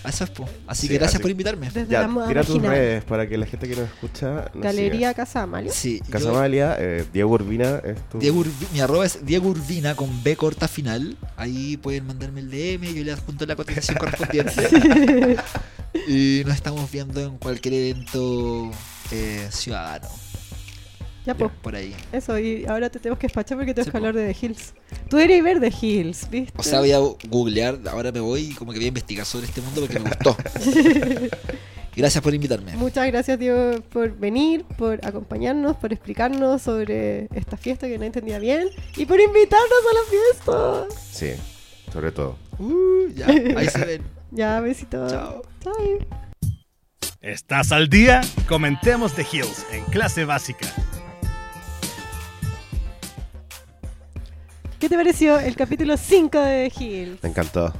Speaker 3: Eso es, po. Así
Speaker 1: Sí,
Speaker 3: que gracias
Speaker 1: así-
Speaker 3: por invitarme.
Speaker 2: Desde
Speaker 1: Ya,
Speaker 2: la moda
Speaker 1: tira tus
Speaker 2: marginal.
Speaker 1: redes para que la gente que nos escucha nos
Speaker 2: Galería Casa Amalia.
Speaker 3: Sí, yo-
Speaker 1: siga. Casamalia, eh, Diego Urbina es tu...
Speaker 3: Diego Urbi- mi arroba es Diego Urbina con B corta final. Ahí pueden mandarme el DM, yo le adjunto la cotización correspondiente. y nos estamos viendo en cualquier evento eh, ciudadano.
Speaker 2: Ya, pues.
Speaker 3: Por ahí.
Speaker 2: Eso, y ahora te tenemos que despachar porque tenemos
Speaker 3: Sí, pues.
Speaker 2: que hablar
Speaker 3: po.
Speaker 2: de The Hills. Tú eres ver The Hills, ¿viste?
Speaker 3: O sea, voy a googlear, ahora me voy y como que voy a investigar sobre este mundo porque me gustó. Gracias por invitarme.
Speaker 2: Muchas gracias, Diego, por venir, por acompañarnos, por explicarnos sobre esta fiesta que no entendía bien y por invitarnos a la fiesta.
Speaker 1: Sí, sobre todo.
Speaker 3: Uh, ya, ahí se ven.
Speaker 2: Ya, besitos.
Speaker 3: Chao.
Speaker 2: Chao.
Speaker 5: ¿Estás al día? Comentemos The Hills en clase básica.
Speaker 2: ¿Qué te pareció el capítulo 5 de The Hills?
Speaker 1: Me encantó.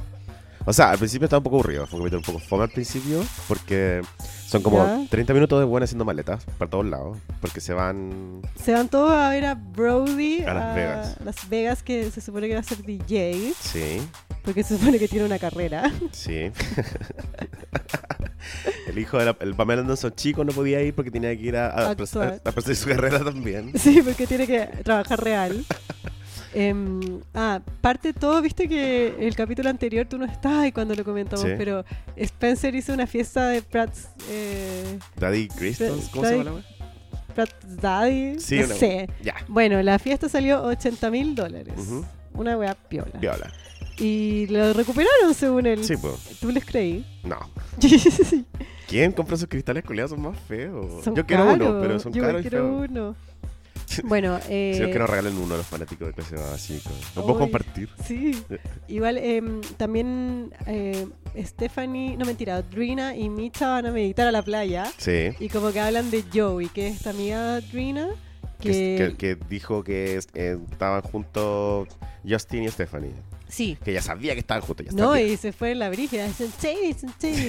Speaker 1: O sea, al principio estaba un poco aburrido. Fue un capítulo un poco fome al principio porque son como
Speaker 2: Ya.
Speaker 1: 30 minutos de buenas haciendo maletas para todos lados. Porque se van...
Speaker 2: Se van todos a ver a Brody
Speaker 1: A Las Vegas.
Speaker 2: Las Vegas, que se supone que va a ser DJ,
Speaker 1: Sí,
Speaker 2: porque se supone que tiene una carrera.
Speaker 1: sí. el hijo de la, el Pamela Anderson chico no podía ir porque tenía que ir a, a, a,
Speaker 2: Actuar.
Speaker 1: a perseguir su carrera también.
Speaker 2: Sí, porque tiene que trabajar real. Em, ah, parte de todo, viste que el capítulo anterior tú no estabas y cuando lo comentamos,
Speaker 1: Sí.
Speaker 2: pero Spencer hizo una fiesta de Pratt's, eh,
Speaker 1: Daddy Crystals, ¿cómo se
Speaker 2: Daddy-
Speaker 1: llama la wea?
Speaker 2: Pratt's Daddy.
Speaker 1: Sí,
Speaker 2: no
Speaker 1: una-
Speaker 2: sé.
Speaker 1: Ya,
Speaker 2: Bueno, la fiesta salió 80 mil dólares.
Speaker 1: Ujú.
Speaker 2: Una wea piola.
Speaker 1: viola.
Speaker 2: Y lo recuperaron según él.
Speaker 1: Sí, pues.
Speaker 2: ¿Tú les creí?
Speaker 1: No. ¿Quién compra esos cristales culiados? Son más feos.
Speaker 2: Son
Speaker 1: yo quiero
Speaker 2: caros.
Speaker 1: uno, pero son
Speaker 2: Yo igual
Speaker 1: caros y
Speaker 2: quiero
Speaker 1: feos.
Speaker 2: uno. Bueno, eh,
Speaker 1: Si yo quiero regalar uno a los fanáticos de clase básica. Lo puedo
Speaker 2: Ay.
Speaker 1: compartir.
Speaker 2: sí. Igual em, también eh, Stephanie, no mentira, Drina y Micha van a meditar a la playa
Speaker 1: Sí.
Speaker 2: y como que hablan de Joey, que es esta amiga Drina,
Speaker 1: Que,
Speaker 2: que,
Speaker 1: que- que dijo que eh, estaban juntos Justin y Stephanie.
Speaker 2: sí,
Speaker 1: Que ya sabía que estaban juntos. Ya
Speaker 2: no,
Speaker 1: sabía.
Speaker 2: y se fue en la brígida, dicen, "Sí, dicen, sí".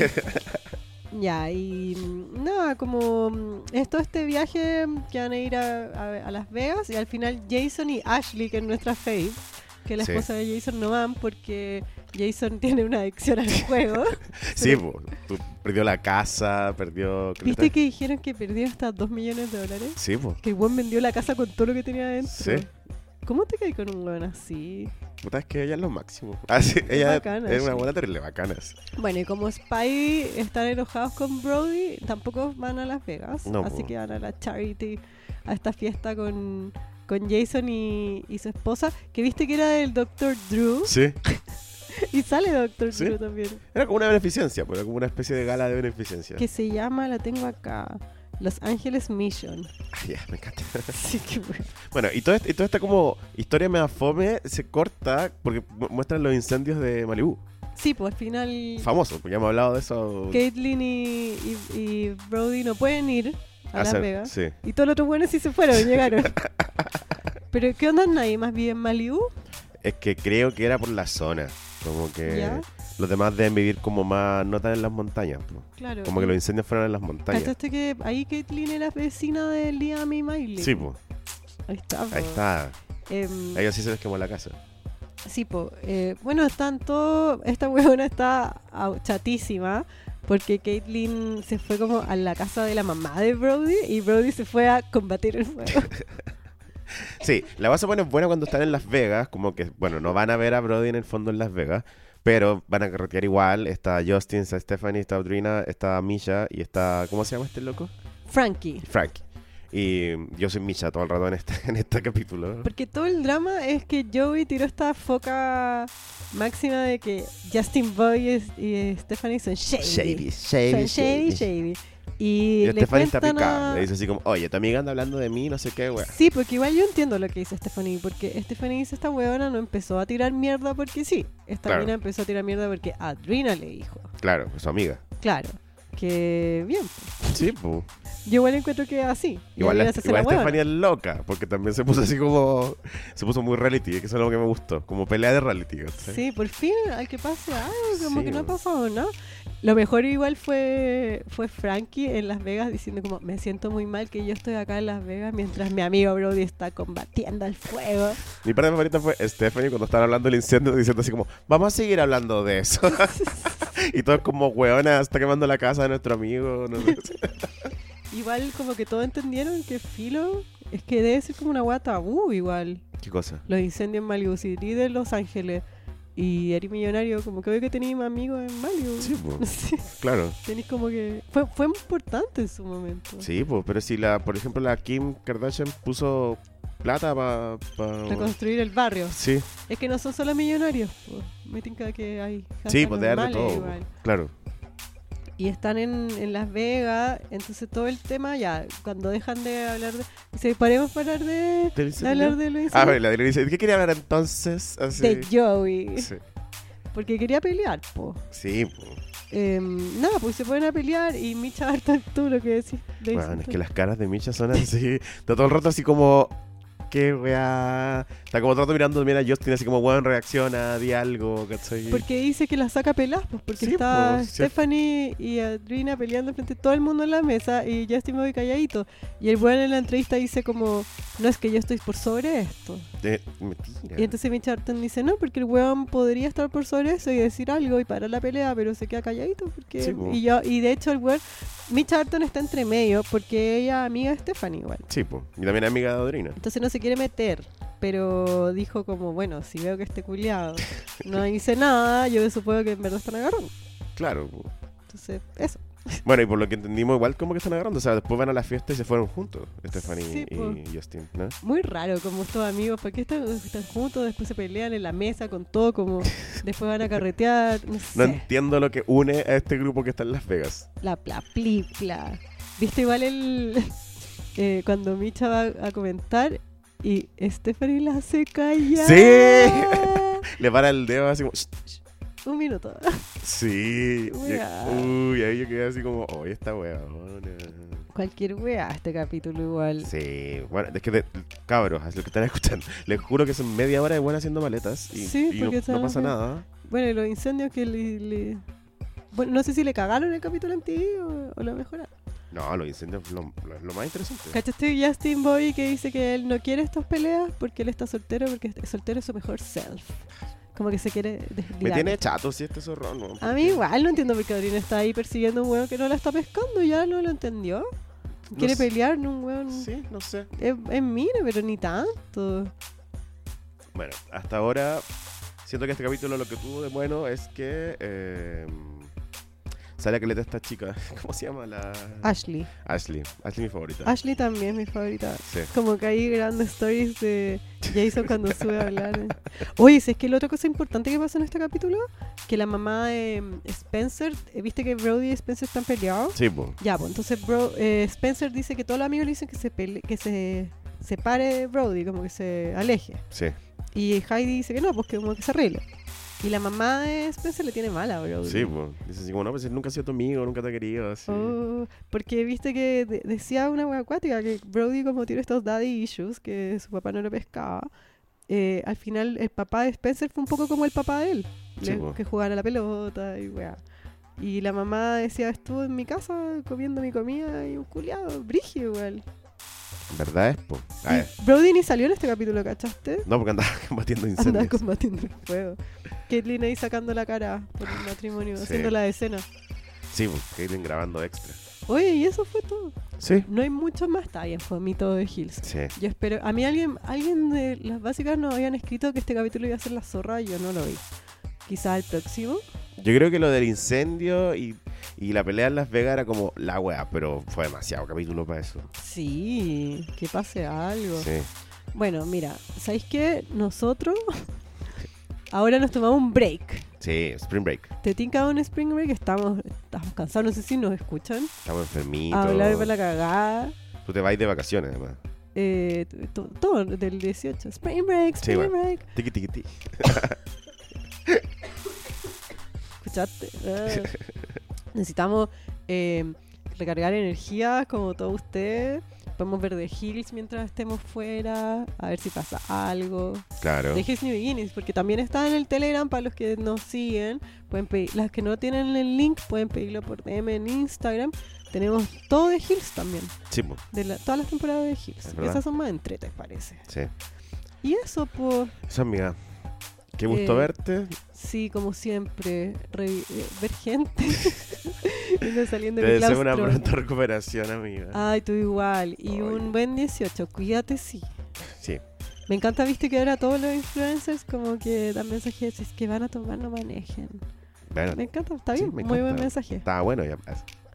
Speaker 2: Ya, y mm, nada, como mm, es todo este viaje que van a ir a, a- a Las Vegas y al final Jason y Ashley, que es nuestra fave, que la
Speaker 1: Sí.
Speaker 2: esposa de Jason no van porque Jason tiene una adicción al juego.
Speaker 1: Sí, po, tú- perdió la casa, perdió...
Speaker 2: ¿Viste que dijeron que perdió hasta 2 millones de dólares?
Speaker 1: Sí, pues. po.
Speaker 2: Que el weón vendió la casa con todo lo que tenía adentro.
Speaker 1: Sí.
Speaker 2: ¿Cómo te caes con un weón así?
Speaker 1: Puta, es que ella es lo máximo. Ah, sí, ella
Speaker 2: bacana,
Speaker 1: es una
Speaker 2: sí.
Speaker 1: buena terrible bacana. sí.
Speaker 2: Bueno, y como Spidey están enojados con Brody, tampoco van a Las Vegas.
Speaker 1: No,
Speaker 2: así
Speaker 1: po.
Speaker 2: que van a la Charity, a esta fiesta con, con Jason y, y su esposa, que viste que era del Dr. Drew.
Speaker 1: Sí.
Speaker 2: Y sale Dr.
Speaker 1: Sí.
Speaker 2: Drew también.
Speaker 1: Era como una beneficencia, pero como una especie de gala de beneficencia.
Speaker 2: Que se llama, la tengo acá, Los Ángeles Mission.
Speaker 1: Ah, ya, me encanta.
Speaker 2: Así que bueno.
Speaker 1: Bueno, y, todo este- y toda esta como historia mega fome se corta porque mu- muestran los incendios de Malibu.
Speaker 2: Sí, pues al final
Speaker 1: Famoso, porque ya hemos hablado de eso.
Speaker 2: Caitlyn y, y- y Brody no pueden ir a
Speaker 1: hace-
Speaker 2: Las Vegas.
Speaker 1: Sí.
Speaker 2: Y todos los otros buenos sí se fueron, llegaron. Pero ¿qué onda? Nadie más vive en Malibu.
Speaker 1: Es que creo que era por la zona. Como que
Speaker 2: Ya.
Speaker 1: los demás deben vivir como más, no tan en las montañas. po.
Speaker 2: Claro.
Speaker 1: Como que los incendios fueron en las montañas.
Speaker 2: ¿Cachaste que ahí Caitlyn era vecina de Liam y Miley?
Speaker 1: Sí, pues.
Speaker 2: Ahí está. po.
Speaker 1: Ahí está.
Speaker 2: Em,
Speaker 1: A ellos sí se les quemó la casa.
Speaker 2: sí, po. Eh, bueno, están todos... Esta huevona está au- chatísima porque Caitlyn se fue como a la casa de la mamá de Brody y Brody se fue a combatir el fuego.
Speaker 1: Sí, la base bueno es buena cuando están en Las Vegas, como que, bueno, no van a ver a Brody en el fondo en Las Vegas, pero van a carretear igual. Está Justin, está Stephanie, está Audrina, está Misha y está, ¿cómo se llama este loco?
Speaker 2: Frankie.
Speaker 1: Frank. Y yo soy Misha todo el rato en este, en este capítulo.
Speaker 2: Porque todo el drama es que Joey tiró esta foca máxima de que Justin Boy es- y Stephanie son shady.
Speaker 1: Shady,
Speaker 2: Son
Speaker 1: shady,
Speaker 2: shady,
Speaker 1: shady.
Speaker 2: shady.
Speaker 1: Y
Speaker 2: Y, le
Speaker 1: Stephanie está
Speaker 2: cuentan
Speaker 1: picada.
Speaker 2: a-
Speaker 1: Le dice así como, oye, tu amiga anda hablando de mí, no sé qué, wea.
Speaker 2: Sí, porque igual yo entiendo lo que dice Stephanie, porque Stephanie dice esta huevona no empezó a tirar mierda porque sí, esta
Speaker 1: Claro.
Speaker 2: mina empezó a tirar mierda porque Adrina le dijo.
Speaker 1: Claro, pues su amiga.
Speaker 2: Claro, que bien.
Speaker 1: Sí, pues.
Speaker 2: Yo igual encuentro que así. Y
Speaker 1: Igual, la-
Speaker 2: Adrina se hace la
Speaker 1: igual
Speaker 2: huevona.
Speaker 1: Stephanie es loca, porque también se puso así como, se puso muy reality, que eso es lo que me gustó, como pelea de reality. ¿cachai?
Speaker 2: Sí, por fin, al que pase algo, como
Speaker 1: Sí,
Speaker 2: que no ha
Speaker 1: bueno.
Speaker 2: pasado nada. Lo mejor igual fue, fue Frankie en Las Vegas diciendo como, me siento muy mal que yo estoy acá en Las Vegas mientras mi amigo Brody está combatiendo el fuego.
Speaker 1: Mi parte favorita fue Stephanie cuando estaban hablando del incendio diciendo así como, vamos a seguir hablando de eso. y todos como, weona, está quemando la casa de nuestro amigo. no sé.
Speaker 2: Igual como que todos entendieron que Filo es que debe ser como una hueá tabú igual.
Speaker 1: ¿Qué cosa?
Speaker 2: Los incendios en Malibu City de Los Ángeles. Y eres millonario, como que veo que tenéis más amigos en Malibu.
Speaker 1: Sí, po.
Speaker 2: No sé,
Speaker 1: Claro.
Speaker 2: tenés como que... Fue, fue importante en su momento.
Speaker 1: Sí, pues, pero si la, por ejemplo, la Kim Kardashian puso plata para...
Speaker 2: Reconstruir el barrio.
Speaker 1: Sí,
Speaker 2: Es que no son solo millonarios, po. me tinca que hay.
Speaker 1: sí,
Speaker 2: casas
Speaker 1: pues de darle
Speaker 2: normales
Speaker 1: todo.
Speaker 2: igual.
Speaker 1: po. Claro.
Speaker 2: Y están en, en Las Vegas, entonces todo el tema ya, cuando dejan de hablar de. Dice, paremos para hablar de,
Speaker 1: ¿Del
Speaker 2: de
Speaker 1: incendio?
Speaker 2: hablar de Luis.
Speaker 1: A ver, Ah, la Adriana dice, ¿qué quería hablar entonces? Así.
Speaker 2: de Joey.
Speaker 1: Sí,
Speaker 2: Porque quería pelear, po.
Speaker 1: sí pues. po.
Speaker 2: Em, nada, pues se ponen a pelear y Micha harta tú lo que decís. de
Speaker 1: Bueno, es
Speaker 2: insulto.
Speaker 1: que las caras de Micha son así. Está todo el rato así como. Qué weá. Está como todo el rato mirando también a Justin, así como, weón, reacciona, di algo, ¿cachai?
Speaker 2: Porque dice que la saca pelas, pues, porque
Speaker 1: Sí,
Speaker 2: está
Speaker 1: pues, sí.
Speaker 2: Stephanie y Adrina peleando frente a todo el mundo en la mesa y Justin muy calladito. Y el bueno en la entrevista dice como, no es que yo estoy por sobre esto.
Speaker 1: Eh, mentira.
Speaker 2: Y entonces Mitch Arton dice, no, porque el weón podría estar por sobre eso y decir algo y parar la pelea, pero se queda calladito. porque
Speaker 1: Sí, pues. po.
Speaker 2: y, yo, y de hecho el weón, Mitch Arton está entre medio porque ella es amiga de Stephanie igual.
Speaker 1: Sí, po. Y también amiga de Adrina.
Speaker 2: Entonces no se quiere meter, pero dijo como, bueno, si veo que este culiado no dice nada, yo supongo que en verdad están agarrando.
Speaker 1: Claro. po.
Speaker 2: Entonces, eso.
Speaker 1: Bueno, y por lo que entendimos, igual como que están agarrando. O sea, después van a la fiesta y se fueron juntos, Stephanie
Speaker 2: Sí,
Speaker 1: y
Speaker 2: po.
Speaker 1: Justin, ¿no?
Speaker 2: Muy raro como estos amigos, porque están, están juntos, después se pelean en la mesa con todo, como después van a carretear, no sé,
Speaker 1: No entiendo lo que une a este grupo que está en Las Vegas.
Speaker 2: la pla plipla. ¿Viste igual el eh, cuando Micha va a comentar y Stephanie la hace callar?
Speaker 1: Sí. Le para el dedo así como. "Shh, shh".
Speaker 2: Un minuto.
Speaker 1: Sí. Yo-
Speaker 2: Weá.
Speaker 1: uy, ahí yo quedé así como, oye, esta weona.
Speaker 2: Cualquier wea este capítulo igual.
Speaker 1: Sí, bueno, es que de- cabros, es lo que están escuchando. Les juro que son media hora de buena haciendo maletas y,
Speaker 2: Sí,
Speaker 1: y no,
Speaker 2: porque
Speaker 1: no
Speaker 2: están
Speaker 1: pasa
Speaker 2: haciendo-
Speaker 1: nada.
Speaker 2: Bueno, y los incendios que le, le- Bueno, no sé si le cagaron el capítulo antiguo o, o lo mejoraron.
Speaker 1: No, los incendios es lo, lo- lo más interesante.
Speaker 2: ¿Cachaste Justin Boy que dice que él no quiere estas peleas porque él está soltero, porque est- soltero es su mejor self? Como que se quiere desligar.
Speaker 1: Me tiene chato si este zorrón. ¿no?
Speaker 2: A mí igual no entiendo por qué Adrián está ahí persiguiendo a un weón que no la está pescando, ya no lo entendió.
Speaker 1: No
Speaker 2: Quiere
Speaker 1: sé.
Speaker 2: pelear en un weón.
Speaker 1: Sí, no sé.
Speaker 2: Es, es mina, pero ni tanto.
Speaker 1: Bueno, hasta ahora siento que este capítulo lo que tuvo de bueno es que eh, sale a caleta esta chica. ¿Cómo se llama la...?
Speaker 2: Ashley.
Speaker 1: Ashley. Ashley mi favorita.
Speaker 2: Ashley también es mi favorita.
Speaker 1: Sí.
Speaker 2: Como que hay grandes stories de Jason cuando sube a hablar. Oye, si es que la otra cosa importante que pasó en este capítulo, que la mamá de mm, Spencer, eh, viste que Brody y Spencer están peleados.
Speaker 1: Sí, po.
Speaker 2: Ya, pues entonces Bro- eh, Spencer dice que todos los amigos le dicen que se pele- que se separe de Brody, como que se aleje.
Speaker 1: Sí.
Speaker 2: Y Heidi dice que no, pues que como que se arregle. Y la mamá de Spencer le tiene mala, Brody.
Speaker 1: Sí, po. Dice así como, no, pues él nunca ha sido tu amigo, nunca te ha querido, así.
Speaker 2: Oh, porque viste que de- decía una wea acuática que Brody como tiene estos daddy issues que su papá no lo pescaba, eh, al final el papá de Spencer fue un poco como el papá de él,
Speaker 1: Sí, pues.
Speaker 2: le-
Speaker 1: po.
Speaker 2: que jugara a la pelota y wea. Y la mamá decía, estuvo en mi casa comiendo mi comida y un culiado, brígido igual.
Speaker 1: ¿Verdad es, po? A ver.
Speaker 2: Y Brody ni salió en este capítulo, ¿cachaste?
Speaker 1: No, porque andaba combatiendo incendios.
Speaker 2: Andaba combatiendo el fuego. Caitlyn ahí sacando la cara por el matrimonio,
Speaker 1: Sí.
Speaker 2: haciendo la escena.
Speaker 1: Sí, po. Caitlyn grabando extra.
Speaker 2: Oye, y eso fue todo.
Speaker 1: Sí.
Speaker 2: No hay mucho más, está bien, fue mito de Hills.
Speaker 1: Sí.
Speaker 2: Yo espero. A mí alguien, alguien de las básicas nos habían escrito que este capítulo iba a ser la zorra y yo no lo vi. Quizá el próximo.
Speaker 1: Yo creo que lo del incendio y, y la pelea en Las Vegas era como la weá, pero fue demasiado capítulo para eso.
Speaker 2: Sí, que pase algo.
Speaker 1: Sí.
Speaker 2: Bueno, mira, ¿sabéis qué? Nosotros ahora nos tomamos un break.
Speaker 1: Sí, Spring Break.
Speaker 2: Te tinca un spring break, estamos, estamos cansados, no sé si nos escuchan.
Speaker 1: Estamos enfermitos.
Speaker 2: Hablar para Ah, la cagada.
Speaker 1: Tú te vas de vacaciones, además.
Speaker 2: eh, to- todo del 18. Spring break,
Speaker 1: Sí,
Speaker 2: spring
Speaker 1: bueno.
Speaker 2: break.
Speaker 1: Tiki, tiki, tiki.
Speaker 2: escuchaste. Ah. Necesitamos eh, recargar energías como todo usted. Podemos ver The Hills mientras estemos fuera, a ver si pasa algo.
Speaker 1: Claro.
Speaker 2: The Hills New Beginnings, porque también está en el Telegram para los que nos siguen. Pueden pedir, las que no tienen el link pueden pedirlo por DM en Instagram. Tenemos todo The Hills también,
Speaker 1: Sí, pues, po.
Speaker 2: de la- todas las temporadas de Hills.
Speaker 1: Es verdad.
Speaker 2: Esas son más entretes, parece.
Speaker 1: sí.
Speaker 2: Y eso, pues,
Speaker 1: Eso, amiga. Qué gusto
Speaker 2: Eh,
Speaker 1: verte.
Speaker 2: Sí, como siempre, re- eh, ver gente Uno saliendo
Speaker 1: Te
Speaker 2: de mi
Speaker 1: deseo una
Speaker 2: claustro. Ah.
Speaker 1: pronta recuperación, amiga.
Speaker 2: Ay, tú igual. Y
Speaker 1: Ay.
Speaker 2: un buen 18, cuídate, sí.
Speaker 1: Sí.
Speaker 2: Me encanta, viste, que ahora todos los influencers como que dan mensajes, es que van a tomar, no manejen.
Speaker 1: Bueno,
Speaker 2: Me encanta, está
Speaker 1: Sí,
Speaker 2: bien,
Speaker 1: me
Speaker 2: muy buen
Speaker 1: encanta.
Speaker 2: mensaje.
Speaker 1: estaba bueno ya.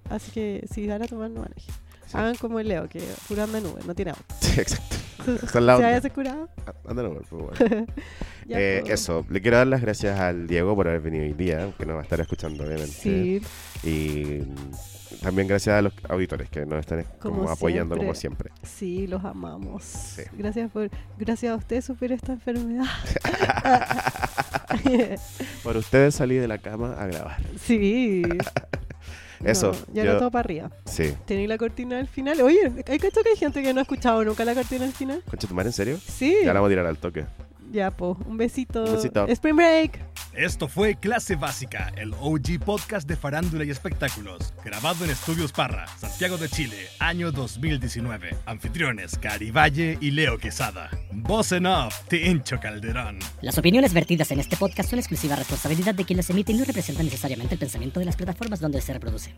Speaker 2: Así que si van a tomar, no manejen.
Speaker 1: Sí.
Speaker 2: Hagan como el Leo, que pura anda en Uber, no tiene auto.
Speaker 1: Sí, exacto.
Speaker 2: Se
Speaker 1: Con la onda.
Speaker 2: vaya asegurado.
Speaker 1: Anda nomás, por favor.
Speaker 2: ya,
Speaker 1: Eh,
Speaker 2: pues.
Speaker 1: eso, le quiero dar las gracias al Diego por haber venido hoy día, aunque nos va a estar escuchando, obviamente.
Speaker 2: Sí,
Speaker 1: Y mm, también gracias a los auditores que nos están como
Speaker 2: Como
Speaker 1: apoyando
Speaker 2: siempre.
Speaker 1: como siempre.
Speaker 2: sí, los amamos. Gracias por, gracias a usted superé esta enfermedad.
Speaker 1: Por ustedes salí de la cama a grabar.
Speaker 2: Sí.
Speaker 1: Eso,
Speaker 2: No, ya
Speaker 1: yo-
Speaker 2: no todo para arriba.
Speaker 1: Sí.
Speaker 2: Tenéis la cortina al final. Oye, ¿hay cacho que hay gente que no ha escuchado nunca la cortina al final?
Speaker 1: Concha tu madre, ¿en serio?
Speaker 2: Sí.
Speaker 1: Ya la vamos a tirar al toque.
Speaker 2: Ya, po. Un besito.
Speaker 1: Un besito.
Speaker 2: Spring Break.
Speaker 5: Esto fue Clase Básica, el OG podcast de farándula y espectáculos, grabado en Estudios Parra, Santiago de Chile, año 2019. Anfitriones, Cari Valle y Leo Quesada. Voz en off, Tincho Calderón.
Speaker 6: Las opiniones vertidas en este podcast son exclusiva responsabilidad de quien las emite y no representan necesariamente el pensamiento de las plataformas donde se reproduce.